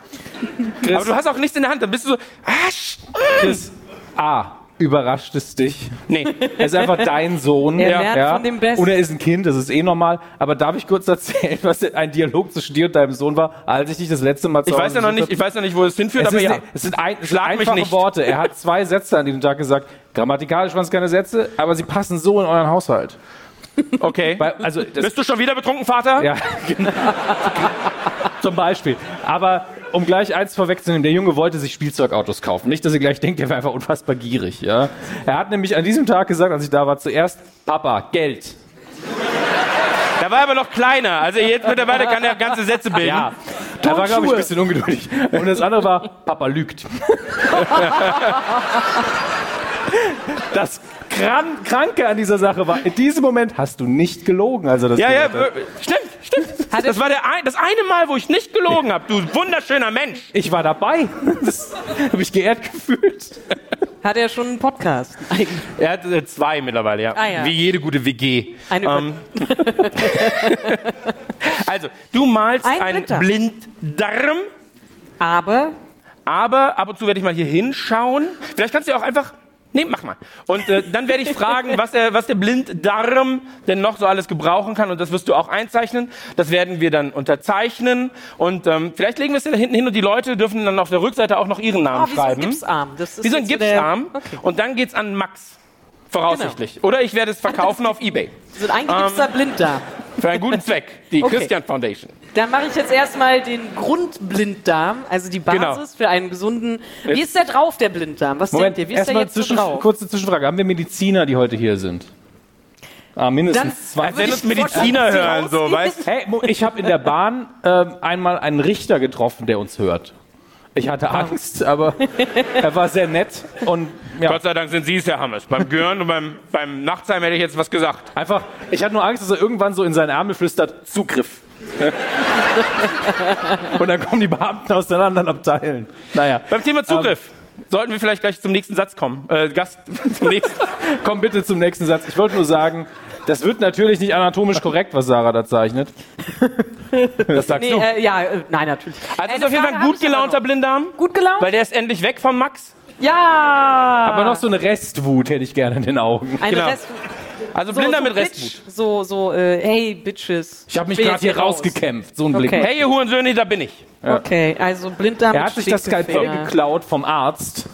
S1: Aber du hast auch nichts in der Hand, dann bist du so, ah, sch-
S6: ist A. Überrascht es dich?
S1: Nee.
S6: Er ist einfach dein Sohn.
S9: Er lernt von dem Besten.
S6: Und er ist ein Kind, das ist eh normal. Aber darf ich kurz erzählen, was ein Dialog zwischen dir und deinem Sohn war, als ich dich das letzte Mal zu
S1: Ich
S6: Hause
S1: weiß ja noch
S6: besucht
S1: nicht, ich weiß ja nicht, wo es hinführt,
S6: es,
S1: aber
S6: ist,
S1: ja.
S6: es sind ein, es sind
S1: Schlag mich
S6: einfache
S1: nicht.
S6: Worte. Er hat zwei Sätze an diesem Tag gesagt. Grammatikalisch waren es keine Sätze, aber sie passen so in euren Haushalt.
S1: Okay.
S6: Weil, also das,
S1: Bist du schon wieder betrunken, Vater?
S6: ja, genau. Zum Beispiel. Aber um gleich eins vorwegzunehmen, der Junge wollte sich Spielzeugautos kaufen. Nicht, dass ihr gleich denkt, er wäre einfach unfassbar gierig. Ja? Er hat nämlich an diesem Tag gesagt, als ich da war, zuerst, Papa, Geld.
S1: Da war er aber noch kleiner. Also jetzt mittlerweile kann er ganze Sätze bilden.
S6: Ja. Er war, glaube ich, ein bisschen ungeduldig. Und das andere war, Papa lügt. Das Kran Kranke an dieser Sache war, in diesem Moment hast du nicht gelogen. Also das
S1: Ja, ja,
S6: gehört hat.
S1: wir- stimmt, stimmt. das war der ein, das eine Mal, wo ich nicht gelogen habe. Du wunderschöner Mensch.
S6: Ich war dabei. Das habe mich geehrt gefühlt.
S9: Hat er schon einen Podcast? Eigentlich.
S1: Er hat äh, zwei mittlerweile, ja.
S9: Ah, ja.
S1: Wie jede gute WG.
S9: Eine
S1: Ähm, also, du malst
S9: Ein
S1: einen
S9: Ritter.
S1: Blinddarm,
S9: Aber
S1: aber ab und zu werde ich mal hier hinschauen. Vielleicht kannst du ja auch einfach. Nee, mach mal. Und äh, dann werde ich fragen, was der, was der Blinddarm denn noch so alles gebrauchen kann. Und das wirst du auch einzeichnen. Das werden wir dann unterzeichnen. Und ähm, vielleicht legen wir es ja da hinten hin und die Leute dürfen dann auf der Rückseite auch noch ihren Namen
S9: oh, wie so ein
S1: schreiben.
S9: Gipsarm. Das ist
S1: Wie so ein
S9: jetzt der-
S1: Gipsarm.
S9: Okay. Genau.
S1: Und dann geht's an Max. Voraussichtlich. Oder ich werde es verkaufen auf Ebay.
S9: So Also ein eingegipster
S1: Ähm,
S9: Blinddarm.
S1: Für einen guten Zweck. Die
S9: Okay.
S1: Christian Foundation.
S9: Dann mache ich jetzt erstmal den Grundblinddarm, also die Basis
S1: Genau.
S9: für einen gesunden. Wie ist der drauf, der Blinddarm? Was denkt ihr? Wie ist der
S6: erstmal
S9: jetzt so
S6: zwischen,
S9: drauf?
S6: kurze Zwischenfrage. Haben wir Mediziner, die heute hier sind? Ah, mindestens
S9: Dann würde
S6: 20.
S1: Wenn
S9: ich
S1: uns Mediziner hören, so, weißt
S6: Hey, Mo, ich habe in der Bahn ähm, einmal einen Richter getroffen, der uns hört. Ich hatte Angst, aber er war sehr nett und ja,
S1: Gott sei Dank sind Sie es, Herr Hammes. Beim Gören und beim, beim Nachtsheim hätte ich jetzt was gesagt.
S6: einfach. Ich hatte nur Angst, dass er irgendwann so in seinen Ärmel flüstert: Zugriff. und dann kommen die Beamten aus den anderen Abteilen. Naja,
S1: Beim
S9: Ähm,
S1: Thema Zugriff. Sollten wir vielleicht gleich zum nächsten Satz kommen. Äh, Gast, zum nächsten. Also
S6: komm bitte zum nächsten Satz. Ich wollte nur sagen, das wird natürlich nicht anatomisch korrekt, was Sarah da zeichnet. Das sagst
S9: Nee,
S6: du.
S9: äh, ja, äh, nein, natürlich.
S1: Also
S9: Äh,
S1: ist auf
S9: Frage
S1: jeden Fall ein
S9: hab
S1: gut
S9: ich aber
S1: gelaunter
S9: noch.
S1: Blinddarm.
S9: Gut gelaunt?
S1: Weil der ist endlich weg von Max.
S9: ja!
S6: Aber noch so eine Restwut hätte ich gerne in den Augen.
S9: Eine
S1: genau.
S9: Rest,
S1: Also
S9: so,
S1: Blinder
S9: so
S1: mit
S9: Bitch,
S1: Restmut.
S9: So, so, äh, hey, Bitches.
S6: Ich habe mich
S9: bin
S6: gerade
S9: jetzt
S6: hier
S9: raus.
S6: rausgekämpft. So ein Blick.
S9: Okay.
S1: Hey, ihr Hurensöhne, da bin ich.
S9: Okay, also Blinddarm.
S6: Er hat sich das Skalpell
S9: Stinkefinger.
S6: geklaut vom Arzt.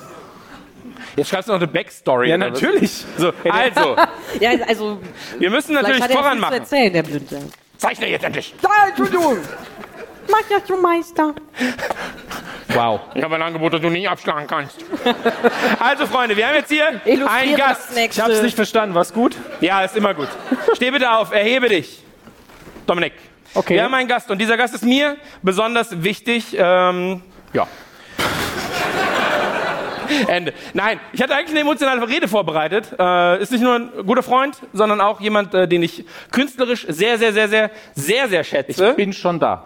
S1: Jetzt schreibst du noch eine Backstory. oder was? So, also,
S9: Ja, also,
S1: wir müssen natürlich
S9: vielleicht hat er
S1: voran
S9: jetzt nichts zu
S1: machen.
S9: erzählen, der Blinddarm.
S1: Zeichne jetzt endlich.
S9: Ja, Entschuldigung. Mach das, du Meister.
S6: Wow.
S1: Ich habe ein Angebot, das du nie abschlagen kannst. also, Freunde, wir haben jetzt hier einen
S9: Illustriert das
S1: Gast.
S9: nächste.
S6: Ich hab's nicht verstanden. War's gut?
S1: Ja, ist immer gut. Steh bitte auf, erhebe dich. Dominik.
S6: Okay.
S1: Wir haben einen Gast und dieser Gast ist mir besonders wichtig. Ähm, ja. Ende. Nein, ich hatte eigentlich eine emotionale Rede vorbereitet. Äh, ist nicht nur ein guter Freund, sondern auch jemand, äh, den ich künstlerisch sehr, sehr, sehr, sehr, sehr, sehr schätze.
S6: Bin schon da.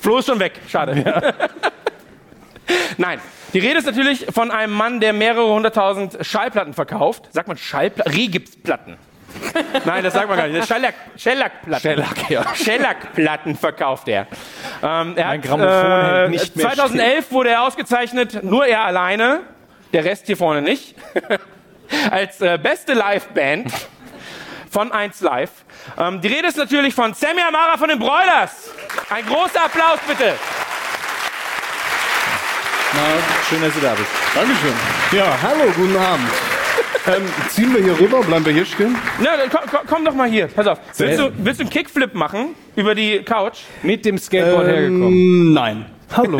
S1: Flo ist schon weg, schade. Nein, die Rede ist natürlich von einem Mann, der mehrere hunderttausend Schallplatten verkauft. Sagt man Schallplatten? Regipsplatten. Nein, das sagt man gar nicht. Das ist Schellack, Schellackplatten.
S6: Schellack, ja.
S1: Schellackplatten verkauft er. Ähm, er
S6: Mein Grammophon hält nicht mehr
S1: 2011 wurde er ausgezeichnet, nur er alleine, der Rest hier vorne nicht, als äh, beste Liveband von 1 Live. Ähm, die Rede ist natürlich von Sammy Amara von den Broilers. Ein großer Applaus bitte.
S3: schön, dass du da bist.
S10: Dankeschön. Ja, hallo, guten Abend. Ähm, ziehen wir hier rüber, bleiben wir hier stehen?
S1: Na, dann komm, komm, komm doch mal hier. Pass auf. Willst du, willst du einen Kickflip machen über die Couch?
S6: Mit dem Skateboard hergekommen.
S10: Ähm, nein. Hallo.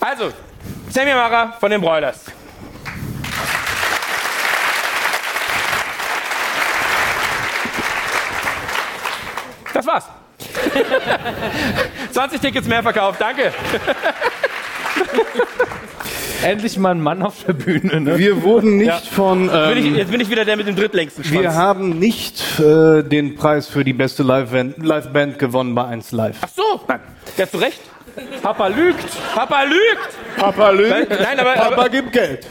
S1: Also, Sammy Amara von den Broilers. Das war's. 20 Tickets mehr verkauft, danke.
S6: Endlich mal ein Mann auf der Bühne. Ne?
S10: Wir wurden nicht von.
S1: Bin ich,
S10: Ähm,
S1: jetzt bin ich wieder der mit dem drittlängsten Schwanz.
S10: wir haben nicht äh, den Preis für die beste Live-Band Live gewonnen bei 1 Live.
S1: Ach so, nein. Ja, hast du recht.
S6: Papa lügt.
S1: Papa lügt.
S10: Papa lügt.
S1: Nein, aber- Papa aber-
S10: gibt Geld.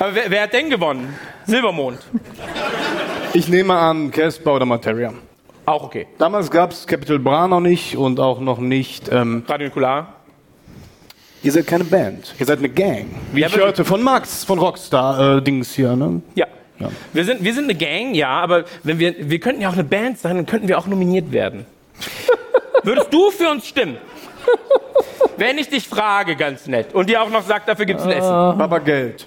S1: Aber wer, wer hat denn gewonnen? Silbermond.
S10: Ich nehme an, Casper oder Materia.
S1: Auch okay.
S10: Damals gab es Capital Bra noch nicht und auch noch nicht. Ähm,
S1: Radio Nukular.
S11: Ihr seid keine Band. Ihr seid eine Gang.
S6: Wie ich hörte von Max, von Rockstar-Dings hier, ne?
S1: Ja. Wir, sind, wir sind eine Gang, ja, aber wenn wir, wir könnten ja auch eine Band sein, dann könnten wir auch nominiert werden. Würdest du für uns stimmen? Wenn ich dich frage, ganz nett, und dir auch noch sagt, dafür gibt's ein Essen.
S6: Aber Geld.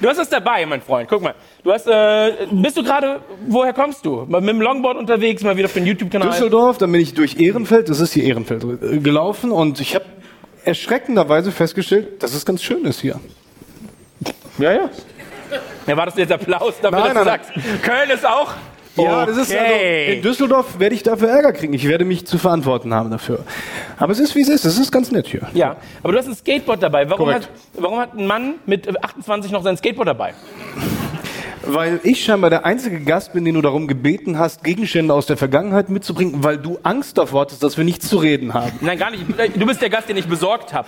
S1: Du hast was dabei, mein Freund. Guck mal. Du hast, äh, bist du gerade, woher kommst du? Mal Mit dem Longboard unterwegs, mal wieder auf den YouTube-Kanal.
S6: Düsseldorf, dann bin ich durch Ehrenfeld, das ist hier Ehrenfeld, äh, gelaufen und ich habe erschreckenderweise festgestellt, dass es ganz schön ist hier.
S1: Ja, ja. Ja, war das jetzt Applaus dafür,
S6: Nein,
S1: dass
S6: nein,
S1: du sagst, Köln ist auch.
S6: Ja, das ist also,
S1: Okay.
S6: in Düsseldorf werde ich dafür Ärger kriegen. Ich werde mich zu verantworten haben dafür. Aber es ist, wie es ist. Es ist ganz nett hier.
S1: Ja, aber du hast ein Skateboard dabei. Warum hat,
S6: Korrekt.
S1: warum hat ein Mann mit äh, 28 noch sein Skateboard dabei?
S6: Weil ich scheinbar der einzige Gast bin, den du darum gebeten hast, Gegenstände aus der Vergangenheit mitzubringen, weil du Angst davor hattest, dass wir nichts zu reden haben.
S1: Nein, gar nicht. Du bist der Gast, den ich besorgt habe.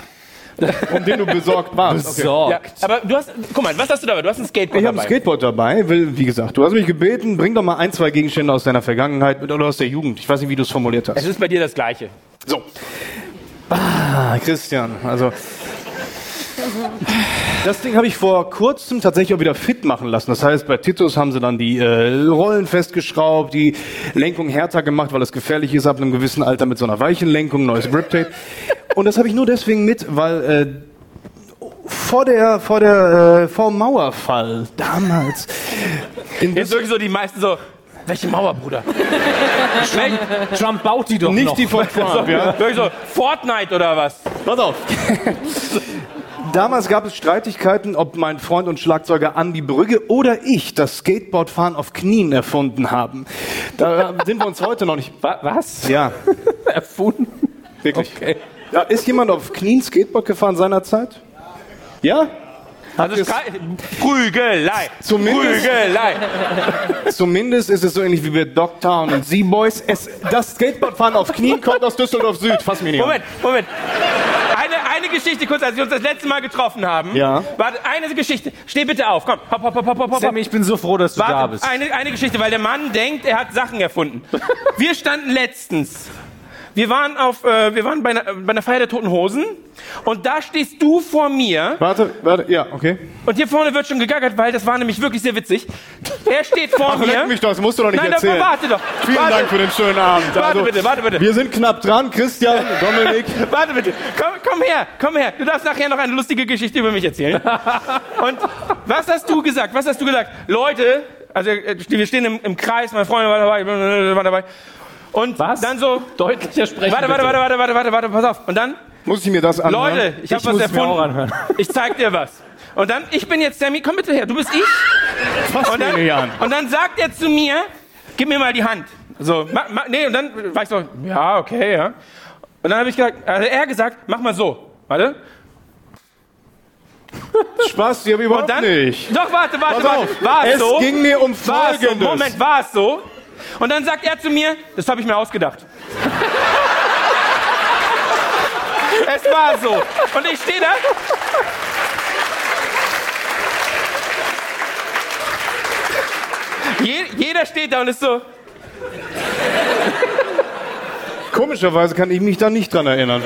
S6: Um den du besorgt warst. Okay.
S1: Ja, aber du hast, guck mal, was hast du dabei? Du hast ein Skateboard
S6: Ich habe
S1: dabei.
S6: ein Skateboard dabei, weil, wie gesagt, du hast mich gebeten, bring doch mal ein, zwei Gegenstände aus deiner Vergangenheit mit oder aus der Jugend. Ich weiß nicht, wie du es formuliert
S1: es
S6: hast.
S1: ist bei dir das Gleiche.
S6: So. Ah, Christian, also. Das Ding habe ich vor kurzem tatsächlich auch wieder fit machen lassen. Das heißt, bei Titus haben sie dann die äh, Rollen festgeschraubt, die Lenkung härter gemacht, weil es gefährlich ist ab einem gewissen Alter mit so einer weichen Lenkung, neues Griptape. Und das habe ich nur deswegen mit, weil äh, vor der vor der äh, vor dem Mauerfall damals in
S1: Jetzt wirklich so die meisten so, welche Mauer, Bruder?
S9: Trump baut die doch
S6: nicht
S9: noch.
S6: die von Trump, ja.
S1: Wirklich so, Fortnite oder was?
S6: Pass auf. Damals gab es Streitigkeiten, ob mein Freund und Schlagzeuger Andy Brügge oder ich das Skateboardfahren auf Knien erfunden haben. Da sind wir uns heute noch nicht.
S9: Wa- Was?
S6: Ja,
S9: Erfunden?
S6: wirklich. Ja, ist jemand auf Knien Skateboard gefahren seinerzeit? Ja?
S1: Also es kann- Prügelei.
S6: Zumindest,
S1: Prügelei.
S6: zumindest ist es so ähnlich wie bei Dogtown und Z-Boys. Es- Das Skateboardfahren auf Knien kommt aus Düsseldorf Süd. Fass mich nicht an.
S1: Moment, Moment. Eine, eine Geschichte kurz, als wir uns das letzte Mal getroffen haben.
S6: Ja.
S1: Warte, eine Geschichte. Steh bitte auf, komm. Hopp, hopp, hopp, hopp, hopp, hopp.
S9: Sammy, ich bin so froh, dass du da
S1: Warte,
S9: bist.
S1: eine, eine Geschichte, weil der Mann denkt, er hat Sachen erfunden. Wir standen letztens. Wir waren auf, äh, wir waren bei einer, bei einer Feier der Toten Hosen und da stehst du vor mir
S6: Warte, warte, ja, okay.
S1: und hier vorne wird schon gegackert, weil das war nämlich wirklich sehr witzig. Er steht vor
S6: Ach,
S1: mir.
S6: leck mich doch, das musst du doch nicht
S1: Nein,
S6: erzählen.
S1: aber warte doch.
S6: Vielen
S1: warte,
S6: Dank für den schönen Abend. Also,
S1: Warte bitte, warte bitte.
S6: Wir sind knapp dran, Christian, Dominik.
S1: Warte bitte, komm, komm her, komm her. Du darfst nachher noch eine lustige Geschichte über mich erzählen. Und was hast du gesagt? Was hast du gesagt? Leute, also äh, wir stehen im, im Kreis, meine Freundin war dabei, war dabei. Und
S9: Was?
S1: dann so,
S9: Deutlicher sprechen.
S1: warte, warte, warte, warte, warte, warte, warte, pass auf. Und dann,
S6: Muss ich mir das anhören?
S1: Leute, ich habe was
S9: muss es mir auch
S1: erfunden.
S9: anhören.
S1: Ich zeig dir was. Und dann, ich bin jetzt Sammy, komm bitte her, du bist ich.
S6: fass
S1: Und dann,
S6: mich nicht an.
S1: und dann sagt er zu mir, gib mir mal die Hand. So, ma, ma, nee, und dann war ich so, ja, okay, ja. Und dann habe ich gesagt, also er gesagt, mach mal so. Warte.
S6: Spaß, die habe ich überhaupt
S1: Und dann,
S6: nicht.
S1: doch, warte, warte,
S6: Pass
S1: warte.
S6: auf,
S1: War es
S6: es
S1: so?
S6: ging mir um
S1: war es so?
S6: Folgendes.
S1: Moment, war es so? Und dann sagt er zu mir, das habe ich mir ausgedacht. es war so. Und ich stehe da Je, jeder steht da und ist so.
S6: Komischerweise kann ich mich da nicht dran erinnern.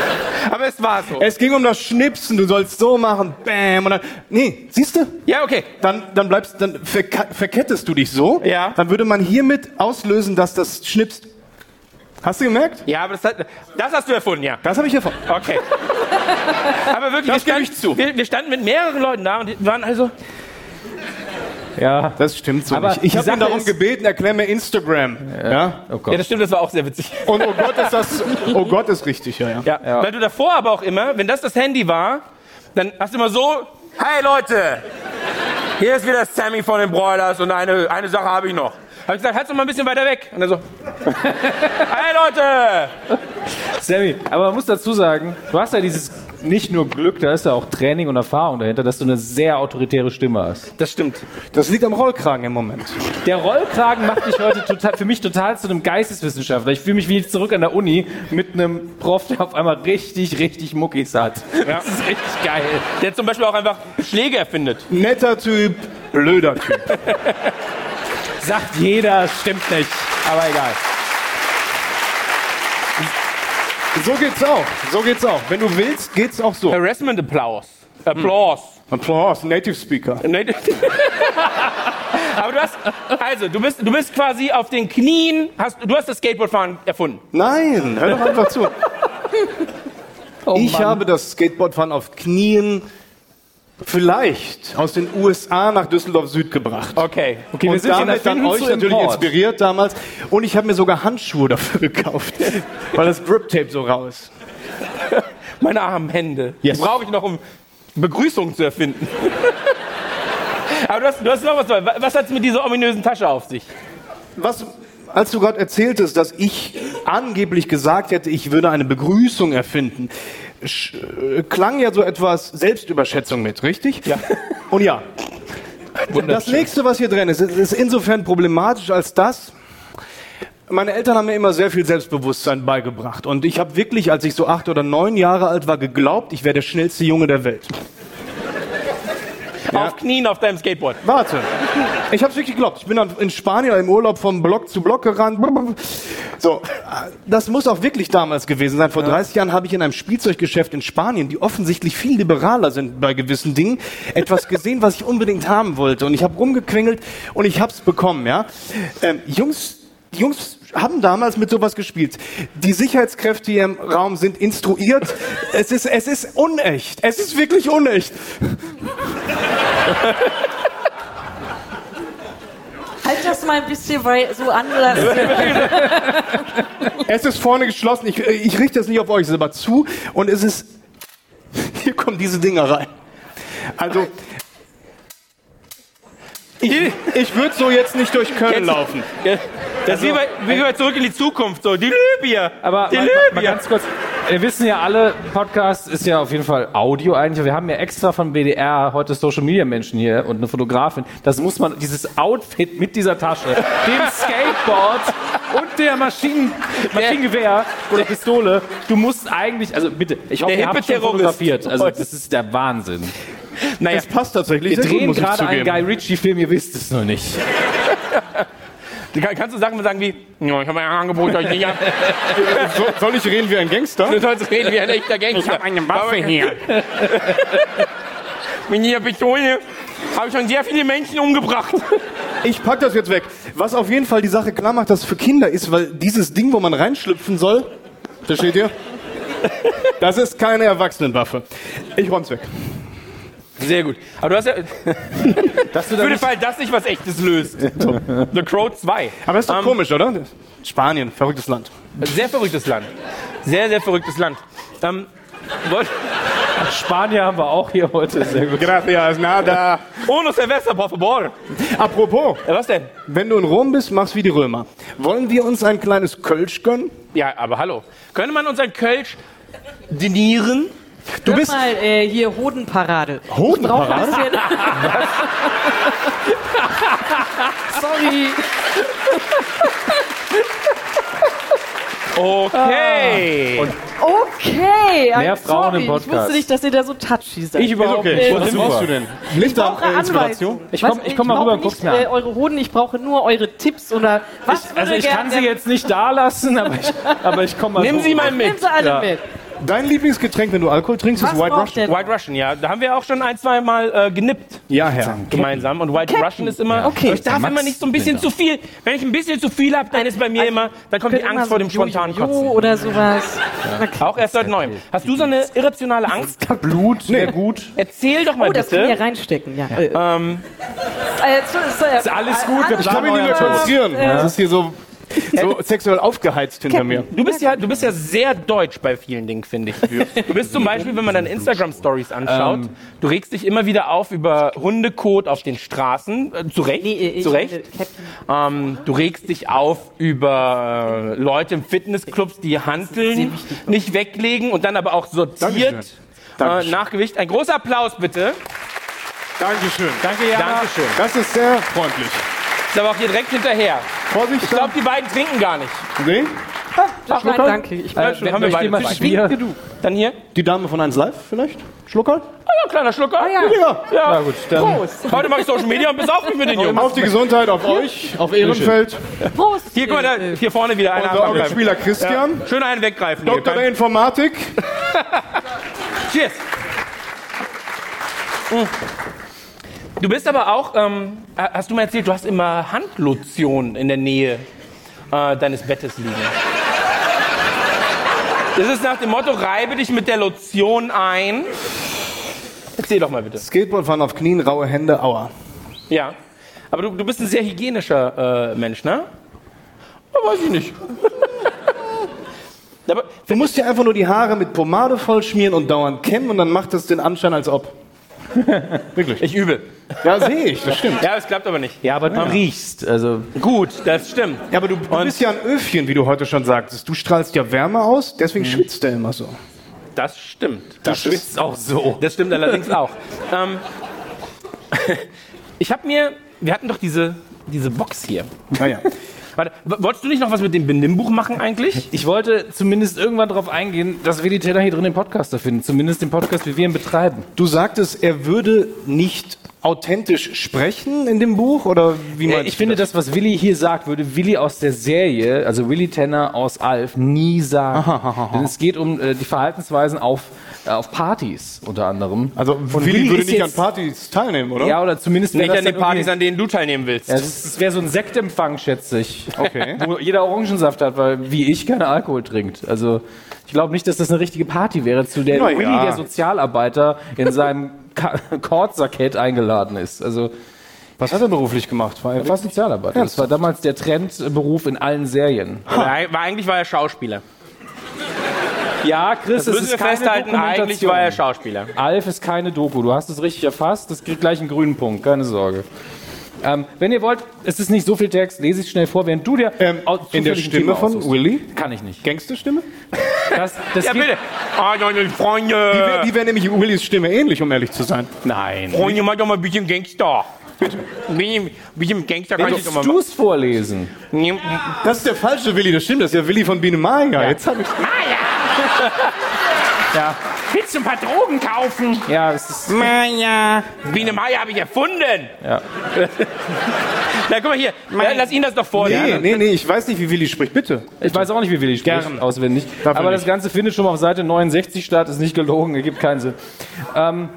S1: Aber es war so.
S6: Es ging um das Schnipsen, du sollst so machen, bam, und dann, nee, siehst du?
S1: Ja, okay.
S6: Dann, dann bleibst, dann verka- verkettest du dich so.
S1: Ja.
S6: Dann würde man hiermit auslösen, dass das schnipst. Hast du gemerkt?
S1: Ja, aber das, hat, das hast du erfunden, ja.
S6: Das habe ich erfahren.
S1: Okay. aber wirklich,
S6: Das
S1: wir, standen,
S6: gebe ich zu.
S1: Wir, wir standen mit mehreren Leuten da und die waren also.
S9: Ja.
S6: Das stimmt so
S9: Aber
S6: nicht. Ich
S9: die
S6: habe ihn
S9: Sache
S6: darum
S9: ist-
S6: gebeten, erklär mir Instagram. Ja.
S9: Oh
S1: Ja,
S9: Gott.
S1: das stimmt, das war auch sehr witzig.
S6: Und oh Gott, ist das, oh Gott, ist richtig, ja, ja.
S1: Ja, weil du davor aber auch immer, wenn das das Handy war, dann hast du immer so, hey Leute, hier ist wieder Sammy von den Broilers und eine, eine Sache habe ich noch. Habe ich gesagt, halt's doch mal ein bisschen weiter weg. Und er so, hey Leute.
S9: Sammy, aber man muss dazu sagen, du hast ja dieses nicht nur Glück, da ist ja auch Training und Erfahrung dahinter, dass du eine sehr autoritäre Stimme hast.
S1: Das stimmt.
S6: Das liegt am Rollkragen im Moment.
S9: Der Rollkragen macht dich heute total, für mich total zu einem Geisteswissenschaftler. Ich fühle mich wie zurück an der Uni mit einem Prof, der auf einmal richtig, richtig Muckis hat. Das ist richtig geil.
S1: Der zum Beispiel auch einfach Schläge erfindet.
S6: Netter Typ, blöder Typ.
S9: Sagt jeder, stimmt nicht. Aber egal.
S6: So geht's auch. So geht's auch. Wenn du willst, geht's auch so.
S1: Harassment Applaus. Applaus.
S6: Applaus, Native Speaker.
S1: Nein. Aber du hast, also du bist, du bist quasi auf den Knien, hast, du hast das Skateboardfahren erfunden.
S6: Nein, hör doch einfach zu. ich habe das Skateboardfahren auf Knien vielleicht aus den USA nach Düsseldorf Süd gebracht.
S1: Okay.
S6: Okay, und damit dann euch natürlich inspiriert damals. Und ich habe mir sogar Handschuhe dafür gekauft, weil das Grip-Tape so raus.
S1: Meine armen Hände.
S6: Yes.
S1: Die brauche ich noch, um Begrüßungen zu erfinden. Aber du hast, du hast noch was. dabei. Was hat's mit dieser ominösen Tasche auf sich?
S6: Was, als du gerade erzähltest, dass ich angeblich gesagt hätte, ich würde eine Begrüßung erfinden, sch, äh, klang ja so etwas Selbstüberschätzung mit, richtig? Ja. Und ja. Das nächste, was hier drin ist, ist ist insofern problematisch als das. Meine Eltern haben mir immer sehr viel Selbstbewusstsein beigebracht. Und ich habe wirklich, als ich so acht oder neun Jahre alt war, geglaubt, ich wäre der schnellste Junge der Welt.
S1: Auf Knien auf deinem Skateboard.
S6: Warte. Ich hab's wirklich geglaubt. Ich bin dann in Spanien im Urlaub vom Block zu Block gerannt. So, das muss auch wirklich damals gewesen sein. Vor 30 Jahren habe ich in einem Spielzeuggeschäft in Spanien, die offensichtlich viel liberaler sind bei gewissen Dingen, etwas gesehen, was ich unbedingt haben wollte. Und ich habe rumgequengelt und ich hab's bekommen, ja. Ähm, Jungs, die Jungs haben damals mit sowas gespielt. Die Sicherheitskräfte hier im Raum sind instruiert. Es ist, es ist unecht. Es ist wirklich unecht.
S12: Halt das mal ein bisschen wei- so anders.
S6: Es ist vorne geschlossen. Ich, äh, ich richte das nicht auf euch, es ist aber zu. Und es ist. Hier kommen diese Dinger rein. Also. Ich, ich würde so jetzt nicht durch Köln
S1: Jetzt-
S6: laufen.
S1: Das
S6: Also-
S1: ist wie bei, wie bei zurück in die Zukunft. So, die Libyer.
S13: Aber
S1: die
S13: mal, mal, mal
S1: Libyer.
S13: ganz kurz. Wir wissen ja alle, Podcast ist ja auf jeden Fall Audio eigentlich. Wir haben ja extra von BDR heute Social Media Menschen hier und eine Fotografin. Das muss man, dieses Outfit mit dieser Tasche, dem Skateboard und der Maschinen, Maschinengewehr oder Pistole. Du musst eigentlich, also bitte, ich hoffe,
S1: Der
S13: ihr habt
S1: hippe
S13: schon
S1: Terrorist.
S13: fotografiert. Also das ist der Wahnsinn.
S1: naja,
S6: Es passt tatsächlich
S13: Wir
S6: sehr gut,
S13: drehen
S6: muss ich
S13: gerade einen
S6: zugeben.
S13: Guy Ritchie Film, ihr wisst es noch nicht.
S1: du kann- kannst du Sachen sagen wie, ja, ich habe ein Angebot, euch nicht ab.
S6: So, soll ich reden wie ein Gangster?
S1: Du sollst reden wie ein echter Gangster. Ich habe eine Waffe hier. Mit dieser Pistole habe ich schon sehr viele Menschen umgebracht.
S6: Ich pack das jetzt weg. Was auf jeden Fall die Sache klar macht, dass es für Kinder ist, weil dieses Ding, wo man reinschlüpfen soll, versteht ihr? Das ist keine Erwachsenenwaffe. Ich räum's weg.
S1: Sehr gut. Aber du hast ja. Für den Fall, dass sich was Echtes löst. The Crow 2.
S6: Aber ist doch
S1: Ähm,
S6: komisch, oder? Spanien, verrücktes Land.
S1: Sehr verrücktes Land. Sehr, sehr verrücktes Land. Ähm, wollt-
S13: Spanier haben wir auch hier heute. Sehr gut.
S6: Gracias, nada.
S1: Ohne Silvester, por favor.
S6: Apropos,
S1: Äh, Was denn?
S6: Wenn du in Rom bist, mach's wie die Römer. Wollen wir uns ein kleines Kölsch gönnen?
S1: Ja, aber hallo. Könnte man unseren Kölsch dinieren?
S6: Du bist
S12: mal äh, hier Hodenparade.
S6: Hodenparade?
S12: Bisschen- Sorry.
S1: Okay. Und
S12: Okay.
S13: Ah. Mehr
S12: I'm
S13: Frauen
S12: sorry.
S13: im Podcast.
S12: Ich wusste nicht, dass ihr da so touchy seid.
S13: Ich überhaupt
S6: okay.
S13: nicht.
S12: Was
S13: Super.
S6: brauchst du denn? Lichter
S12: brauche Anweisungen.
S13: Ich komm-
S12: Was,
S13: ich komm mal rüber und
S12: Also brauche
S13: guck's mir an.
S12: nicht, äh, eure Hoden, ich brauche nur eure Tipps oder was würde
S13: Also ich
S12: gern
S13: kann
S12: der-
S13: sie jetzt nicht da lassen, aber ich, aber ich komme mal.
S1: Nimm
S13: hoch.
S1: sie mal
S12: Nimm
S1: mit.
S12: sie alle
S13: Ja.
S12: mit.
S6: Dein Lieblingsgetränk, wenn du Alkohol trinkst,
S12: Was
S6: ist White
S12: braucht
S6: Russian.
S12: der-
S1: White Russian, ja. Da haben wir auch schon ein, zwei Mal äh, genippt
S6: Ja, Herr.
S1: gemeinsam. Und White Russian ist immer.
S12: Okay.
S1: Ich darf immer nicht so ein bisschen zu viel. Wenn ich ein bisschen zu viel habe,
S12: Äh,
S1: dann ist bei mir
S12: also
S1: immer. Dann kommt die
S12: Könnt ihr
S1: Angst
S12: mal
S1: vor
S12: so
S1: dem spontanen
S12: Jo-Jo
S1: Kotzen.
S12: oder sowas.
S1: Auch erst seit neuem. Hast du so eine irrationale Angst?
S6: Blut, nee. gut.
S1: Erzähl doch mal
S12: Oh, das können wir
S1: bitte. Ähm.
S12: reinstecken, ja. Äh, äh, so, so, äh,
S13: alles gut, wir
S12: alles-
S6: Ich kann mich nicht mehr konzentrieren. Das ist hier so, so sexuell aufgeheizt hinter mir.
S1: Du bist, ja, du bist ja sehr deutsch bei vielen Dingen, finde ich. Du bist zum Beispiel, wenn man deine Instagram-Stories anschaut, du regst dich immer wieder auf über Hundekot auf den Straßen. Äh, zu Recht.
S12: Nee, ich-
S1: zu Recht.
S12: ich-
S1: Ähm, du regst dich auf über äh, Leute im Fitnessclubs, die Hanteln nicht weglegen und dann aber auch sortiert äh, nach Gewicht. Ein großer Applaus bitte.
S6: Dankeschön.
S1: Danke, Jana. Dankeschön.
S6: Das ist sehr freundlich.
S1: Ist aber auch hier direkt hinterher.
S6: Vorsicht,
S1: Ich glaube, die beiden trinken gar nicht.
S6: Nee?
S9: Ach, nein, danke. Ich
S1: Äh, schon, haben wir beide Tisch winkt genug. Dann hier.
S10: Die Dame von 1 Live vielleicht? Schlucker?
S1: Ah ja, kleiner Schlucker. Ah,
S9: ja.
S10: Ja.
S1: ja.
S10: Na gut, dann
S1: Heute mache ich Social Media und besauf mich mit den Jungs.
S10: auf die Gesundheit, auf euch, auf Ehrenfeld.
S14: Prost!
S1: Hier, guck mal, da, hier vorne wieder einer
S10: Unser
S1: am Angreifen.
S10: Spieler Christian,
S1: Ja. Schön einen weggreifen. hier.
S10: Doktor der Informatik.
S1: Cheers. Mm. Du bist aber auch, ähm, hast du mir erzählt, du hast immer Handlotion in der Nähe äh, deines Bettes liegen. Das ist nach dem Motto, reibe dich mit der Lotion ein. Erzähl doch mal bitte.
S10: Skateboardfahren auf Knien, raue Hände, aua.
S1: Ja. Aber du, du bist ein sehr hygienischer äh, Mensch, ne? Ja, weiß ich nicht. Aber
S10: Du musst dir einfach nur die Haare mit Pomade vollschmieren und dauernd kämmen und dann macht das den Anschein, als ob. Wirklich.
S1: ich übe.
S10: Ja, sehe ich, das stimmt.
S1: Ja, es klappt aber nicht.
S6: Ja, aber du riechst. Also,
S1: Gut, das stimmt.
S10: Ja, aber du, du bist ja ein Öfchen, wie du heute schon sagtest. Du strahlst ja Wärme aus, deswegen schwitzt er immer so.
S1: Das stimmt.
S10: Das schwitzt
S1: ist auch so. Das stimmt allerdings auch. Ähm, ich habe mir, wir hatten doch diese, diese Box hier.
S10: Naja.
S1: Warte, w- wolltest du nicht noch was mit dem Benimmbuch machen eigentlich?
S6: ich wollte zumindest irgendwann darauf eingehen, dass wir die Teller hier drin den Podcast erfinden. Zumindest den Podcast, wie wir ihn betreiben.
S10: Du sagtest, er würde nicht authentisch sprechen in dem Buch oder wie
S6: Äh,
S10: meinst
S6: Ich finde, das, was Willi hier sagt, würde Willi aus der Serie, also Willi Tanner aus Alf, nie sagen. Denn es geht um äh, die Verhaltensweisen auf, äh, auf Partys unter anderem.
S10: Also Willi,
S6: Willi
S10: würde
S6: ist
S10: nicht an
S6: jetzt-
S10: Partys teilnehmen, oder?
S6: ja, oder zumindest wär
S1: Nicht
S6: das
S1: an den
S6: dann irgendwie-
S1: Partys, an denen du teilnehmen willst.
S6: Ja, das das wäre so ein Sektempfang, schätze ich.
S10: Okay.
S6: Wo jeder Orangensaft hat, weil wie ich keine Alkohol trinkt. Also ich glaube nicht, dass das eine richtige Party wäre, zu der
S10: Na
S6: Willi,
S10: ja.
S6: der Sozialarbeiter, in seinem Ka- Kordsackett eingeladen ist. Also
S10: Was hat er beruflich gemacht? War er
S6: er war Sozialarbeiter. Das war damals der Trendberuf in allen Serien.
S1: Aber eig- war- eigentlich war er Schauspieler.
S6: Ja, Chris,
S1: Das
S6: es
S1: müssen
S6: ist
S1: wir
S6: keine
S1: festhalten,
S6: Dokumentation.
S1: eigentlich war er Schauspieler.
S6: Alf ist keine Doku. Du hast es richtig erfasst. Das kriegt gleich einen grünen Punkt. Keine Sorge. Ähm, wenn ihr wollt, es ist nicht so viel Text. Lese ich schnell vor, während du dir
S10: Ähm,
S6: au-
S10: in der
S6: zufällig ein
S10: Stimme
S6: Thema
S10: von
S6: aussuchst.
S10: Willi?
S6: kann ich nicht.
S10: Gangsterstimme?
S6: Das, das
S1: Ja,
S6: geht-
S1: bitte. Ah, ja, ja,
S10: Äh. Die
S1: Freunde.
S10: wäre wär nämlich Willis Stimme ähnlich, um ehrlich zu sein.
S6: Nein.
S1: Freunde, mach doch mal ein bisschen Gangster. Bitte. Ein bisschen- ein bisschen Gangster kann ich doch mal
S6: Kannst du es vorlesen?
S1: machen.
S10: Das ist der falsche Willi, das stimmt. Das ist der Willi von Biene Maya. Jetzt hab ich
S6: Ja,
S1: Willst du ein paar Drogen kaufen?
S6: ja, es ist.
S1: Maya. Biene Maya habe ich erfunden.
S6: Ja.
S1: Na, guck mal hier. Ja, lass ihn das doch vorlesen.
S10: Nee, nee, nee, ich weiß nicht, wie Willi spricht. Bitte.
S6: Ich weiß auch nicht, wie Willi spricht,
S10: Gern.
S6: auswendig.
S10: Darf er
S6: Aber das
S10: nicht.
S6: Ganze findet schon mal auf Seite 69 statt, ist nicht gelogen, ergibt keinen Sinn. Ähm,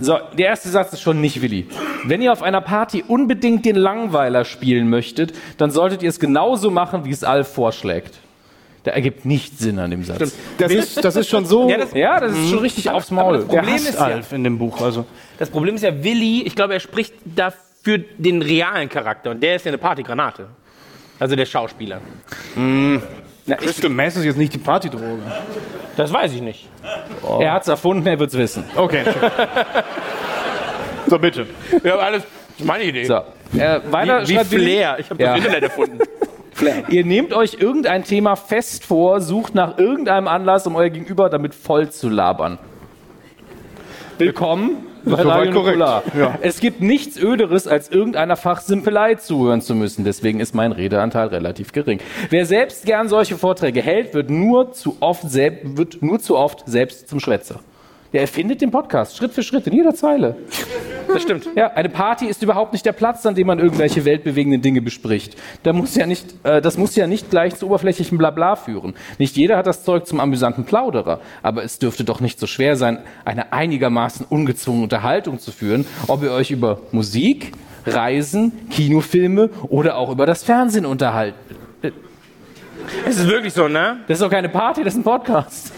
S6: so, der erste Satz ist schon nicht Willi. Wenn ihr auf einer Party unbedingt den Langweiler spielen möchtet, dann solltet ihr es genauso machen, wie es Alf vorschlägt. Der ergibt nicht Sinn an dem Satz.
S10: Das ist, das ist schon so.
S1: Ja, das,
S6: Ja, das ist schon richtig aufs
S1: aber
S6: Maul.
S1: das Problem ist ja,
S10: in dem Buch. Also.
S1: das Problem ist ja, Willi, ich glaube, er spricht dafür den realen Charakter. Und der ist ja eine Partygranate. Also der Schauspieler. Hm.
S10: Crystal Mess ist jetzt nicht die Partydroge.
S1: Das weiß ich nicht.
S6: Er hat's erfunden, er wird's wissen.
S10: Okay. so, bitte.
S1: Ja, aber alles das ist meine Idee.
S6: So. Äh, weiter
S1: Wie
S6: schreibt Willi-
S1: Flair. Ich habe
S6: Ja.
S1: das Internet erfunden.
S6: Ihr nehmt euch irgendein Thema fest vor, sucht nach irgendeinem Anlass, um euer Gegenüber damit voll zu labern. Willkommen bei
S10: soweit
S6: Radio
S10: korrekt,
S6: Nukular.
S10: ja.
S6: Es gibt nichts Öderes, als irgendeiner Fachsimpelei zuhören zu müssen. Deswegen ist mein Redeanteil relativ gering. Wer selbst gern solche Vorträge hält, wird nur zu oft, selb wird nur zu oft selbst zum Schwätzer. Der erfindet den Podcast Schritt für Schritt in jeder Zeile.
S1: Das stimmt.
S6: Ja, eine Party ist überhaupt nicht der Platz, an dem man irgendwelche weltbewegenden Dinge bespricht. Da muss ja nicht, äh, das muss ja nicht gleich zu oberflächlichem Blabla führen. Nicht jeder hat das Zeug zum amüsanten Plauderer. Aber es dürfte doch nicht so schwer sein, eine einigermaßen ungezwungene Unterhaltung zu führen, ob ihr euch über Musik, Reisen, Kinofilme oder auch über das Fernsehen unterhaltet.
S1: Es ist wirklich so, ne?
S6: Das ist doch keine Party, das ist ein Podcast.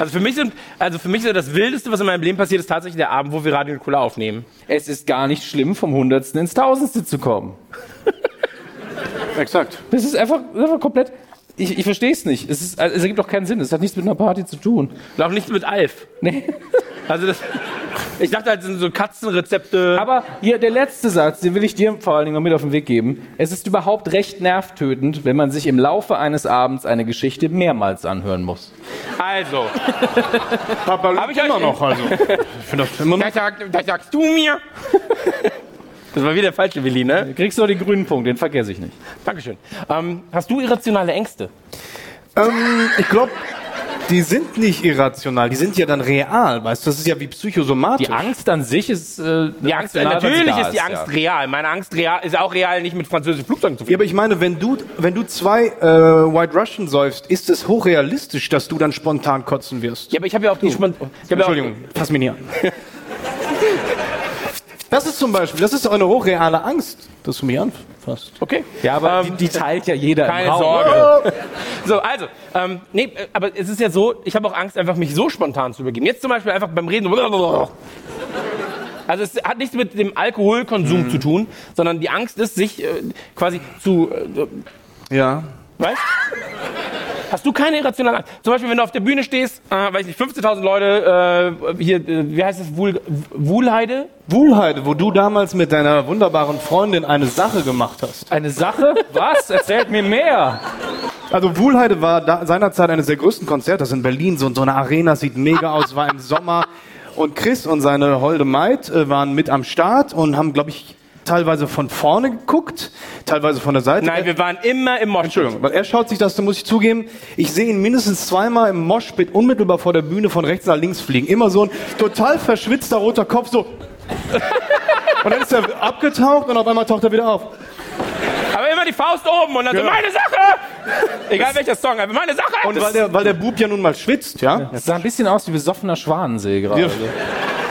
S1: Also für mich sind, also für mich ist das Wildeste, was in meinem Leben passiert, ist tatsächlich der Abend, wo wir Radio Nikola aufnehmen.
S6: Es ist gar nicht schlimm, vom Hundertsten ins Tausendste zu kommen.
S10: Exakt.
S6: Das ist einfach, einfach komplett. Ich, ich verstehe es nicht. Es, ist, also, es ergibt doch keinen Sinn. Es hat nichts mit einer Party zu tun.
S1: Und auch nichts mit Alf.
S6: Nee.
S1: Also das, ich dachte halt, das sind so Katzenrezepte.
S6: Aber hier der letzte Satz, den will ich dir vor allen Dingen noch mit auf den Weg geben. Es ist überhaupt recht nervtötend, wenn man sich im Laufe eines Abends eine Geschichte mehrmals anhören muss.
S1: also,
S10: Papa
S1: Hab ich
S10: immer
S1: euch-
S10: noch. Also. Ich finde das immer noch.
S1: das, sag, das sagst du mir. Das war wieder der falsche Willi, ne?
S6: Du kriegst nur den grünen Punkt, den vergesse ich nicht.
S1: Dankeschön. Ähm, hast du irrationale Ängste?
S6: Ähm, ich glaube, die sind nicht irrational, die sind ja dann real, weißt du? Das ist ja wie psychosomatisch.
S8: Die Angst an sich ist. Äh,
S1: Die Angst, natürlich ist die Angst real. Meine Angst real, ist auch real, nicht mit französischen Flugzeugen zu
S6: Ja,
S1: fliegen.
S6: aber ich meine, wenn du, wenn du zwei äh, White Russian säufst, ist es hochrealistisch, dass du dann spontan kotzen wirst. Oh,
S1: Ja, aber ich habe ja auch die Spont ich hab ja auch-
S6: Entschuldigung, fass mich nicht an. Das ist zum Beispiel, das ist eine hochreale Angst, dass du mich anfasst.
S1: Okay. Ähm,
S8: Ja, aber die, die teilt ja jeder
S1: Keine
S8: im Raum.
S1: Sorge. So, also, ähm, nee, äh, aber es ist ja so, ich habe auch Angst, einfach mich so spontan zu übergeben. Jetzt zum Beispiel einfach beim Reden. so- Also es hat nichts mit dem Alkoholkonsum zu tun, sondern die Angst ist, sich äh, quasi zu. Äh,
S6: Ja.
S1: weißt? Hast du keine irrationale Angst? Zum Beispiel, wenn du auf der Bühne stehst, äh, weiß nicht, 15.000 Leute, äh, hier, äh, wie heißt das, Wuhl, Wuhlheide?
S6: Wuhlheide, wo du damals mit deiner wunderbaren Freundin eine Sache gemacht hast.
S8: Eine Sache? Was? Erzählt mir mehr.
S6: Also Wuhlheide war da seinerzeit eines der größten Konzerte das in Berlin, so, so eine Arena, sieht mega aus, war im Sommer. Und Chris und seine holde Maid äh, waren mit am Start und haben, glaube ich, teilweise von vorne geguckt, teilweise von der Seite.
S1: Nein, wir waren immer im Mosch.
S6: Entschuldigung, weil er schaut sich das, da muss ich zugeben, ich sehe ihn mindestens zweimal im Moshpit unmittelbar vor der Bühne von rechts nach links fliegen. Immer so ein total verschwitzter roter Kopf, so. Und dann ist er abgetaucht und auf einmal taucht er wieder auf.
S1: Aber immer die Faust oben und dann so,
S6: Ja.
S1: meine Sache! Egal welcher Song, aber meine Sache!
S6: Und weil der, weil der Bub ja nun mal schwitzt, ja?
S8: Das sah ein bisschen aus wie besoffener Schwanensee gerade.
S6: Ja.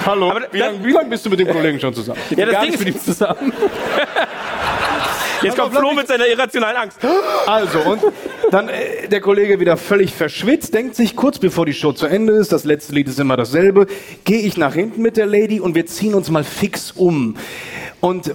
S6: Hallo,
S1: Aber
S6: wie
S1: das-
S6: lange wie lang bist du mit dem Kollegen schon zusammen?
S1: ja, das
S8: Gar
S1: Ding
S8: nicht
S1: ist,
S8: mit ihm zusammen.
S1: jetzt kommt Flo mit seiner irrationalen Angst.
S6: Also, und dann äh, der Kollege wieder völlig verschwitzt, denkt sich, kurz bevor die Show zu Ende ist, das letzte Lied ist immer dasselbe, gehe ich nach hinten mit der Lady und wir ziehen uns mal fix um. Und w-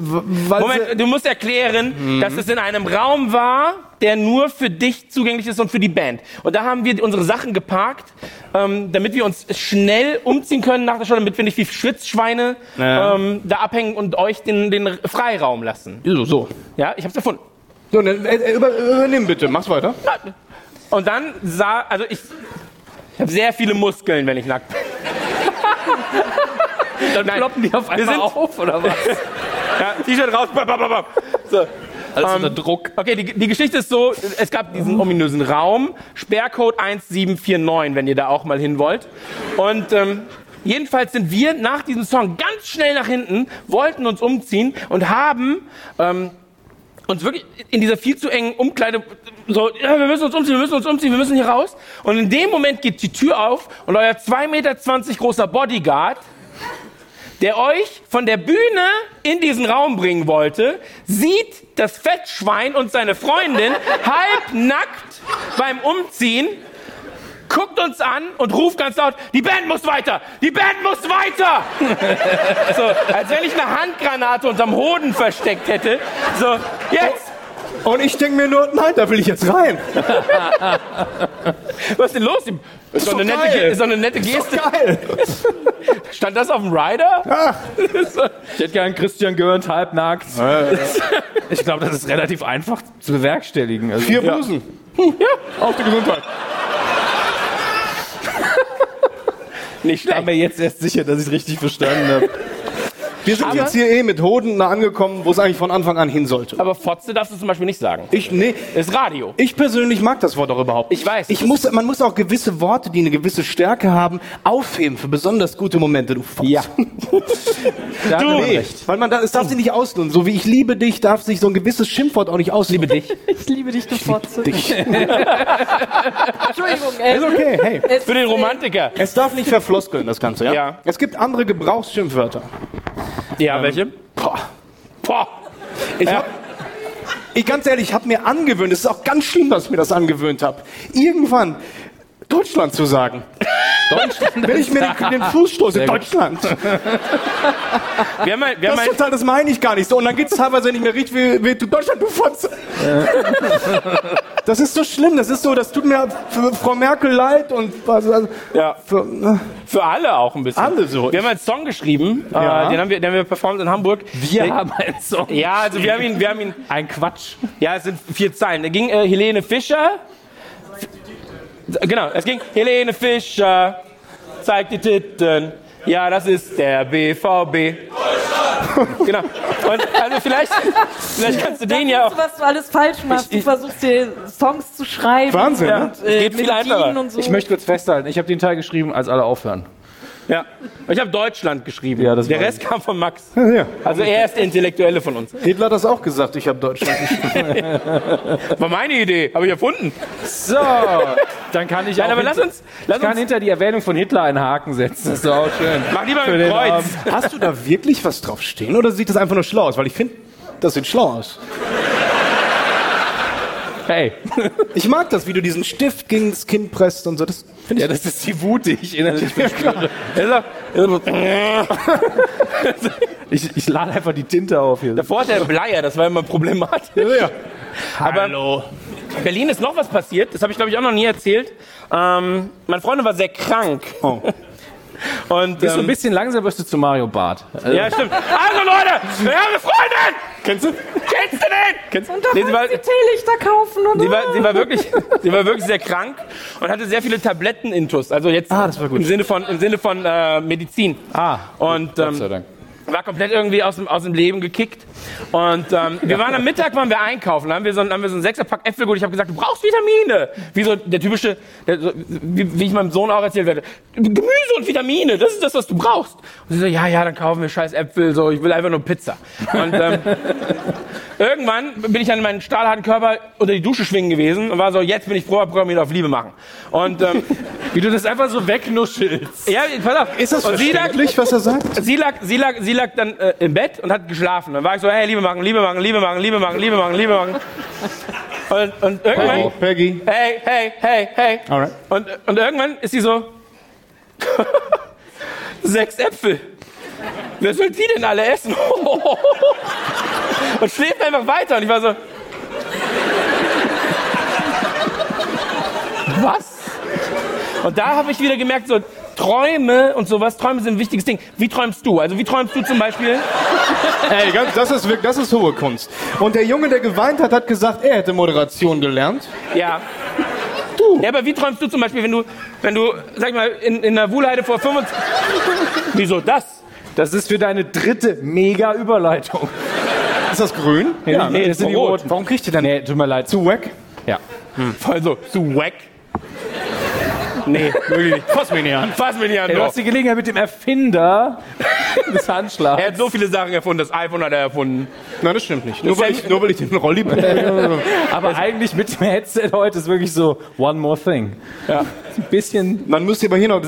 S6: weil
S1: Moment, du musst erklären, dass es in einem Raum war, der nur für dich zugänglich ist und für die Band. Und da haben wir unsere Sachen geparkt, ähm, damit wir uns schnell umziehen können nach der Show, damit wir nicht wie Schwitzschweine
S6: Ja.
S1: ähm, da abhängen und euch den, den Freiraum lassen.
S6: sie, so, so.
S1: Ja, ich hab's erfunden.
S6: so dann, äh, äh, über, übernimm bitte, mach's weiter.
S1: Und dann sah, also ich, ich habe sehr viele Muskeln, wenn ich nackt bin. Dann
S8: Kloppen die auf einmal
S1: sind-
S8: auf, oder was?
S1: Ja, T-Shirt raus. Bap, bap, bap, bap. So.
S8: Alles
S1: Ähm,
S8: unter Druck.
S1: Okay, die, die Geschichte ist so, es gab diesen ominösen Raum, Sperrcode 1749, wenn ihr da auch mal hin wollt. Und ähm, jedenfalls sind wir nach diesem Song ganz schnell nach hinten, wollten uns umziehen und haben ähm, uns wirklich in dieser viel zu engen Umkleide so, ja, wir müssen uns umziehen, wir müssen uns umziehen, wir müssen hier raus. Und in dem Moment geht die Tür auf und euer 2,20 Meter großer Bodyguard der euch von der Bühne in diesen Raum bringen wollte, sieht das Fettschwein und seine Freundin halbnackt beim Umziehen, guckt uns an und ruft ganz laut, die Band muss weiter, die Band muss weiter. so, als wenn ich eine Handgranate unterm Hoden versteckt hätte. So, jetzt,
S6: Und ich denke mir nur, nein, da will ich jetzt rein.
S1: was ist denn los? Ist doch,
S6: doch
S1: eine nette,
S6: geil.
S1: Ge- ist doch eine nette Geste.
S6: Geil.
S1: Stand das auf dem Rider?
S6: Ach.
S8: Ich hätte gern Christian Görnd halbnackt. Ich glaube, das ist relativ einfach zu bewerkstelligen. Also,
S6: Vier Busen.
S1: Hm.
S6: Ja. Auf die Gesundheit.
S1: Nicht
S8: Ich bin mir jetzt erst sicher, dass ich es richtig verstanden habe.
S6: ne. Wir sind jetzt hier eh mit Hoden nah angekommen, wo es eigentlich von Anfang an hin sollte.
S1: Aber Fotze darfst du zum Beispiel nicht sagen.
S6: Ich, nee,
S1: Ist Radio.
S6: Ich persönlich mag das Wort auch überhaupt nicht.
S1: Ich weiß.
S6: Ich muss, man muss auch gewisse Worte, die eine gewisse Stärke haben, aufheben für besonders gute Momente, du Fotz.
S8: Ja. Da
S6: Du,
S8: hat er
S6: nee,
S8: recht.
S6: weil man da, es darf sich nicht ausnutzen. So wie ich liebe dich, darf sich so ein gewisses Schimpfwort auch nicht ausnutzen. Liebe dich.
S15: Ich liebe dich, du Fotze.
S6: dich.
S15: Entschuldigung, ey.
S6: Ist okay, hey.
S15: Es-
S1: Für den Romantiker.
S6: Es darf nicht verfloskeln, das Ganze, ja?
S1: Ja.
S6: Es gibt andere Gebrauchsschimpfwörter.
S1: Ja, welche?
S6: Boah.
S1: Ähm, Boah.
S6: Ich hab, ich ganz ehrlich, ich habe mir angewöhnt, es ist auch ganz schlimm, dass ich mir das angewöhnt habe, irgendwann Deutschland zu sagen. Deutschland? Wenn ich mir den, den Fuß stoße, Deutschland.
S1: Wir haben mal, wir haben
S6: Das,
S1: mal,
S6: ist total, das meine ich gar nicht so. Und dann geht es teilweise nicht mehr richtig wie, wie du Deutschland, du Fotze. Das ist so schlimm, das ist so, das tut mir für Frau Merkel leid und was, also,
S1: Ja.
S6: für, ne?
S1: für alle auch ein bisschen.
S6: Alle so.
S1: Wir haben einen Song geschrieben,
S6: Ja.
S1: äh, den, haben wir, den haben wir performt in Hamburg.
S8: Wir
S1: Der-
S8: haben einen Song.
S1: ja, also wir haben ihn, wir haben ihn,
S8: Ein Quatsch.
S1: ja, es sind vier Zeilen. Da ging äh, Helene Fischer. Genau, es ging Helene Fischer, zeigt die Titten. Ja, das ist der BVB. genau. Und also vielleicht, vielleicht kannst du den ja
S16: Weißt
S1: auch.
S16: du, was du alles falsch machst? Du versuchst dir Songs zu schreiben.
S1: Wahnsinn, ne?
S16: Und, äh,
S1: Geht viel
S16: Melodien
S1: einfacher.
S16: Und so.
S9: Ich möchte kurz festhalten, ich habe den Teil geschrieben, als alle aufhören.
S1: Ja. Ich habe Deutschland geschrieben.
S9: Ja, das
S1: Der
S9: weiß
S1: Rest kam von Max.
S6: Ja.
S1: Also er ist der Intellektuelle von uns.
S6: Hitler hat das auch gesagt, ich habe Deutschland geschrieben.
S1: War meine Idee, habe ich erfunden.
S9: So, dann kann ich
S1: Nein,
S9: auch
S1: aber lass
S9: hinter-
S1: uns- lass
S9: ich kann
S1: uns-
S9: hinter die Erwähnung von Hitler einen Haken setzen. ähm, Das ist doch auch schön.
S1: Mach lieber
S9: Für
S1: ein
S9: den
S1: Kreuz.
S6: Hast du da wirklich was drauf stehen oder sieht das einfach nur schlau aus? Weil ich finde, das sieht schlau aus.
S9: Hey,
S6: Ich mag das, wie du diesen Stift gegen das Kinn presst und so. Das finde
S1: Ja,
S6: ich
S1: das ist die Wut, die ich innerlich verspüre. Er sagt, er sagt,
S9: ich, ich lade einfach die Tinte auf hier.
S1: Davor hat er Bleier, das war immer problematisch. Aber Berlin ist noch was passiert, das habe ich glaube ich auch noch nie erzählt. Ähm, mein Freund war sehr krank. Und,
S9: Oh. Bist du ein
S1: ähm,
S9: bisschen langsam, wirst du zu Mario Barth.
S1: ja, stimmt. Also Leute, wir haben eine Freundin! Kennst du? Kennst du den? Kennst
S16: Und da
S1: Nee, sie war,
S16: wollen sie Teelichter kaufen und
S1: sie, war, sie, war wirklich, sie war wirklich sehr krank und hatte sehr viele Tablettenintus. Also jetzt
S16: Ah,
S1: im Sinne von, im Sinne von äh, Medizin.
S9: Ah,
S1: Und
S9: Gott sei
S1: ähm,
S9: Dank.
S1: war komplett irgendwie aus dem, aus dem Leben gekickt. Und ähm, wir waren am Mittag, waren wir einkaufen. Da haben wir so, einen- haben wir so einen Sechserpack Äpfelgut. Ich habe gesagt, du brauchst Vitamine. Wie so der typische, der, so- wie, wie ich meinem Sohn auch erzählt werde. Gemüse und Vitamine, das ist das, was du brauchst. Und sie so, ja, ja, dann kaufen wir scheiß Äpfel. So, ich will einfach nur Pizza. Und ähm, irgendwann bin ich an meinen stahlharten Körper unter die Dusche schwingen gewesen und war so, jetzt bin ich Programmierer auf Liebe machen. Und ähm,
S9: Wie du das einfach so wegnuschelst.
S1: ja, pass auf.
S6: Ist das
S1: und sie lag,
S6: verständlich, was er sagt?
S1: sie lag, sie lag, sie lag dann äh, im Bett und hat geschlafen. Dann war ich so, hey, Liebe machen, Liebe machen, Liebe machen, Liebe machen, Liebe machen, Liebe machen. Und, und irgendwann,
S6: Peggy.
S1: hey, hey, hey, hey.
S6: Alright.
S1: Und, und irgendwann ist sie so, sechs Äpfel. Wer soll die denn alle essen? und schläft einfach weiter. Und ich war so, was? Und da habe ich wieder gemerkt, so Träume und sowas, Träume sind ein wichtiges Ding. Wie träumst du? Also wie träumst du zum Beispiel?
S6: Ey, ganz, das ist wirklich, das ist hohe Kunst. Und der Junge, der geweint hat, hat gesagt, er hätte Moderation gelernt.
S1: Ja. Ja, aber wie träumst du zum Beispiel, wenn du, wenn du, sag ich mal, in, in einer Wuhlheide vor 25... Wieso das?
S9: Das ist für deine dritte Mega-Überleitung.
S6: Ist das grün? ne?
S9: nee, das sind die
S1: Rot.
S9: Roten. Warum kriegt ihr denn? Nee, tut mir leid.
S6: Zu wack?
S9: Ja.
S1: Voll so, zu wack. Nee, wirklich nicht. Fass mich nicht an. Fass mich nicht an,
S9: Ey, du
S1: doch.
S9: hast die Gelegenheit mit dem Erfinder des Handschlags.
S1: Er hat so viele Sachen erfunden, das iPhone hat er erfunden.
S6: Nein, das stimmt nicht. Nur weil ich, nur weil ich den Rolli
S9: Aber eigentlich mit dem Headset heute ist wirklich so one more thing. Ja. Ein bisschen.
S6: Man müsste aber hier noch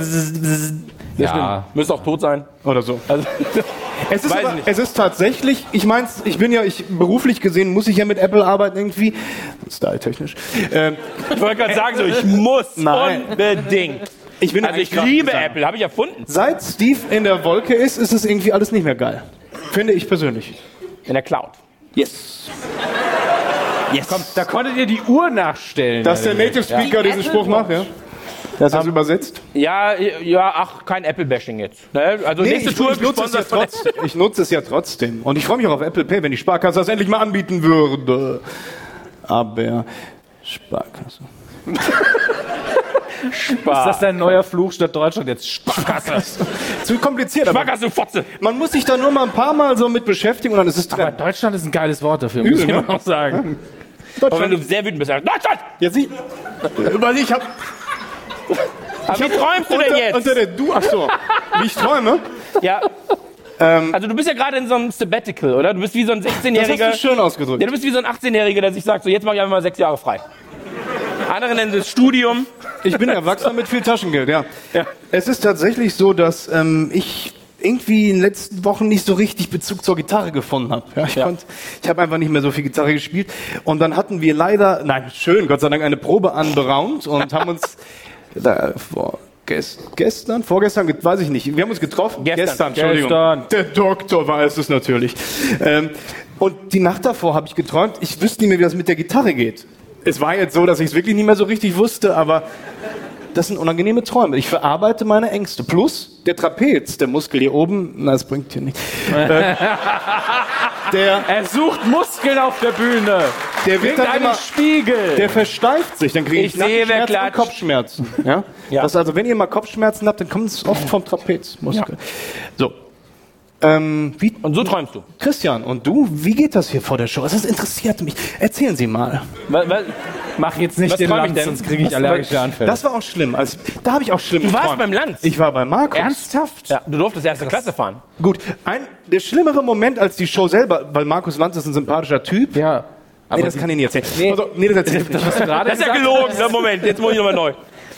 S9: Ja.
S1: Müsste auch tot sein.
S6: oder so.
S1: Also,
S6: Es ist,
S1: Weiß
S6: aber,
S1: nicht.
S6: es ist tatsächlich, ich meins, ich bin ja, ich beruflich gesehen muss ich ja mit Apple arbeiten irgendwie, styletechnisch. Ähm,
S1: ich wollte gerade sagen, so, ich muss
S6: Nein.
S1: unbedingt.
S6: ich bin
S1: Also ich
S6: eigentlich
S1: liebe
S6: Grafikdesigner.
S1: Apple, habe ich erfunden.
S6: Seit Steve in der Wolke ist, ist es irgendwie alles nicht mehr geil. Finde ich persönlich.
S1: In der Cloud.
S6: Yes.
S1: Yes. Komm,
S9: Da konntet ihr die Uhr nachstellen.
S6: Dass der Native Speaker diesen Spruch macht, ja. Dass er es übersetzt.
S1: Ja, ja, ach, kein Apple-Bashing jetzt. Ne? Also
S6: Nee,
S1: nächste
S6: ich,
S1: Tour
S6: ich, nutze es ja
S1: gesponsert von
S6: trotz, ich nutze es ja trotzdem. Und ich freue mich auch auf Apple Pay, wenn die Sparkasse das endlich mal anbieten würde. Aber Sparkasse.
S9: Ist das dein neuer Fluch statt Deutschland jetzt? Sparkasse.
S6: Zu kompliziert, aber
S1: Sparkasse, Fotze.
S6: man muss sich da nur mal ein paar Mal so mit beschäftigen und dann ist es
S9: Aber
S6: drin.
S9: Deutschland ist ein geiles Wort dafür, muss ich
S6: Übel, ne?
S9: immer noch sagen.
S1: Aber wenn du sehr wütend bist, sagst du, Deutschland!
S6: Jetzt ich, weil ich habe
S1: Aber wie träumst du denn
S6: unter,
S1: jetzt?
S6: unter der Du, ach so, wie ich träume.
S1: Ja. also du bist ja gerade in so einem Sabbatical, oder? Du bist wie so ein
S6: Ähm. Das hast
S1: 16-Jähriger.
S6: du schön ausgedrückt.
S1: Ja, du bist wie so ein 18-Jähriger, der sich sagt, so jetzt mache ich einfach mal sechs Jahre frei. Andere nennen das Studium.
S6: Ich bin Erwachsener mit viel Taschengeld, ja. Es ist tatsächlich so, dass ähm, ich irgendwie in den letzten Wochen nicht so richtig Bezug zur Gitarre gefunden habe. Ja, ich konnte, ich habe einfach nicht mehr so viel Gitarre gespielt. Und dann hatten wir leider, nein, schön, Gott sei Dank, eine Probe anberaumt und haben uns da, vor, gest, gestern, vorgestern, ge- weiß ich nicht, wir haben uns getroffen.
S1: Gestern.
S6: Entschuldigung.
S9: Gestern.
S6: Der Doktor weiß es natürlich. Ähm, und die Nacht davor habe ich geträumt, ich wüsste nicht mehr, wie das mit der Gitarre geht. Es war jetzt so, dass ich es wirklich nicht mehr so richtig wusste, aber das sind unangenehme Träume. Ich verarbeite meine Ängste. Plus der Trapez, der Muskel hier oben, na, das bringt hier nichts. Äh, der,
S9: Er sucht Muskeln auf der Bühne.
S6: der wird
S9: Bringt
S6: dann
S9: einen
S6: immer,
S9: Spiegel.
S6: der versteift sich, dann kriege ich,
S1: Ich sehe, wer
S6: Nackenschmerzen
S1: klatscht.
S6: und Kopfschmerzen. Also Ja? Das also, wenn ihr mal Kopfschmerzen habt, dann kommt es oft vom Trapezmuskel. So. Ähm, wie,
S1: und so träumst du.
S6: Christian, und du, wie geht das hier vor der Show? Das interessiert mich. Erzählen Sie mal.
S1: Wa- wa- Mach jetzt
S9: nicht den
S1: träum ich
S9: Lanz,
S1: denn?
S9: sonst krieg ich
S1: Was-
S9: allergische Anfälle.
S6: Das war auch schlimm. Also, da habe ich auch schlimm
S1: Du warst
S6: geträumt.
S1: beim Lanz?
S6: Ich war bei Markus.
S1: Ernsthaft? Ja, du durftest erste Klasse fahren.
S6: Gut, ein, der schlimmere Moment als die Show selber, weil Markus Lanz ist ein sympathischer Typ.
S9: Ja.
S6: nee, das kann ich nicht erzählen. Nee, also, nee das erzähl ich nicht.
S1: Das ist ja gelogen. Na, Moment, jetzt muss ich nochmal neu.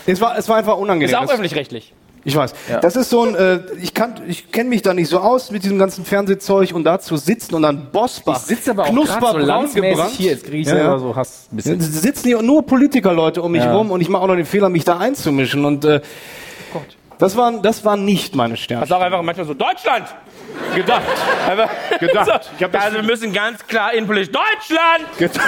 S6: Es war, es war einfach unangenehm.
S1: Ist auch
S6: Das-
S1: öffentlich-rechtlich.
S6: Ich weiß. Das ist so ein, äh, ich kann, ich kenne mich da nicht so aus mit diesem ganzen Fernsehzeug und dazu sitzen und dann Bossbach. Ich
S9: sitze aber auch grad so lanzmäßig hier, jetzt krieg ich selber so Hass ein bisschen.
S6: Sitzen hier nur Politikerleute um mich
S9: Ja.
S6: rum und ich mache auch noch den Fehler, mich da einzumischen und, äh, das waren, das waren nicht meine Sterne.
S9: Also
S1: Hast auch einfach manchmal so Deutschland gedacht. Einfach
S6: Gedacht. Ich
S1: So,
S6: hab das-
S1: also wir müssen ganz klar innenpolitisch Deutschland.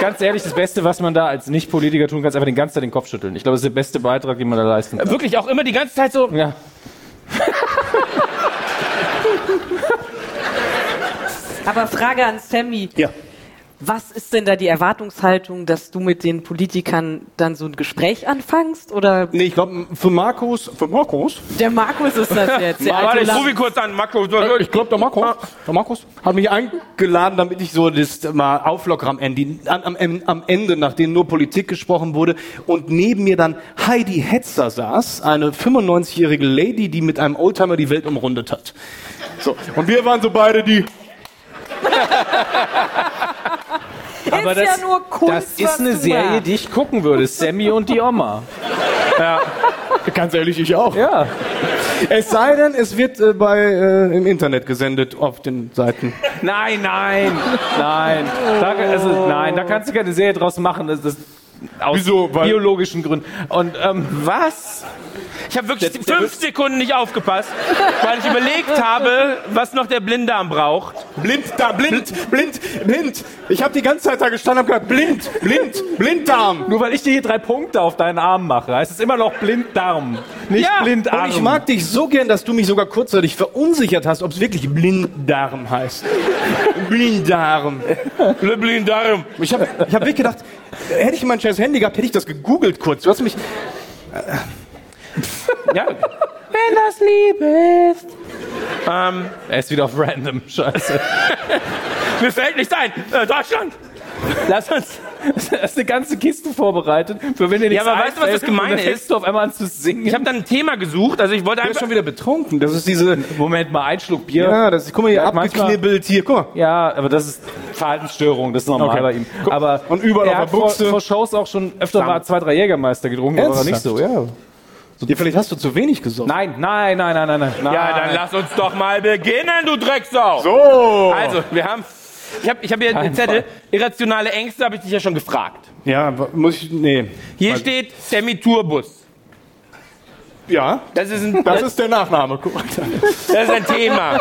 S9: Ganz ehrlich, das Beste, was man da als Nicht-Politiker tun kann, ist einfach den ganzen Tag den Kopf schütteln. Ich glaube, das ist der beste Beitrag, den man da leisten kann.
S1: Wirklich auch immer die ganze Zeit so.
S9: Ja.
S17: Aber Frage an Sammy.
S6: Ja.
S17: Was ist denn da die Erwartungshaltung, dass du mit den Politikern dann so ein Gespräch anfängst? Oder
S6: Nee, ich glaube, für Markus, für Markus,
S17: der Markus ist das jetzt? Der
S1: Warte,
S17: alte
S1: ich
S17: Lang-
S1: rufe ihn kurz an, Marco.
S6: Ich glaube, der Markus, der Markus Ah. hat mich eingeladen, damit ich so das mal auflockere am Ende, am, am, am Ende, nachdem nur Politik gesprochen wurde. Und neben mir dann Heidi Hetzer saß, eine 95-jährige Lady, die mit einem Oldtimer die Welt umrundet hat. So. Und wir waren so beide die.
S9: Aber
S17: ist ja nur Kunst,
S9: das
S17: was
S9: ist eine
S17: du
S9: Serie,
S17: machst.
S9: die ich gucken würde. Sammy und die Oma.
S6: Ganz ehrlich, ich auch.
S9: Ja.
S6: Es sei denn, es wird äh, bei, äh, im Internet gesendet, auf den Seiten.
S9: Nein, nein, nein. Da, also, nein, da kannst du keine Serie draus machen. Das, das, aus
S6: Wieso? Weil-
S9: biologischen Gründen. Und ähm, was?
S1: Ich habe wirklich fünf Sekunden nicht aufgepasst, weil ich überlegt habe, was noch der Blinddarm braucht.
S6: Blind, da, blind, blind, blind. Ich habe die ganze Zeit da gestanden und gehört, blind, blind, blinddarm.
S9: Nur weil ich dir hier drei Punkte auf deinen Arm mache, heißt es immer noch Blinddarm, nicht
S1: Ja,
S9: Blindarm.
S6: Und ich mag dich so gern, dass du mich sogar kurzzeitig verunsichert hast, ob es wirklich Blinddarm heißt. Blinddarm.
S1: Le Blinddarm.
S6: Ich habe ich hab wirklich gedacht, hätte ich mein scheiß Handy gehabt, hätte ich das gegoogelt kurz. Du hast mich.
S1: Ja. Wenn das Liebe ist. Ähm,
S9: er ist wieder auf random, scheiße.
S1: mir fällt nichts ein. Äh, Deutschland.
S9: Lass uns. Du hast eine ganze Kiste vorbereitet, für wenn dir nichts
S1: aber weißt du, was
S9: einfällt
S1: das Gemeine
S9: und dann fängst
S1: ist?
S9: du auf einmal an zu singen.
S1: Ich habe dann ein Thema gesucht, also ich wollte
S6: Der ist
S1: einfach...
S6: schon wieder betrunken. Das ist diese.
S9: Moment mal, ein Schluck Bier.
S6: Ja, das ist. Guck mal hier,
S9: Ja, manchmal-
S6: abgeknibbelt hier. Guck mal.
S9: Ja, aber das ist Verhaltensstörung, das ist normal
S6: Okay.
S9: bei ihm.
S6: Guck,
S9: Aber
S6: und überall
S9: er
S6: auf
S9: hat
S6: der
S9: vor,
S6: Buchse.
S9: vor Shows auch schon öfter mal zwei, drei Jägermeister getrunken, aber nicht so, ja.
S6: Ja, vielleicht hast du zu wenig gesoffen.
S9: Nein, nein, nein, nein, nein, nein.
S1: Ja, dann lass uns doch mal beginnen, du Drecksau.
S6: So.
S1: Also, wir haben... Ich habe ich hab hier einen Zettel. Irrationale Ängste habe ich dich ja schon gefragt.
S6: Ja, wa- muss ich. Nee.
S1: Hier steht Sammy Turbus.
S6: Ja,
S1: Das ist ein,
S6: das ist der Nachname. Guck mal.
S1: das ist ein Thema.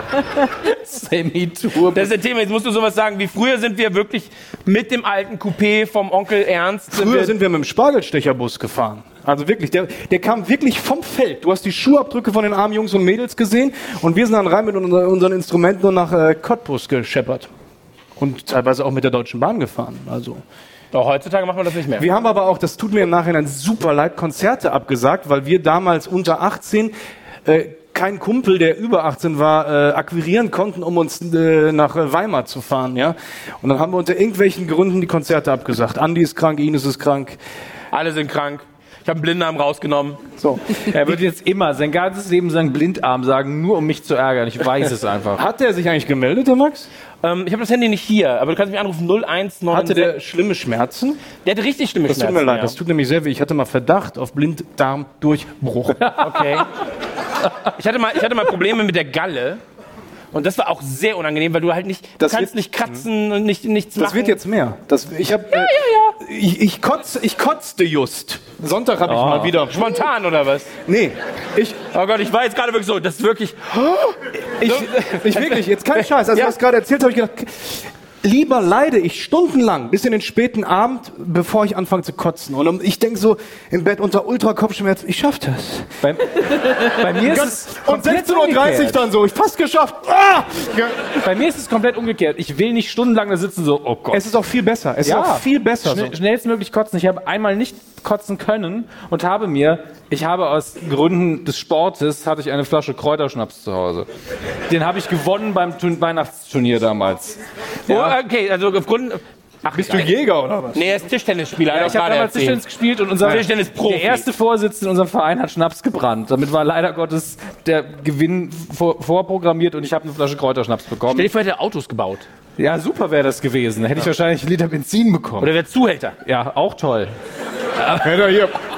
S9: Semi-Tour.
S1: Das ist ein Thema. Jetzt musst du sowas sagen wie früher sind wir wirklich mit dem alten Coupé vom Onkel Ernst.
S6: Früher sind wir mit dem Spargelstecherbus gefahren. Also wirklich, der, der kam wirklich vom Feld. Du hast die Schuhabdrücke von den armen Jungs und Mädels gesehen und wir sind dann rein mit unser, unseren Instrumenten und nach äh, Cottbus gescheppert. Und teilweise auch mit der Deutschen Bahn gefahren. Also.
S1: Doch, heutzutage macht man das nicht mehr.
S6: Wir haben aber auch, das tut mir im Nachhinein super leid, Konzerte abgesagt, weil wir damals unter 18 äh, kein Kumpel, der über 18 war, äh, akquirieren konnten, um uns äh, nach äh, Weimar zu fahren. Ja? Und dann haben wir unter irgendwelchen Gründen die Konzerte abgesagt. Andi ist krank, Ines ist krank.
S1: Alle sind krank. Ich habe einen Blindarm rausgenommen.
S6: So.
S9: Er wird jetzt immer sein ganzes Leben lang Blindarm sagen, nur um mich zu ärgern. Ich weiß es einfach.
S6: Hat der sich eigentlich gemeldet, der Max?
S1: Ähm, ich habe das Handy nicht hier, aber du kannst mich anrufen 019.
S6: Hatte der schlimme Schmerzen?
S1: der hatte richtig schlimme
S6: Das tut
S1: Schmerzen.
S6: mir leid,
S1: ja.
S6: das tut nämlich sehr weh. Ich hatte mal Verdacht auf Blinddarmdurchbruch.
S1: Okay. Ich hatte, mal, ich hatte mal Probleme mit der Galle. Und das war auch sehr unangenehm, weil du halt nicht,
S6: Das
S1: du kannst
S6: wird- Hm.
S1: nicht kratzen und nicht, nichts
S6: Das
S1: machen.
S6: wird jetzt mehr. Das, ich hab, ja, ja, ja. Ich, ich, kotz, ich kotzte just. Sonntag habe ich
S9: Oh.
S6: mal wieder.
S1: Spontan oder was?
S6: Nee, ich,
S1: Oh Gott, ich war jetzt gerade wirklich so, das ist wirklich.
S6: Oh, ich, ich wirklich, jetzt kein Scheiß. Also, Als
S1: Ja.
S6: du das gerade erzählt habe ich gedacht, Lieber leide ich stundenlang bis in den späten Abend, bevor ich anfange zu kotzen. Und um, ich denke so im Bett unter Ultra-Kopfschmerzen, ich schaff das.
S18: Bei, bei mir ist es
S6: Und
S18: komplett
S6: 16.30 Uhr
S18: umgekehrt.
S6: dann so, ich fast geschafft. Ah!
S18: Bei mir ist es komplett umgekehrt. Ich will nicht stundenlang da sitzen so, oh Gott.
S6: Es ist auch viel besser. Es ist auch viel besser.
S18: Schnell, Schnellstmöglich kotzen. Ich habe einmal nicht kotzen können und habe mir, ich habe aus Gründen des Sportes, hatte ich eine Flasche Kräuterschnaps zu Hause. Den habe ich gewonnen beim Tun- Weihnachtsturnier damals.
S1: Oh, okay, also aufgrund. Ach,
S6: bist du Jäger oder was?
S1: Nee, er ist Tischtennisspieler. hat er
S18: ich habe
S1: gerade
S18: damals
S1: erzählt.
S18: Tischtennis gespielt und unser
S1: Tischtennis-Profi.
S18: der erste Vorsitzende in unserem Verein hat Schnaps gebrannt. Damit war leider Gottes der Gewinn vor, vorprogrammiert und ich habe eine Flasche Kräuterschnaps bekommen.
S1: Stell dir vor, er hätte Autos gebaut.
S18: Ja, super wäre das gewesen. Hätte ich wahrscheinlich einen Liter Benzin bekommen.
S1: Oder wäre Zuhälter.
S18: Ja, auch toll.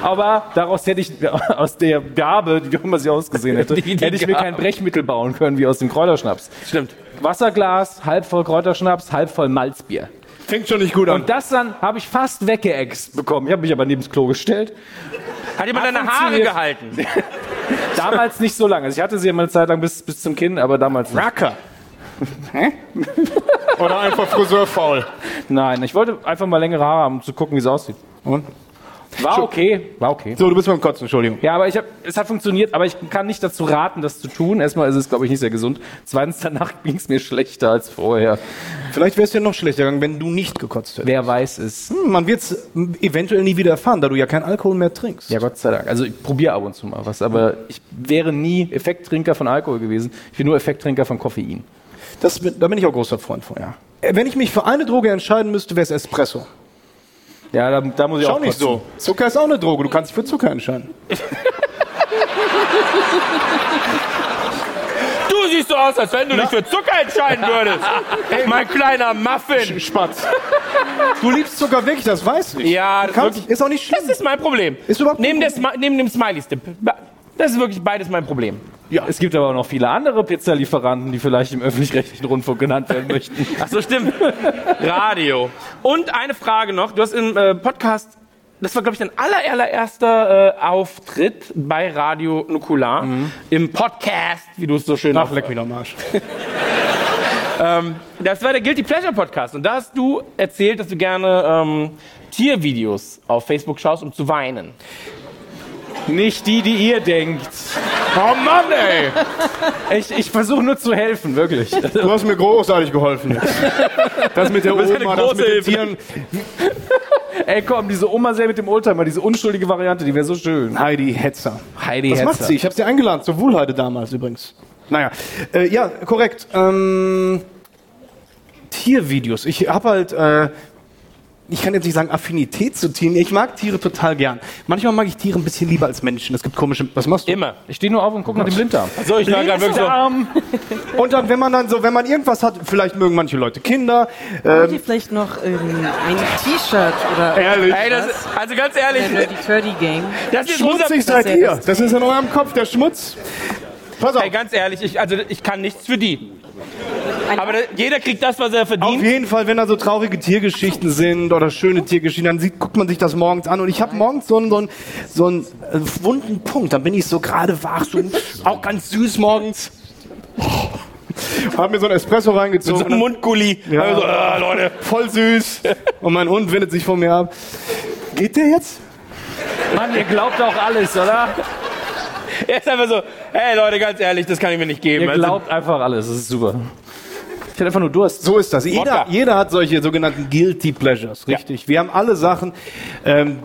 S18: Aber daraus hätte ich, aus der Gabe, die auch immer sie ausgesehen hätte,
S1: Die- die
S18: hätte ich mir
S1: Gabe.
S18: kein Brechmittel bauen können, wie aus dem Kräuterschnaps.
S1: Stimmt.
S18: Wasserglas, halb voll Kräuterschnaps, halb voll Malzbier.
S6: Fängt schon nicht gut an.
S18: Und das dann habe ich fast weggeext bekommen. Ich habe mich aber neben das Klo gestellt.
S1: Hat jemand
S18: Hat
S1: deine Haare
S18: funktioniert.
S1: gehalten?
S18: Damals nicht so lange. Also ich hatte sie immer eine Zeit lang bis, bis zum Kinn, aber damals nicht.
S6: Racker. Oder einfach Friseur faul.
S18: Nein, ich wollte einfach mal längere Haare haben, um zu gucken, wie es aussieht.
S6: Und?
S18: War okay, war okay.
S6: So, du bist beim Kotzen, Entschuldigung.
S18: Ja, aber ich hab, es hat funktioniert, aber ich kann nicht dazu raten, das zu tun. Erstmal ist es, glaube ich, nicht sehr gesund. Zweitens, danach ging es mir schlechter als vorher.
S6: Vielleicht wär's dir noch schlechter gegangen, wenn du nicht gekotzt hättest.
S18: Wer weiß es.
S6: Hm, Man wird's hm, eventuell nie wieder erfahren, da du ja keinen Alkohol mehr trinkst.
S18: Ja, Gott sei Dank. Also ich probiere ab und zu mal was, aber ich wäre nie Effekttrinker von Alkohol gewesen. Ich bin nur Effekttrinker von Koffein.
S6: Das, bin- da bin ich auch großer Freund von, ja. Äh, Wenn ich mich für eine Droge entscheiden müsste, wär's Espresso.
S18: Ja, da, da muss ich
S6: Schau
S18: auch
S6: nicht so.
S18: kotzen.
S6: Zucker ist auch eine Droge, du kannst dich für Zucker entscheiden.
S1: Du siehst so aus, als wenn du dich für Zucker entscheiden würdest. mein kleiner Muffin.
S6: Spatz. Du liebst Zucker wirklich, das weiß ich.
S1: Ja,
S6: Du
S1: das,
S6: kannst,
S1: wirklich,
S6: ist auch nicht schlimm.
S1: das ist mein Problem.
S6: Ist überhaupt
S1: neben,
S6: kein
S1: des, neben dem Smiley-Stip. Das ist wirklich beides mein Problem.
S18: Es gibt aber auch noch viele andere Pizzalieferanten, die vielleicht im öffentlich-rechtlichen Rundfunk genannt werden möchten.
S1: Ach so, stimmt. Radio. Und eine Frage noch. Du hast im äh, Podcast, das war, glaube ich, dein aller, allererster äh, Auftritt bei Radio Nukular.
S18: Mhm.
S1: Im Podcast, wie du es so schön
S6: Ach,
S1: auch-
S6: leck mich am Arsch.
S1: ähm, Das war der Guilty Pleasure Podcast. Und da hast du erzählt, dass du gerne ähm, Tiervideos auf Facebook schaust, um zu weinen.
S18: Nicht die, die ihr denkt.
S6: Oh Mann, ey!
S18: Ich, ich versuche nur zu helfen, wirklich.
S6: Du hast mir großartig geholfen. Das mit der
S1: bist eine
S6: Oma, das mit den
S1: große
S6: Tieren.
S18: Ey, komm, diese Oma sehr mit dem Oldtimer, diese unschuldige Variante, die wäre so schön.
S6: Heidi Hetzer.
S18: Heidi
S6: Was macht sie? Ich habe sie eingeladen, zur Wohlheide damals übrigens. Naja, äh, ja, korrekt. Ähm, Tiervideos. Ich habe halt, äh, ich kann jetzt nicht sagen Affinität zu Tieren. Ich mag Tiere total gern. Manchmal mag ich Tiere ein bisschen lieber als Menschen. Es gibt komische, was machst du?
S1: Immer.
S18: Ich stehe nur auf und gucke nach dem Blinddarm.
S1: So, ich war gerade wirklich so.
S6: Und dann, wenn man dann so, wenn man irgendwas hat, vielleicht mögen manche Leute Kinder.
S19: Wollt
S6: Ähm,
S19: ihr vielleicht noch ähm, ein T-Shirt oder
S6: Ehrlich?
S1: Ey, das, also ganz ehrlich,
S19: der Dirty Turdy Gang?
S1: das ist unser
S6: schmutzig seid ihr. Das ist in eurem Kopf, der Schmutz. Pass auf.
S1: Ey, ganz ehrlich, ich, also ich kann nichts für die.
S19: Ein
S1: Aber da, jeder kriegt das, was er
S6: Auf
S1: verdient.
S6: jeden Fall, wenn da so traurige Tiergeschichten sind oder schöne Tiergeschichten, dann sieht, guckt man sich das morgens an. Und ich habe morgens so einen, so, einen, so einen äh, wunden Punkt. Dann bin ich so gerade wach, so auch ganz süß morgens. Hab mir so einen Espresso
S1: So ein
S6: reingezogen.
S1: Mundgulli.
S6: Ja.
S1: Also, ah, Leute.
S6: Voll süß. Und mein Hund wendet sich von mir ab. Geht der jetzt?
S18: Mann, ihr glaubt auch alles, oder?
S1: Er ist einfach so, hey Leute, ganz ehrlich, das kann ich mir nicht geben. Also,
S18: Ihr glaubt einfach alles, das ist super. Ich hatte einfach nur Durst.
S6: So ist das. Jeder,
S1: Wodka.
S6: jeder hat solche sogenannten Guilty Pleasures, richtig. Wir haben alle Sachen. Ähm,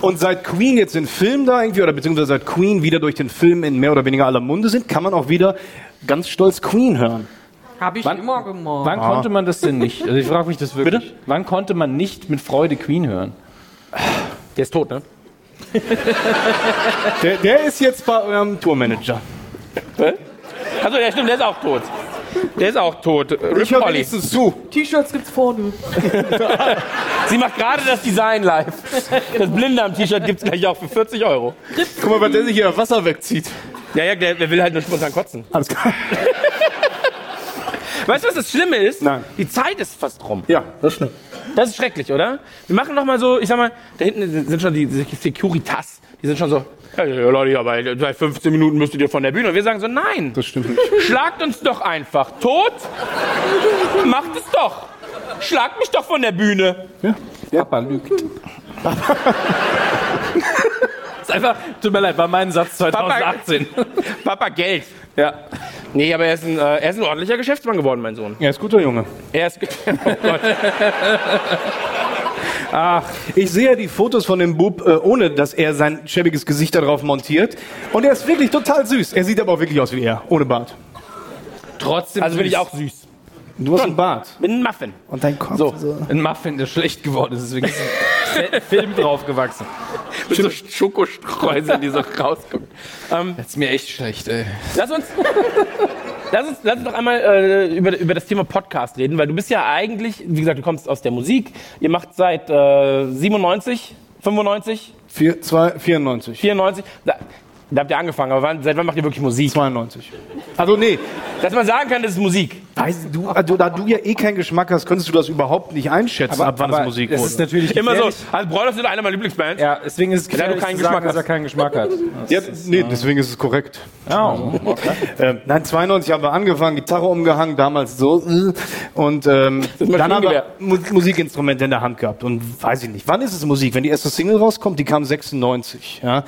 S6: und seit Queen jetzt den Film da irgendwie, oder beziehungsweise seit Queen wieder durch den Film in mehr oder weniger aller Munde sind, kann man auch wieder ganz stolz Queen hören.
S19: Habe ich immer gemacht.
S18: Wann konnte
S6: Ah.
S18: man das denn nicht? Also ich frage mich das wirklich. Bitte? Wann konnte man nicht mit Freude Queen hören?
S1: Also, der ist tot, ne?
S6: Der, der ist jetzt bei eurem Tourmanager.
S1: Also der stimmt, der ist auch tot. Der ist auch tot. Rip
S6: Ich höre
S1: Olli.
S6: wenigstens zu.
S19: T-Shirts gibt's vorne.
S1: Sie macht gerade das Design live. Das Blinddarm-T-Shirt gibt's gleich auch für 40 Euro.
S6: Guck mal, was der sich hier das Wasser wegzieht.
S1: Ja, ja, der, der will halt nur spontan kotzen.
S6: Alles klar.
S1: Weißt du, was das Schlimme ist?
S6: Nein.
S1: Die Zeit ist fast rum.
S6: Ja, das stimmt.
S1: Das ist schrecklich, oder? Wir machen noch mal so, ich sag mal, da hinten sind schon die Securitas. Die sind schon so, hey, Leute, aber seit 15 Minuten müsstet ihr von der Bühne. Und wir sagen so, nein.
S6: Das stimmt nicht.
S1: Schlagt uns doch einfach tot. Macht es doch. Schlag mich doch von der Bühne.
S20: Papa lügt.
S9: ist einfach, tut mir leid, war mein Satz 2018.
S1: Papa Geld. Ja. Nee, aber er ist, ein, äh, er ist ein ordentlicher Geschäftsmann geworden, mein Sohn.
S6: Er ist guter Junge.
S1: Er ist. Oh Gott.
S6: Ach, ich sehe die Fotos von dem Bub, äh, ohne dass er sein schäbiges Gesicht darauf montiert. Und er ist wirklich total süß. Er sieht aber auch wirklich aus wie er, ohne Bart.
S9: Trotzdem
S1: Also bin ich auch süß.
S6: Du hast einen Bart.
S1: Bin ein Muffin.
S6: Und dein Kopf.
S9: So, ein Muffin, der schlecht geworden ist, deswegen ist ein Film draufgewachsen.
S1: Mit so Schokostreuseln, die so rauskommen. Ähm,
S9: Ist mir echt schlecht, ey.
S1: lass uns. Lass uns, lass uns doch einmal äh, über, über das Thema Podcast reden, weil du bist ja eigentlich, wie gesagt, du kommst aus der Musik. Ihr macht seit äh, 97, 95,
S6: Vier, zwei, 94.
S1: 94. Da, da habt ihr angefangen, aber wann, seit wann macht ihr wirklich Musik?
S6: 92. Also nee,
S1: Dass man sagen kann, das ist Musik.
S6: weißt du, also, da du ja eh keinen Geschmack hast, könntest du das überhaupt nicht einschätzen, ab wann es Musik
S9: das
S6: wurde.
S9: ist natürlich
S1: Immer so.
S9: gefährlich.
S1: Also Broilers sind einer meiner Lieblingsbands.
S9: Ja, deswegen ist es
S1: du
S9: gefährlich,
S1: keinen
S9: zu sagen,
S1: Geschmack
S9: dass er
S1: hast.
S9: keinen Geschmack hat.
S6: Ja, nee, deswegen ist äh, es korrekt.
S9: Oh.
S6: Ähm, nein, 92 haben wir angefangen, Gitarre umgehangen, damals so. äh, Und ähm, dann haben wir
S1: Maschinengewehr.
S6: Mu Musikinstrumente in der Hand gehabt. Und weiß ich nicht, wann ist es Musik? Wenn die erste Single rauskommt, die kam 96. Ja?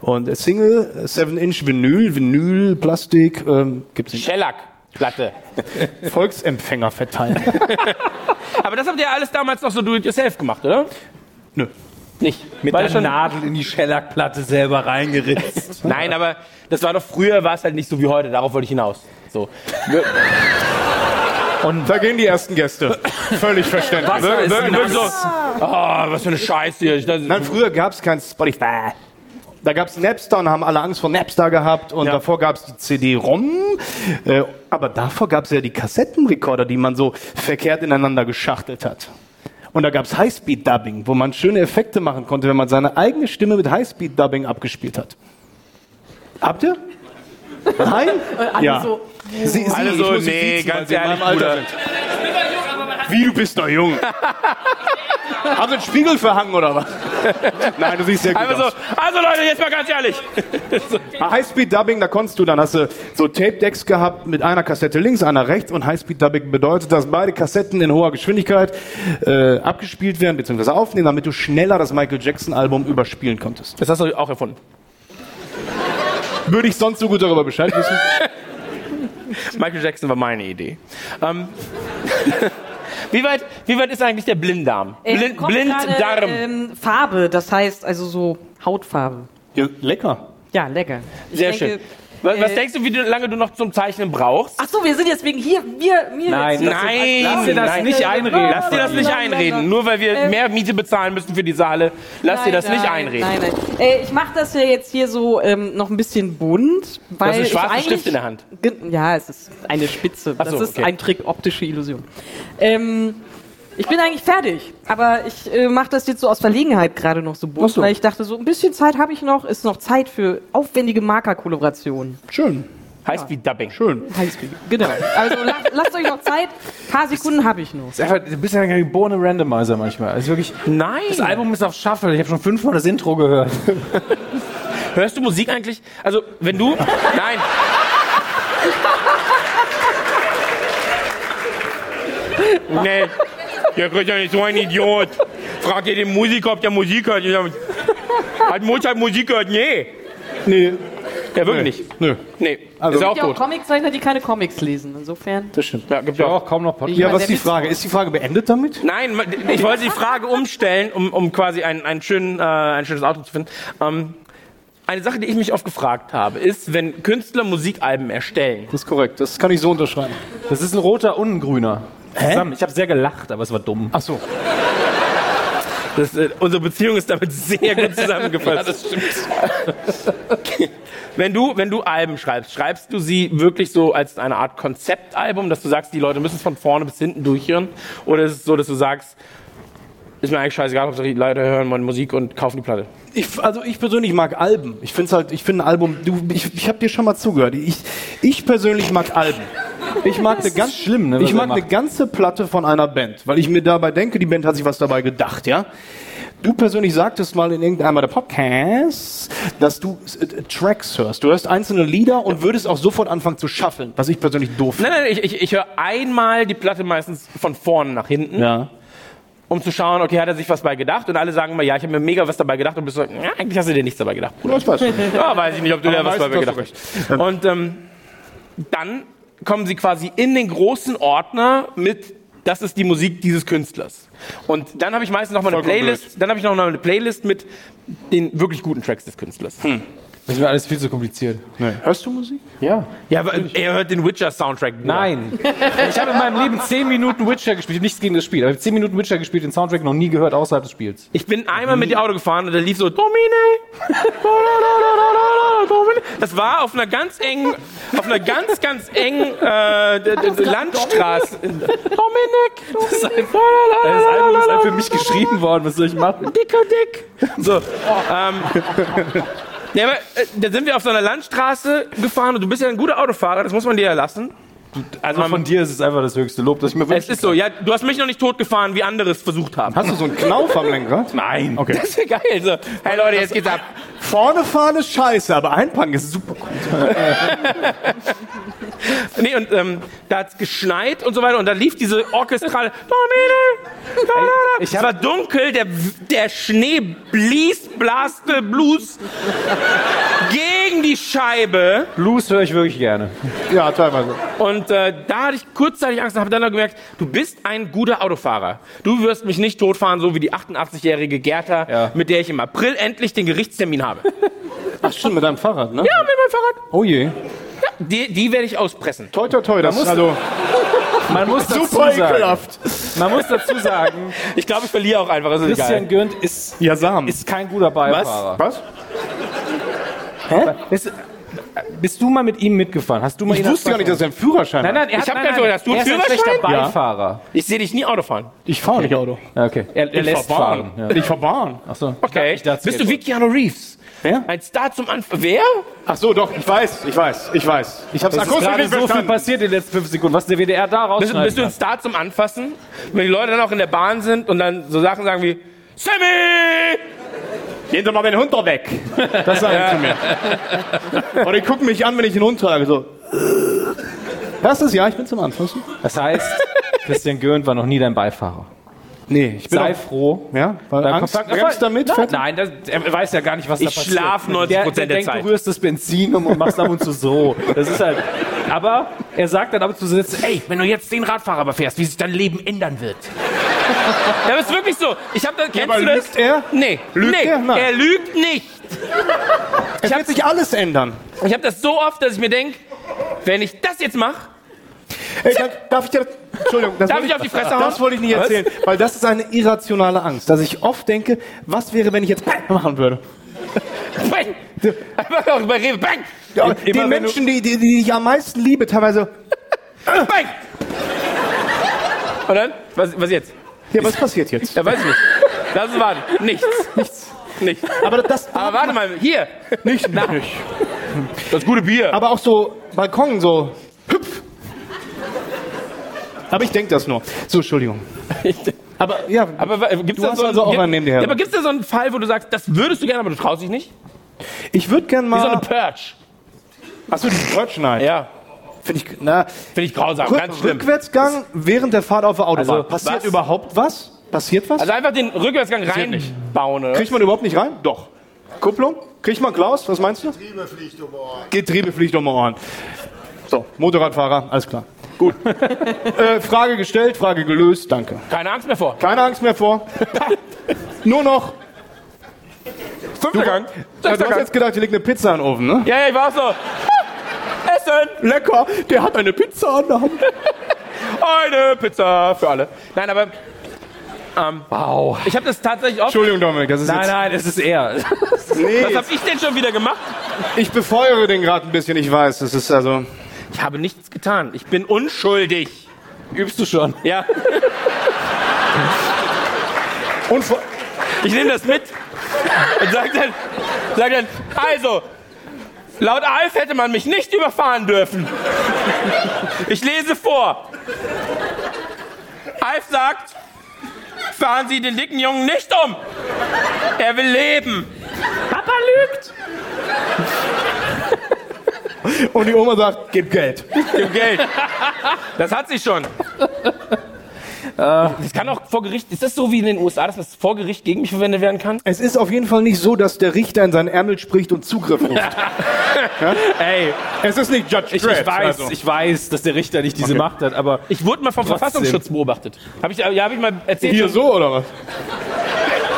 S6: Und äh, Single, 7-Inch Vinyl, Vinyl, Plastik, ähm, gibt's nicht.
S1: Shellac-Platte.
S6: Volksempfänger verteilen.
S1: Aber das habt ihr alles damals noch so do-it-yourself gemacht, oder?
S6: Nö.
S1: Nicht.
S9: Mit
S1: Weil
S9: der
S1: schon-
S9: Nadel in die Schellackplatte selber reingeritzt.
S1: Nein, aber das war doch früher, war es halt nicht so wie heute. Darauf wollte ich hinaus. So. Wir-
S6: Da gehen die ersten Gäste. Völlig verständlich.
S1: wir-
S6: Wir-
S1: wir-
S6: wir-
S1: wir- so, oh, was für eine Scheiße hier. Ich- Das,
S6: Nein, früher gab's kein Spotify. Da gab's Napster und haben alle Angst vor Napster gehabt und davor gab's die CD-ROM. Äh, aber davor gab's ja die Kassettenrekorder, die man so verkehrt ineinander geschachtelt hat. Und da gab's Highspeed-Dubbing, wo man schöne Effekte machen konnte, wenn man seine eigene Stimme mit Highspeed-Dubbing abgespielt hat. Habt ihr? Nein? ja.
S21: so,
S6: Sie, Sie,
S1: Alle
S6: ich
S1: so,
S6: muss sie
S1: nee,
S6: siezen, weil
S1: ganz
S6: sie in
S1: ehrlich,
S6: meinem Alter
S1: Bruder.
S6: sind. Wie, du bist doch jung. Haben sie einen Spiegel verhangen oder was? Nein, du siehst ja gut
S1: Einfach so,
S6: aus.
S1: also Leute, jetzt mal ganz ehrlich.
S6: Highspeed-Dubbing, da konntest du dann, hast du so Tape-Decks gehabt mit einer Kassette links, einer rechts und Highspeed-Dubbing bedeutet, dass beide Kassetten in hoher Geschwindigkeit äh, abgespielt werden bzw. aufnehmen, damit du schneller das Michael Jackson-Album überspielen konntest.
S1: Das hast du auch erfunden.
S6: Würde ich sonst so gut darüber Bescheid wissen?
S1: Michael Jackson war meine Idee. Ähm, wie, weit, wie weit ist eigentlich der Blinddarm?
S7: Äh,
S1: Blind,
S7: kommt gerade,
S1: Blinddarm.
S7: Ähm, Farbe, das heißt also so Hautfarbe.
S6: Ja, lecker.
S7: Ja, Ah, lecker. Ich
S1: Sehr
S7: denke,
S1: schön. Was, was
S7: äh,
S1: denkst du, wie du- lange du noch zum Zeichnen brauchst?
S7: Ach so, wir sind jetzt wegen hier, wir, mir
S9: Nein,
S7: jetzt.
S1: Nein,
S9: lass dir das
S1: nein.
S9: nicht einreden.
S1: Lass dir das nicht
S7: Nein, nein,
S1: einreden.
S7: nein.
S1: Nur weil wir
S7: Ähm,
S1: mehr Miete bezahlen müssen für die Saale, lass dir
S7: Nein,
S1: das nicht
S7: nein,
S1: einreden.
S7: Nein, nein. Äh, ich mache das ja jetzt hier so ähm, noch ein bisschen bunt, weil
S1: einen
S7: ich
S1: schwarzen
S7: eigentlich-
S1: Stift in der Hand.
S7: Ge- Ja, es ist eine Spitze. Das
S1: so,
S7: ist
S1: okay.
S7: ein Trick optische Illusion. Ähm, ich bin eigentlich fertig, aber ich äh, mache das jetzt so aus Verlegenheit gerade noch so bunt, weil ich dachte, so ein bisschen Zeit habe ich noch, ist noch Zeit für aufwendige Markerkolorationen.
S6: Schön,
S1: Highspeed-Dubbing.
S6: schön.
S7: Highspeed. Genau. Also lasst, lasst euch noch Zeit. Ein paar Sekunden habe ich noch.
S9: Ist einfach, du bist ja ein geborener Randomizer manchmal. Also wirklich,
S1: Nein.
S9: das Album ist auf Shuffle. Ich habe schon fünfmal das Intro gehört.
S1: Hörst du Musik eigentlich? Also, wenn du. Nein. nee. Ihr kriegt ja nicht so ein Idiot. Fragt ihr den Musiker, ob der Musik hört. Ich sag, Hat Mozart Musik gehört? Nee.
S6: Nee,
S1: Ja, wirklich nicht.
S6: nö.
S1: Nee.
S6: Also-
S1: ist auch
S7: Ja, auch
S1: gut.
S7: Comiczeichner, die keine Comics lesen. Insofern.
S6: Das stimmt.
S1: Ja, gibt ja auch.
S9: kaum noch Podcast.
S6: Ja,
S7: meine,
S6: was
S7: der
S6: ist die
S7: Witz-
S6: Frage? Ist die Frage beendet damit?
S1: Nein, ich wollte die Frage umstellen, um, um quasi einen, einen schönen, äh, ein schönes Auto zu finden. Ähm, eine Sache, die ich mich oft gefragt habe, ist, wenn Künstler Musikalben erstellen,
S6: Das ist korrekt, das kann ich so unterschreiben.
S9: Das ist ein roter und ein grüner. Zusammen. Ich habe sehr gelacht, aber es war dumm.
S6: Ach so.
S1: Das, äh, unsere Beziehung ist damit sehr gut zusammengefasst. wenn, du, wenn du Alben schreibst, schreibst du sie wirklich so als eine Art Konzeptalbum, dass du sagst, die Leute müssen es von vorne bis hinten durchhören? Oder ist es so, dass du sagst, ist mir eigentlich scheißegal, ob die Leute hören meine Musik und kaufen die Platte?
S6: Ich, also ich persönlich mag Alben. Ich finde halt, ich finde ein Album, du, ich, ich habe dir schon mal zugehört. Ich, ich persönlich mag Alben. Ich mag eine ganz
S9: schlimm, ne, was
S6: Ich
S9: er
S6: mag eine
S9: macht.
S6: ganze Platte von einer Band, weil ich mir dabei denke, die Band hat sich was dabei gedacht, ja. Du persönlich sagtest mal in irgendeinem der Podcasts, dass du äh, Tracks hörst. Du hörst einzelne Lieder und würdest auch sofort anfangen zu schaffeln, was ich persönlich doof
S1: Nein, nein, ich, ich, ich höre einmal die Platte meistens von vorn nach hinten.
S6: Ja.
S1: Um zu schauen, okay, hat er sich was bei gedacht? Und alle sagen mal, ja, ich habe mir mega was dabei gedacht. Und bist so, ja, eigentlich hast du dir nichts dabei gedacht. Bruder.
S6: Das weißt du nicht.
S1: Ja, weiß ich nicht, ob du
S6: Aber
S1: dir was dabei
S6: meistens
S1: gedacht hast. Und ähm, dann kommen sie quasi in den großen Ordner mit, das ist die Musik dieses Künstlers. Und dann habe ich meistens noch mal eine
S22: Vollkommen
S1: Playlist, dann habe ich noch mal eine Playlist mit den wirklich guten Tracks des Künstlers.
S23: Das ist mir alles viel zu kompliziert.
S6: Hörst du Musik?
S23: Ja.
S1: Ja, aber er hört den Witcher-Soundtrack. Bruder.
S23: Nein. Ich habe in meinem Leben 10 Minuten Witcher gespielt. Ich hab Nichts gegen das Spiel. Aber ich habe 10 Minuten Witcher gespielt, den Soundtrack noch nie gehört außerhalb des Spiels.
S1: Ich bin einmal mit dem Auto gefahren und da lief so Domine. Das war auf einer ganz engen, auf einer ganz, ganz engen äh, d- d- Landstraße. Dominik! Das ist einfach,
S23: Das Album ist halt für mich geschrieben worden. Was soll ich machen?
S1: Dicker Dick! So, ähm, ja, aber, äh, da sind wir auf so einer Landstraße gefahren und du bist ja ein guter Autofahrer, das muss man dir ja lassen.
S23: Also von dir ist es einfach das höchste Lob, das ich mir
S1: Es ist so, ja, du hast mich noch nicht tot gefahren, wie andere es versucht haben.
S6: Hast du so einen Knauf am Lenkrad?
S1: Nein.
S6: Okay.
S1: Das ist ja geil. So, hey Leute, jetzt geht's ab.
S6: Vorne fahren ist scheiße, aber einpacken ist super cool.
S1: Nee, und ähm, da hat's geschneit und so weiter und da lief diese orchestrale Domine, da, da, da. Es war dunkel, der, der Schnee blies, blaste, blues gegen die Scheibe
S23: Blues höre ich wirklich gerne.
S6: Ja, teilweise.
S1: und äh, da hatte ich kurzzeitig Angst und habe dann noch gemerkt, du bist ein guter Autofahrer. Du wirst mich nicht totfahren, so wie die 88-jährige Gerta,
S23: Ja.
S1: mit der ich im April endlich den Gerichtstermin habe. Ja, mit
S6: Ach, stimmt, mit deinem Fahrrad, ne?
S1: meinem Fahrrad.
S6: Oh je.
S1: Die, die werde ich auspressen.
S6: Toi, toi, toi, das ist also
S23: Man muss dazu
S6: super
S23: sagen,
S6: ekelhaft.
S23: man muss dazu sagen
S1: Ich glaube, ich verliere auch einfach. Das ist
S23: Christian
S1: egal.
S23: Gürnt ist,
S6: Ja, Samen.
S23: ist kein guter Beifahrer.
S6: Was?
S23: Ist, bist du mal mit ihm mitgefahren? Hast du mal
S6: Ich
S23: ihn als
S6: wusste gar nicht, dass
S23: Beifahrer-
S6: er einen Führerschein
S23: Nein, nein, er
S1: Ich
S23: hat,
S1: hab
S23: nein,
S1: gar nicht
S23: nein,
S1: gedacht, hast du einen
S23: er ist ein
S1: Führerschein?
S23: schlechter Beifahrer.
S1: Ich sehe dich nie Auto fahren.
S6: Ich fahre nicht Auto.
S23: Ja, okay. Er, er lässt fahren. Ja.
S6: Ich fahr Bahn.
S23: Ach so.
S1: Okay.
S23: dachte,
S1: Bist
S23: sie
S1: du wie Keanu Reeves?
S6: Wer?
S1: Ein Star zum Anfang. Wer?
S6: Ach so, doch, ich weiß, ich weiß, ich weiß. Ich hab's
S23: Es ist gerade so viel passiert in den letzten fünf Sekunden. Was der WDR da
S1: Bist,
S23: rausschneidet.
S1: bist du ein Star zum Anfassen? Wenn die Leute dann auch in der Bahn sind und dann so Sachen sagen wie Sammy!
S6: Gehen Sie mal den Hund doch weg. Das sagen sie zu mir. Oder die gucken mich an, wenn ich einen Hund trage, so. Das ist ja, ich bin zum Anfassen.
S23: Das heißt, Christian Gürnt war noch nie dein Beifahrer.
S6: Nee, ich bin
S23: Sei
S6: auch-
S23: froh.
S6: Ja, weil
S23: Dann
S6: Angst,
S23: kommt-
S6: bremst damit,
S23: Nein,
S6: fährt-
S23: nein das, er weiß ja gar nicht, was da
S1: Ich
S23: passiert.
S1: schlaf 90%
S23: der, der
S1: der
S23: denkt,
S1: Zeit.
S23: Du rührst das Benzin um und machst ab und zu so. Das ist halt. Aber er sagt dann ab und zu sitzt, ey,
S1: Ey, wenn du jetzt den Radfahrer überfährst, wie sich dein Leben ändern wird. ja, aber ist wirklich so. Ich habe das. Kennst
S6: aber
S1: du das?
S6: lügt er?
S1: Nee.
S6: Lügt
S1: nee.
S6: er? Nein.
S1: Er lügt nicht.
S6: Es wird sich alles ändern.
S1: Ich habe das so oft, dass ich mir denke, wenn ich das jetzt mache,
S6: Ey, darf, darf ich dir das, Entschuldigung, das
S1: Darf
S6: wollte
S1: ich auf die Fresse
S6: Das
S1: hauen?
S6: wollte ich nicht
S1: Was?
S6: erzählen, weil das ist eine irrationale Angst, dass ich oft denke, was wäre, wenn ich jetzt machen würde.
S1: bang, einfach auch bei Rewe, bang,
S6: Ja,
S23: Immer
S6: den
S23: wenn
S6: Menschen, die, die, die ich am meisten liebe, teilweise,
S1: bang. Und dann, was, was jetzt?
S6: ja, was passiert jetzt?
S1: Ja, weiß ich nicht. Lass es warten. Nichts. Nichts. Nichts.
S6: Aber das,
S1: Aber warte mal, hier.
S6: nicht, nicht,
S1: Das gute Bier.
S6: Aber auch so Balkon, so, hüpf. Aber ich denke das nur. So, Entschuldigung. Aber, ja,
S1: Aber äh, gibt's
S6: Du
S1: da
S6: hast
S1: so
S6: also auch einen neben dir her.
S1: ja, aber gibt's da so einen Fall, wo du sagst, das würdest du gerne, aber du traust dich nicht?
S6: ich würde gern
S1: Wie so eine
S6: mal...
S1: Purge.
S6: Achso, die Deutschen halt.
S1: Ja.
S6: Finde ich, na,
S1: Finde ich grausam,
S6: Kurz
S1: ganz schlimm.
S6: Rückwärtsgang während der Fahrt auf der Autobahn.
S1: Also,
S6: Passiert
S1: was?
S6: überhaupt was? Passiert was?
S1: Also einfach den Rückwärtsgang reinbauen. oder?
S6: Kriegt man überhaupt nicht rein? Doch. Kupplung? Kriegt man Klaus? Was meinst du? Getriebe fliegt um die Ohren. So, Motorradfahrer, alles klar. Gut. äh, Frage gestellt, Frage gelöst, danke.
S1: Keine Angst mehr vor.
S6: Keine Angst mehr vor. Nur noch.
S1: Fünfter Gang.
S6: Ja, du
S1: Sechster
S6: hast
S1: Gang.
S6: jetzt gedacht, hier liegt eine Pizza im Ofen, ne?
S1: Ja, ja, ich war auch so. Essen.
S6: Lecker, der hat eine Pizza an der Hand.
S1: Eine Pizza für alle. Nein, aber ähm,
S23: wow.
S1: ich habe das tatsächlich oft.
S6: Entschuldigung, Dominik, das ist
S23: Nein, nein, es ist er.
S6: jetzt... Nee,
S1: Was habe ich denn schon wieder gemacht?
S6: ich befeuere den gerade ein bisschen, ich weiß. Das ist also...
S1: Ich habe nichts getan. Ich bin unschuldig.
S23: Übst du schon.
S1: Ja,
S6: Und vor-
S1: ich nehme das mit und sage dann, sag dann, also, laut Alf hätte man mich nicht überfahren dürfen. Ich lese vor. Alf sagt, Fahren Sie den dicken Jungen nicht um! Er will leben! Papa lügt!
S6: Und die Oma sagt, gib Geld.
S1: Gib Geld. Das hat sie schon. Das Äh, kann auch vor Gericht. Ist das so wie in den USA, dass das vor Gericht gegen mich verwendet werden kann?
S6: Es ist auf jeden Fall nicht so, dass der Richter in seinen Ärmel spricht und Zugriff ruft.
S1: Ey,
S6: es ist nicht Judge
S9: Ich,
S6: Dredd,
S9: ich weiß,
S6: also.
S9: ich weiß, dass der Richter nicht diese Macht hat, aber
S1: Ich wurde mal vom
S9: Trotzdem.
S1: Verfassungsschutz beobachtet. Hab ich, ja, hab ich mal erzählt.
S6: Hier so, oder was?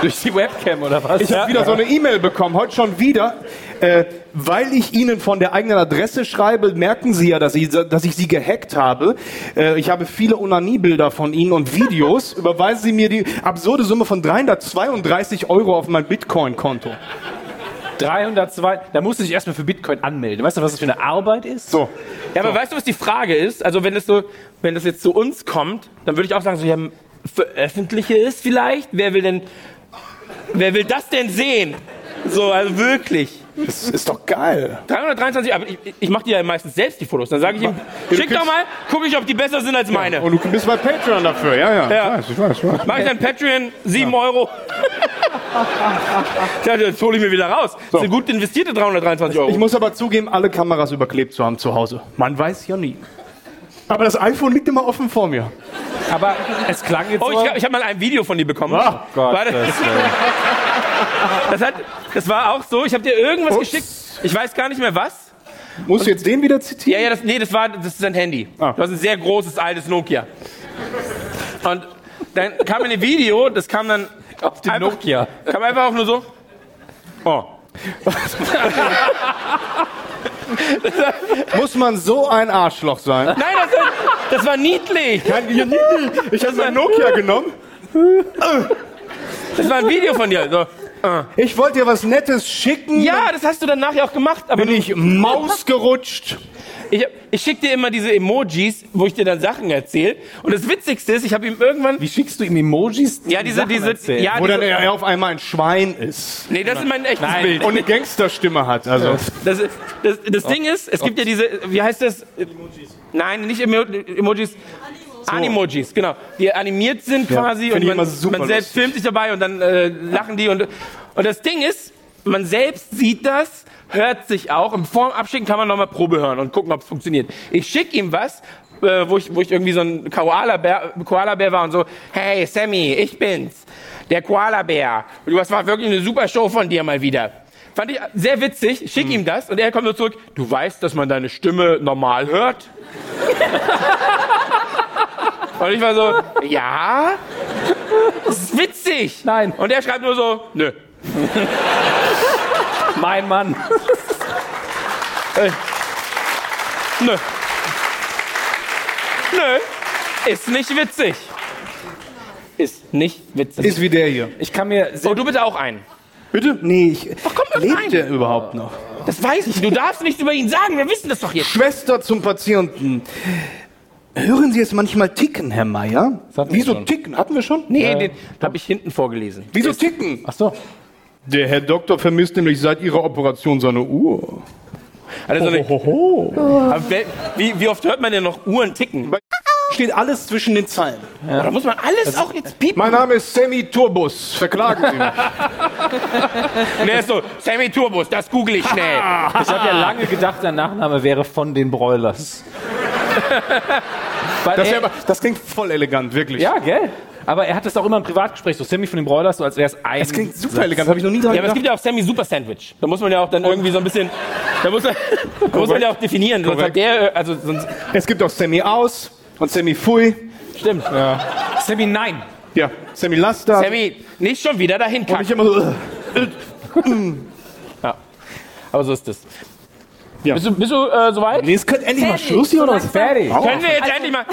S9: durch die Webcam oder was?
S6: Ich habe wieder so eine E-Mail bekommen, heute schon wieder. Äh, weil ich Ihnen von der eigenen Adresse schreibe, merken Sie ja, dass ich, dass ich Sie gehackt habe. Äh, ich habe viele Onanie-Bilder von Ihnen und Videos. Überweisen Sie mir die absurde Summe von 332 Euro auf mein Bitcoin-Konto.
S9: 302. Da musst du dich erstmal für Bitcoin anmelden. Weißt du, was das für eine Arbeit ist?
S6: So.
S1: Ja, aber weißt du, was die Frage ist? Also, wenn das, so, wenn das jetzt zu uns kommt, dann würde ich auch sagen, so, ja, veröffentliche es vielleicht? Wer will denn, wer will das denn sehen? So, also wirklich.
S6: Das ist doch geil.
S1: 323, aber ich, ich mache die ja meistens selbst, die Fotos. Dann sage ich ihm, schick doch mal, gucke ich, ob die besser sind als meine.
S6: Und du bist bei Patreon dafür, ja, ja.
S1: Ja.
S6: Ich weiß, ich weiß, ich weiß.
S1: Mach ich dann Patreon 7 Euro. ja, das hole ich mir wieder raus. Das sind gut investierte 323 Euro.
S6: Ich muss aber zugeben, alle Kameras überklebt zu haben zu Hause. Man weiß ja nie. Aber das iPhone liegt immer offen vor mir.
S9: Aber es klang jetzt
S1: Oh, ich,
S9: so.
S1: glaub, ich habe mal ein Video von dir bekommen.
S6: Oh
S9: Gott,
S1: War das, das, hat, das war auch so. Ich habe dir irgendwas
S6: Ups.
S1: geschickt. Ich weiß gar nicht mehr was.
S6: Musst du jetzt den wieder zitieren?
S1: Ja, ja, das, nee, das war, das ist ein Handy.
S6: Ah.
S1: Du hast ein sehr großes, altes Nokia. Und dann kam mir ein Video, das kam dann
S9: auf den
S1: einfach-
S9: Nokia.
S1: Kam einfach auch nur so. Oh.
S6: Muss man so ein Arschloch sein?
S1: Nein, das, das war niedlich.
S6: Ich habe mein Nokia genommen.
S1: Das war ein Video von dir. So.
S6: Ich wollte dir was Nettes schicken.
S1: Ja, das hast du dann nachher auch gemacht. Aber
S6: Bin ich Maus gerutscht.
S1: Ich, ich schicke dir immer diese Emojis, wo ich dir dann Sachen erzähle. Und das Witzigste ist, ich habe ihm irgendwann.
S9: Wie schickst du ihm Emojis?
S1: Ja, diese,
S9: Sachen
S1: diese,
S9: erzählen?
S1: ja,
S6: Wo dann
S1: diese,
S6: er auf einmal ein Schwein ist.
S1: nee, das ist mein echtes Bild.
S6: Und eine Gangsterstimme hat. Also.
S1: Das, das, das Ding ist, es gibt ja diese, wie heißt das? Nein, nicht Emo Emojis. Animojis, genau. Die animiert sind quasi
S6: find
S1: und
S6: ich
S1: man,
S6: immer super
S1: man selbst filmt sich dabei und dann äh, lachen die und und das Ding ist, man selbst sieht das, hört sich auch und vor dem Abschicken kann man nochmal Probe hören und gucken, ob es funktioniert. Ich schicke ihm was, äh, wo, ich, wo ich irgendwie so ein Koala-Bär Koala -Bär war und so, hey Sammy, ich bin's, der Koala-Bär. Und Das war wirklich eine super Show von dir mal wieder. Fand ich sehr witzig, schick ihm das und er kommt nur zurück, du weißt, dass man deine Stimme normal hört? und ich war so, ja, das ist witzig.
S9: Nein.
S1: Und er schreibt nur so, nö.
S9: mein Mann.
S1: Nö. Nö. Ist nicht witzig. Ist nicht witzig.
S6: Ist wie der hier.
S9: Ich kann mir.
S1: oh, du bitte auch einen.
S6: Bitte? Nee, ich.
S1: Ach, komm, irgendein.
S6: lebt der überhaupt noch?
S1: Das weiß ich. Du darfst nichts über ihn sagen. Wir wissen das doch jetzt.
S6: Schwester zum Patienten. Hören Sie es manchmal ticken, Herr Meier?
S9: hatten wir
S6: Wieso
S9: schon.
S6: ticken? Hatten wir schon?
S1: Nee, den habe ich hinten vorgelesen.
S6: Wieso ticken?
S9: Ach so.
S6: Der Herr Doktor vermisst nämlich seit ihrer Operation seine Uhr.
S1: Also so eine,
S6: Hohoho.
S9: Oh.
S1: aber wer- wie, wie oft hört man denn noch Uhren ticken?
S6: Steht alles zwischen den Zeilen.
S1: Da muss man alles auch jetzt piepen.
S6: Mein Name ist Sammy Turbus. Verklagen Sie mich.
S1: Und er ist Ne, so, Sammy Turbus, das google ich schnell.
S9: Ich habe ja lange gedacht, der Nachname wäre von den Broilers. Weil
S6: Das,
S9: er-
S6: wär aber, das klingt voll elegant, wirklich.
S9: ja, gell? Aber er hat es auch immer im Privatgespräch, so Sammy von den Broilers, so als wäre es ein.
S6: Das klingt super elegant, habe ich noch nie dran
S1: Ja, aber es
S6: gedacht.
S1: gibt ja auch Sammy Super Sandwich. Da muss man ja auch dann irgendwie so ein bisschen, da muss man, da muss man ja auch definieren. Sonst hat
S6: Korrekt.
S1: der, äh, also sonst,
S6: Es gibt auch Sammy Aus und Sammy Fui.
S1: stimmt.
S9: Sammy, nein.
S6: Ja, Sammy Laster.
S1: Sammy, nicht schon wieder dahin
S6: Und ich
S1: kacken.
S6: immer so,
S1: Aber
S9: Also
S1: so ist es.
S6: Ja.
S1: Bist du, bist du äh, soweit?
S6: nee, es könnte endlich mal
S24: Fertig.
S6: Schluss hier, oder?
S24: So
S9: Fertig.
S1: Können wir jetzt endlich mal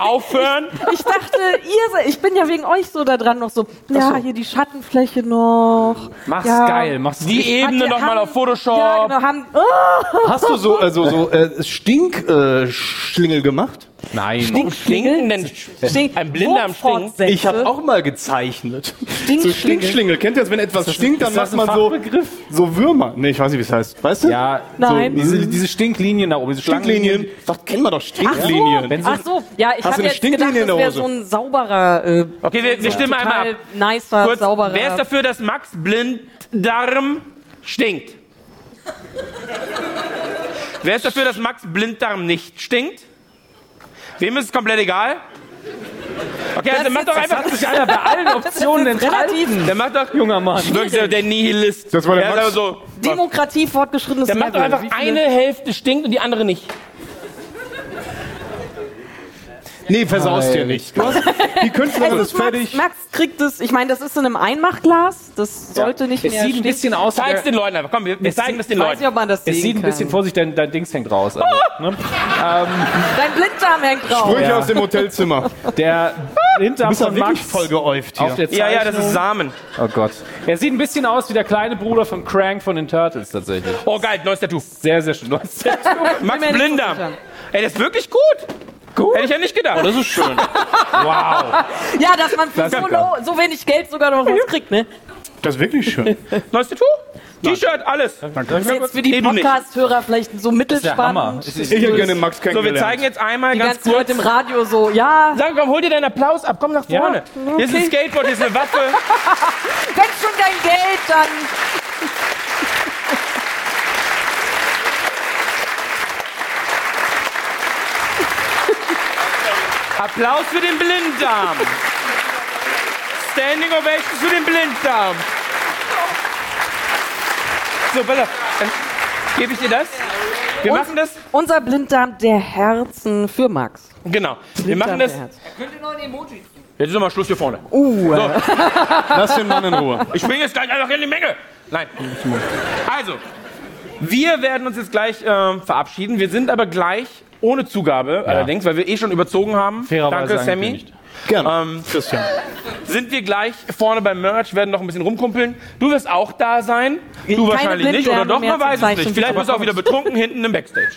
S1: aufhören?
S25: Ich dachte, ihr seid, ich bin ja wegen euch so da dran noch so, ja, hier die Schattenfläche noch.
S9: Mach's
S25: ja.
S9: geil, mach's
S1: Die Ebene
S25: Hat-
S1: nochmal
S25: haben-
S1: auf Photoshop.
S7: Ah.
S25: Ja, genau, haben, oh,
S6: Hast du so, also, so äh, Stinkschlingel äh, Schlingel gemacht?
S26: Nein.
S1: Stinkschlingel? Denn
S26: Stink-
S1: ein Blinder am Stinken.
S27: Ich habe auch mal gezeichnet. So Stinkschlingel. Kennt ihr das, wenn etwas stinkt, dann
S6: ist das
S27: macht
S6: ein
S27: man so,
S6: Fachbegriff?
S27: so Würmer. Nee, ich weiß nicht, wie es heißt. Weißt du?
S6: Ja,
S7: Nein.
S6: So, diese, diese Stinklinien da oben, diese
S27: Stinklinien. Das kennen wir doch, Stinklinien.
S6: Wenn sie-
S7: Ach so, ja,
S27: Hast
S7: ich
S27: du
S7: habe
S27: eine
S7: jetzt gedacht,
S27: Stinklinie in der
S7: das wäre
S27: Hose?
S7: so ein sauberer, äh,
S1: Okay, wir, wir stimmen einmal
S7: total
S1: ab.
S7: nicer,
S1: Kurz,
S7: sauberer.
S1: wer ist dafür, dass Max Blinddarm stinkt? wer ist dafür, dass Max Blinddarm nicht stinkt? Wem ist es komplett egal? Okay, also mach doch einfach.
S6: sich einer bei allen Optionen enthalten.
S1: Der macht doch.
S6: Junger Mann.
S1: Wirklich so der Nihilist.
S27: Das war der
S1: der ist
S27: Max.
S1: aber so.
S7: Demokratie fortgeschrittenes
S1: Der macht doch
S7: Level.
S1: einfach
S7: Wie
S1: eine
S7: viele-
S1: Hälfte stinkt und die andere nicht.
S27: Nee, versaust dir nicht. Du hast, die Künstlerin ist
S7: Also Max,
S27: fertig.
S7: Max kriegt es, ich meine, das ist in einem Einmachglas, das sollte nicht
S6: Es sieht
S7: mehr
S6: ein
S7: stinken.
S6: bisschen aus.
S1: Zeig's den Leuten einfach. Komm, wir, wir
S6: Es
S1: zeigen
S6: sieht-
S1: das den
S7: Ich weiß nicht,
S1: Leuten.
S7: ob man das
S6: Es
S7: sehen
S6: sieht ein
S7: kann.
S6: bisschen, Vorsicht, dein, dein Dings hängt raus. Also, ne?
S7: Dein Blinddarm hängt drauf.
S27: Sprüche aus dem Hotelzimmer.
S6: Der
S27: Du
S6: Hinterm
S27: bist doch
S6: von
S27: wirklich
S6: Max
S27: voll geäuft
S6: auf
S27: hier.
S6: der
S1: Ja, ja, das
S6: Zeichnung.
S1: ist Samen.
S6: Oh Gott. Er sieht ein bisschen aus wie der kleine Bruder von Crank von den Turtles tatsächlich.
S1: Oh, geil, neues Tattoo.
S6: Sehr, sehr schön. Neues Tattoo.
S1: Max
S7: mir nicht
S1: Blinddarm.
S7: vorstellen.
S1: Ey, das ist wirklich gut.
S6: Gut.
S1: Hätte ich ja nicht gedacht.
S6: Oh, Das ist schön. Wow.
S7: Ja, dass man für
S6: Das-
S7: so, low, so wenig Geld sogar noch was kriegt, ne?
S27: Das ist wirklich schön.
S1: Neues Tattoo? T-Shirt, alles.
S7: Das ist jetzt für die
S1: Nee, du nicht.
S7: Podcast-Hörer vielleicht so
S6: Der Hammer.
S7: mittelspannend.
S6: Es ist-
S27: Ich hätte gerne Max
S1: So, wir
S27: kennengelernt.
S1: zeigen jetzt einmal
S7: Die
S1: ganz
S7: ganzen
S1: kurz.
S7: Leute im Radio so, ja,
S1: Sag, komm, hol dir deinen Applaus ab. Komm nach
S6: Ja.
S1: vorne. Hier ist ein Skateboard, hier ist eine Waffe.
S7: wenn schon dein Geld, dann...
S1: Applaus für den Blinddarm. Standing Ovation für den Blinddarm. So, Bella, dann gebe ich dir das. Wir
S7: Und-
S1: machen das.
S7: Unser Blinddarm der Herzen für Max.
S1: Genau. Wir machen das.
S7: Blinddarm der Herzen.
S1: Jetzt ist nochmal Schluss hier vorne.
S7: Uh,
S27: Lass den Mann in Ruhe.
S1: Ich springe jetzt gleich einfach in die Menge. Nein. Also, wir werden uns jetzt gleich ähm, verabschieden. Wir sind aber gleich ohne Zugabe allerdings, weil wir eh schon überzogen haben.
S6: Fairerweise
S1: Danke, Sammy.
S6: angekündigt.
S27: Gerne.
S1: Ähm,
S27: Christian.
S1: sind wir gleich vorne beim Merch, werden noch ein bisschen rumkumpeln. Du wirst auch da sein. Du wahrscheinlich
S7: Blinde
S1: nicht oder
S7: haben
S1: doch,
S7: mehr
S1: man
S7: zum
S1: weiß es
S7: Zeichnen.
S1: nicht. Vielleicht bist du auch wieder betrunken hinten im Backstage.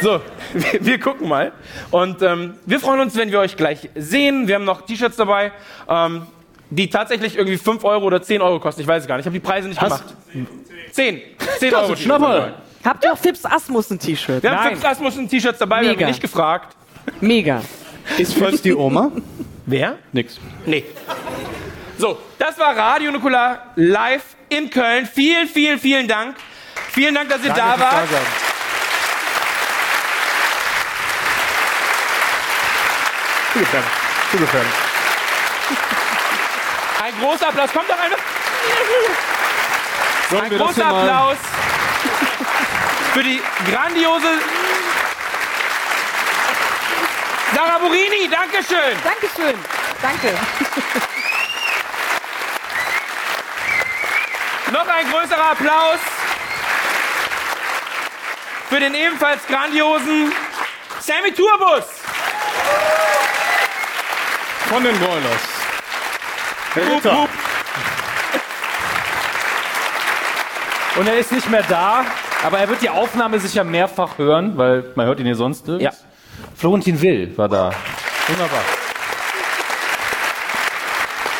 S1: So, wir, wir gucken mal. Und ähm, wir freuen uns, wenn wir euch gleich sehen. Wir haben noch T-Shirts dabei. Ähm, die tatsächlich irgendwie 5 Euro oder 10 Euro kosten. Ich weiß es gar nicht. Ich habe die Preise nicht gemacht. 10. 10 Euro. T-Shirts dabei.
S7: Habt ihr auch Fips Asmus ein T-Shirt?
S1: Wir haben fünf Asmussen-T-Shirts dabei. Wir
S7: Mega.
S1: haben nicht gefragt.
S7: Mega.
S27: Ist Fritz die Oma?
S1: Wer?
S27: Nix.
S1: Nee. So, das war Radio Nukular live in Köln. Vielen, vielen, vielen Dank. Vielen Dank, dass ihr da wart.
S27: Zugefallen. Zugefallen.
S1: Ein großer Applaus. Kommt doch einfach.
S27: Sollen
S1: Ein
S27: wir das hier
S1: großer
S27: mal...
S1: Applaus für die grandiose Sarah Burini. Dankeschön.
S7: Dankeschön. Danke.
S1: Noch ein größerer Applaus für den ebenfalls grandiosen Sammy Tourbus.
S27: Von den Broilers. Herr
S1: Hup,
S27: Ritter.
S1: hup.
S6: Und er ist nicht mehr da, aber er wird die Aufnahme sicher mehrfach hören, weil man hört ihn ja sonst. nirgends.
S1: Ja.
S6: Florentin Will war da. Wunderbar.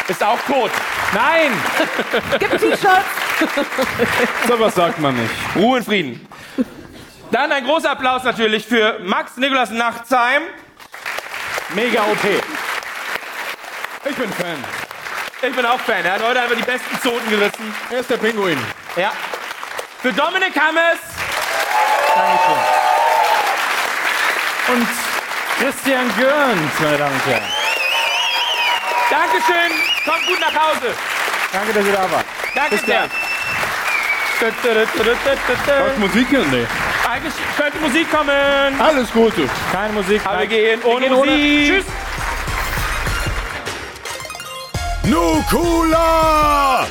S1: Ist auch tot.
S6: Nein!
S27: So was sagt man nicht.
S1: Ruhe in Frieden. Dann ein großer Applaus natürlich für Max Nikolas Nachtsheim.
S6: Mega OP.
S27: Ich bin Fan.
S1: Ich bin auch Fan. Er hat heute einfach die besten Zoten gerissen.
S27: Er ist der Pinguin.
S1: Ja. Für Dominik Hammes.
S6: Und Christian Görns, meine Damen und Herren.
S1: Dankeschön. Kommt gut nach Hause.
S6: Danke, dass ihr da wart.
S1: Danke sehr.
S27: Hast Musik hier? Nee.
S1: Eigentlich könnte Musik kommen.
S27: Alles Gute.
S6: Keine Musik.
S1: Aber wir
S6: kein-
S1: gehen ohne
S6: gehen ohne.
S1: Musik.
S6: Tschüss.
S5: Nukula!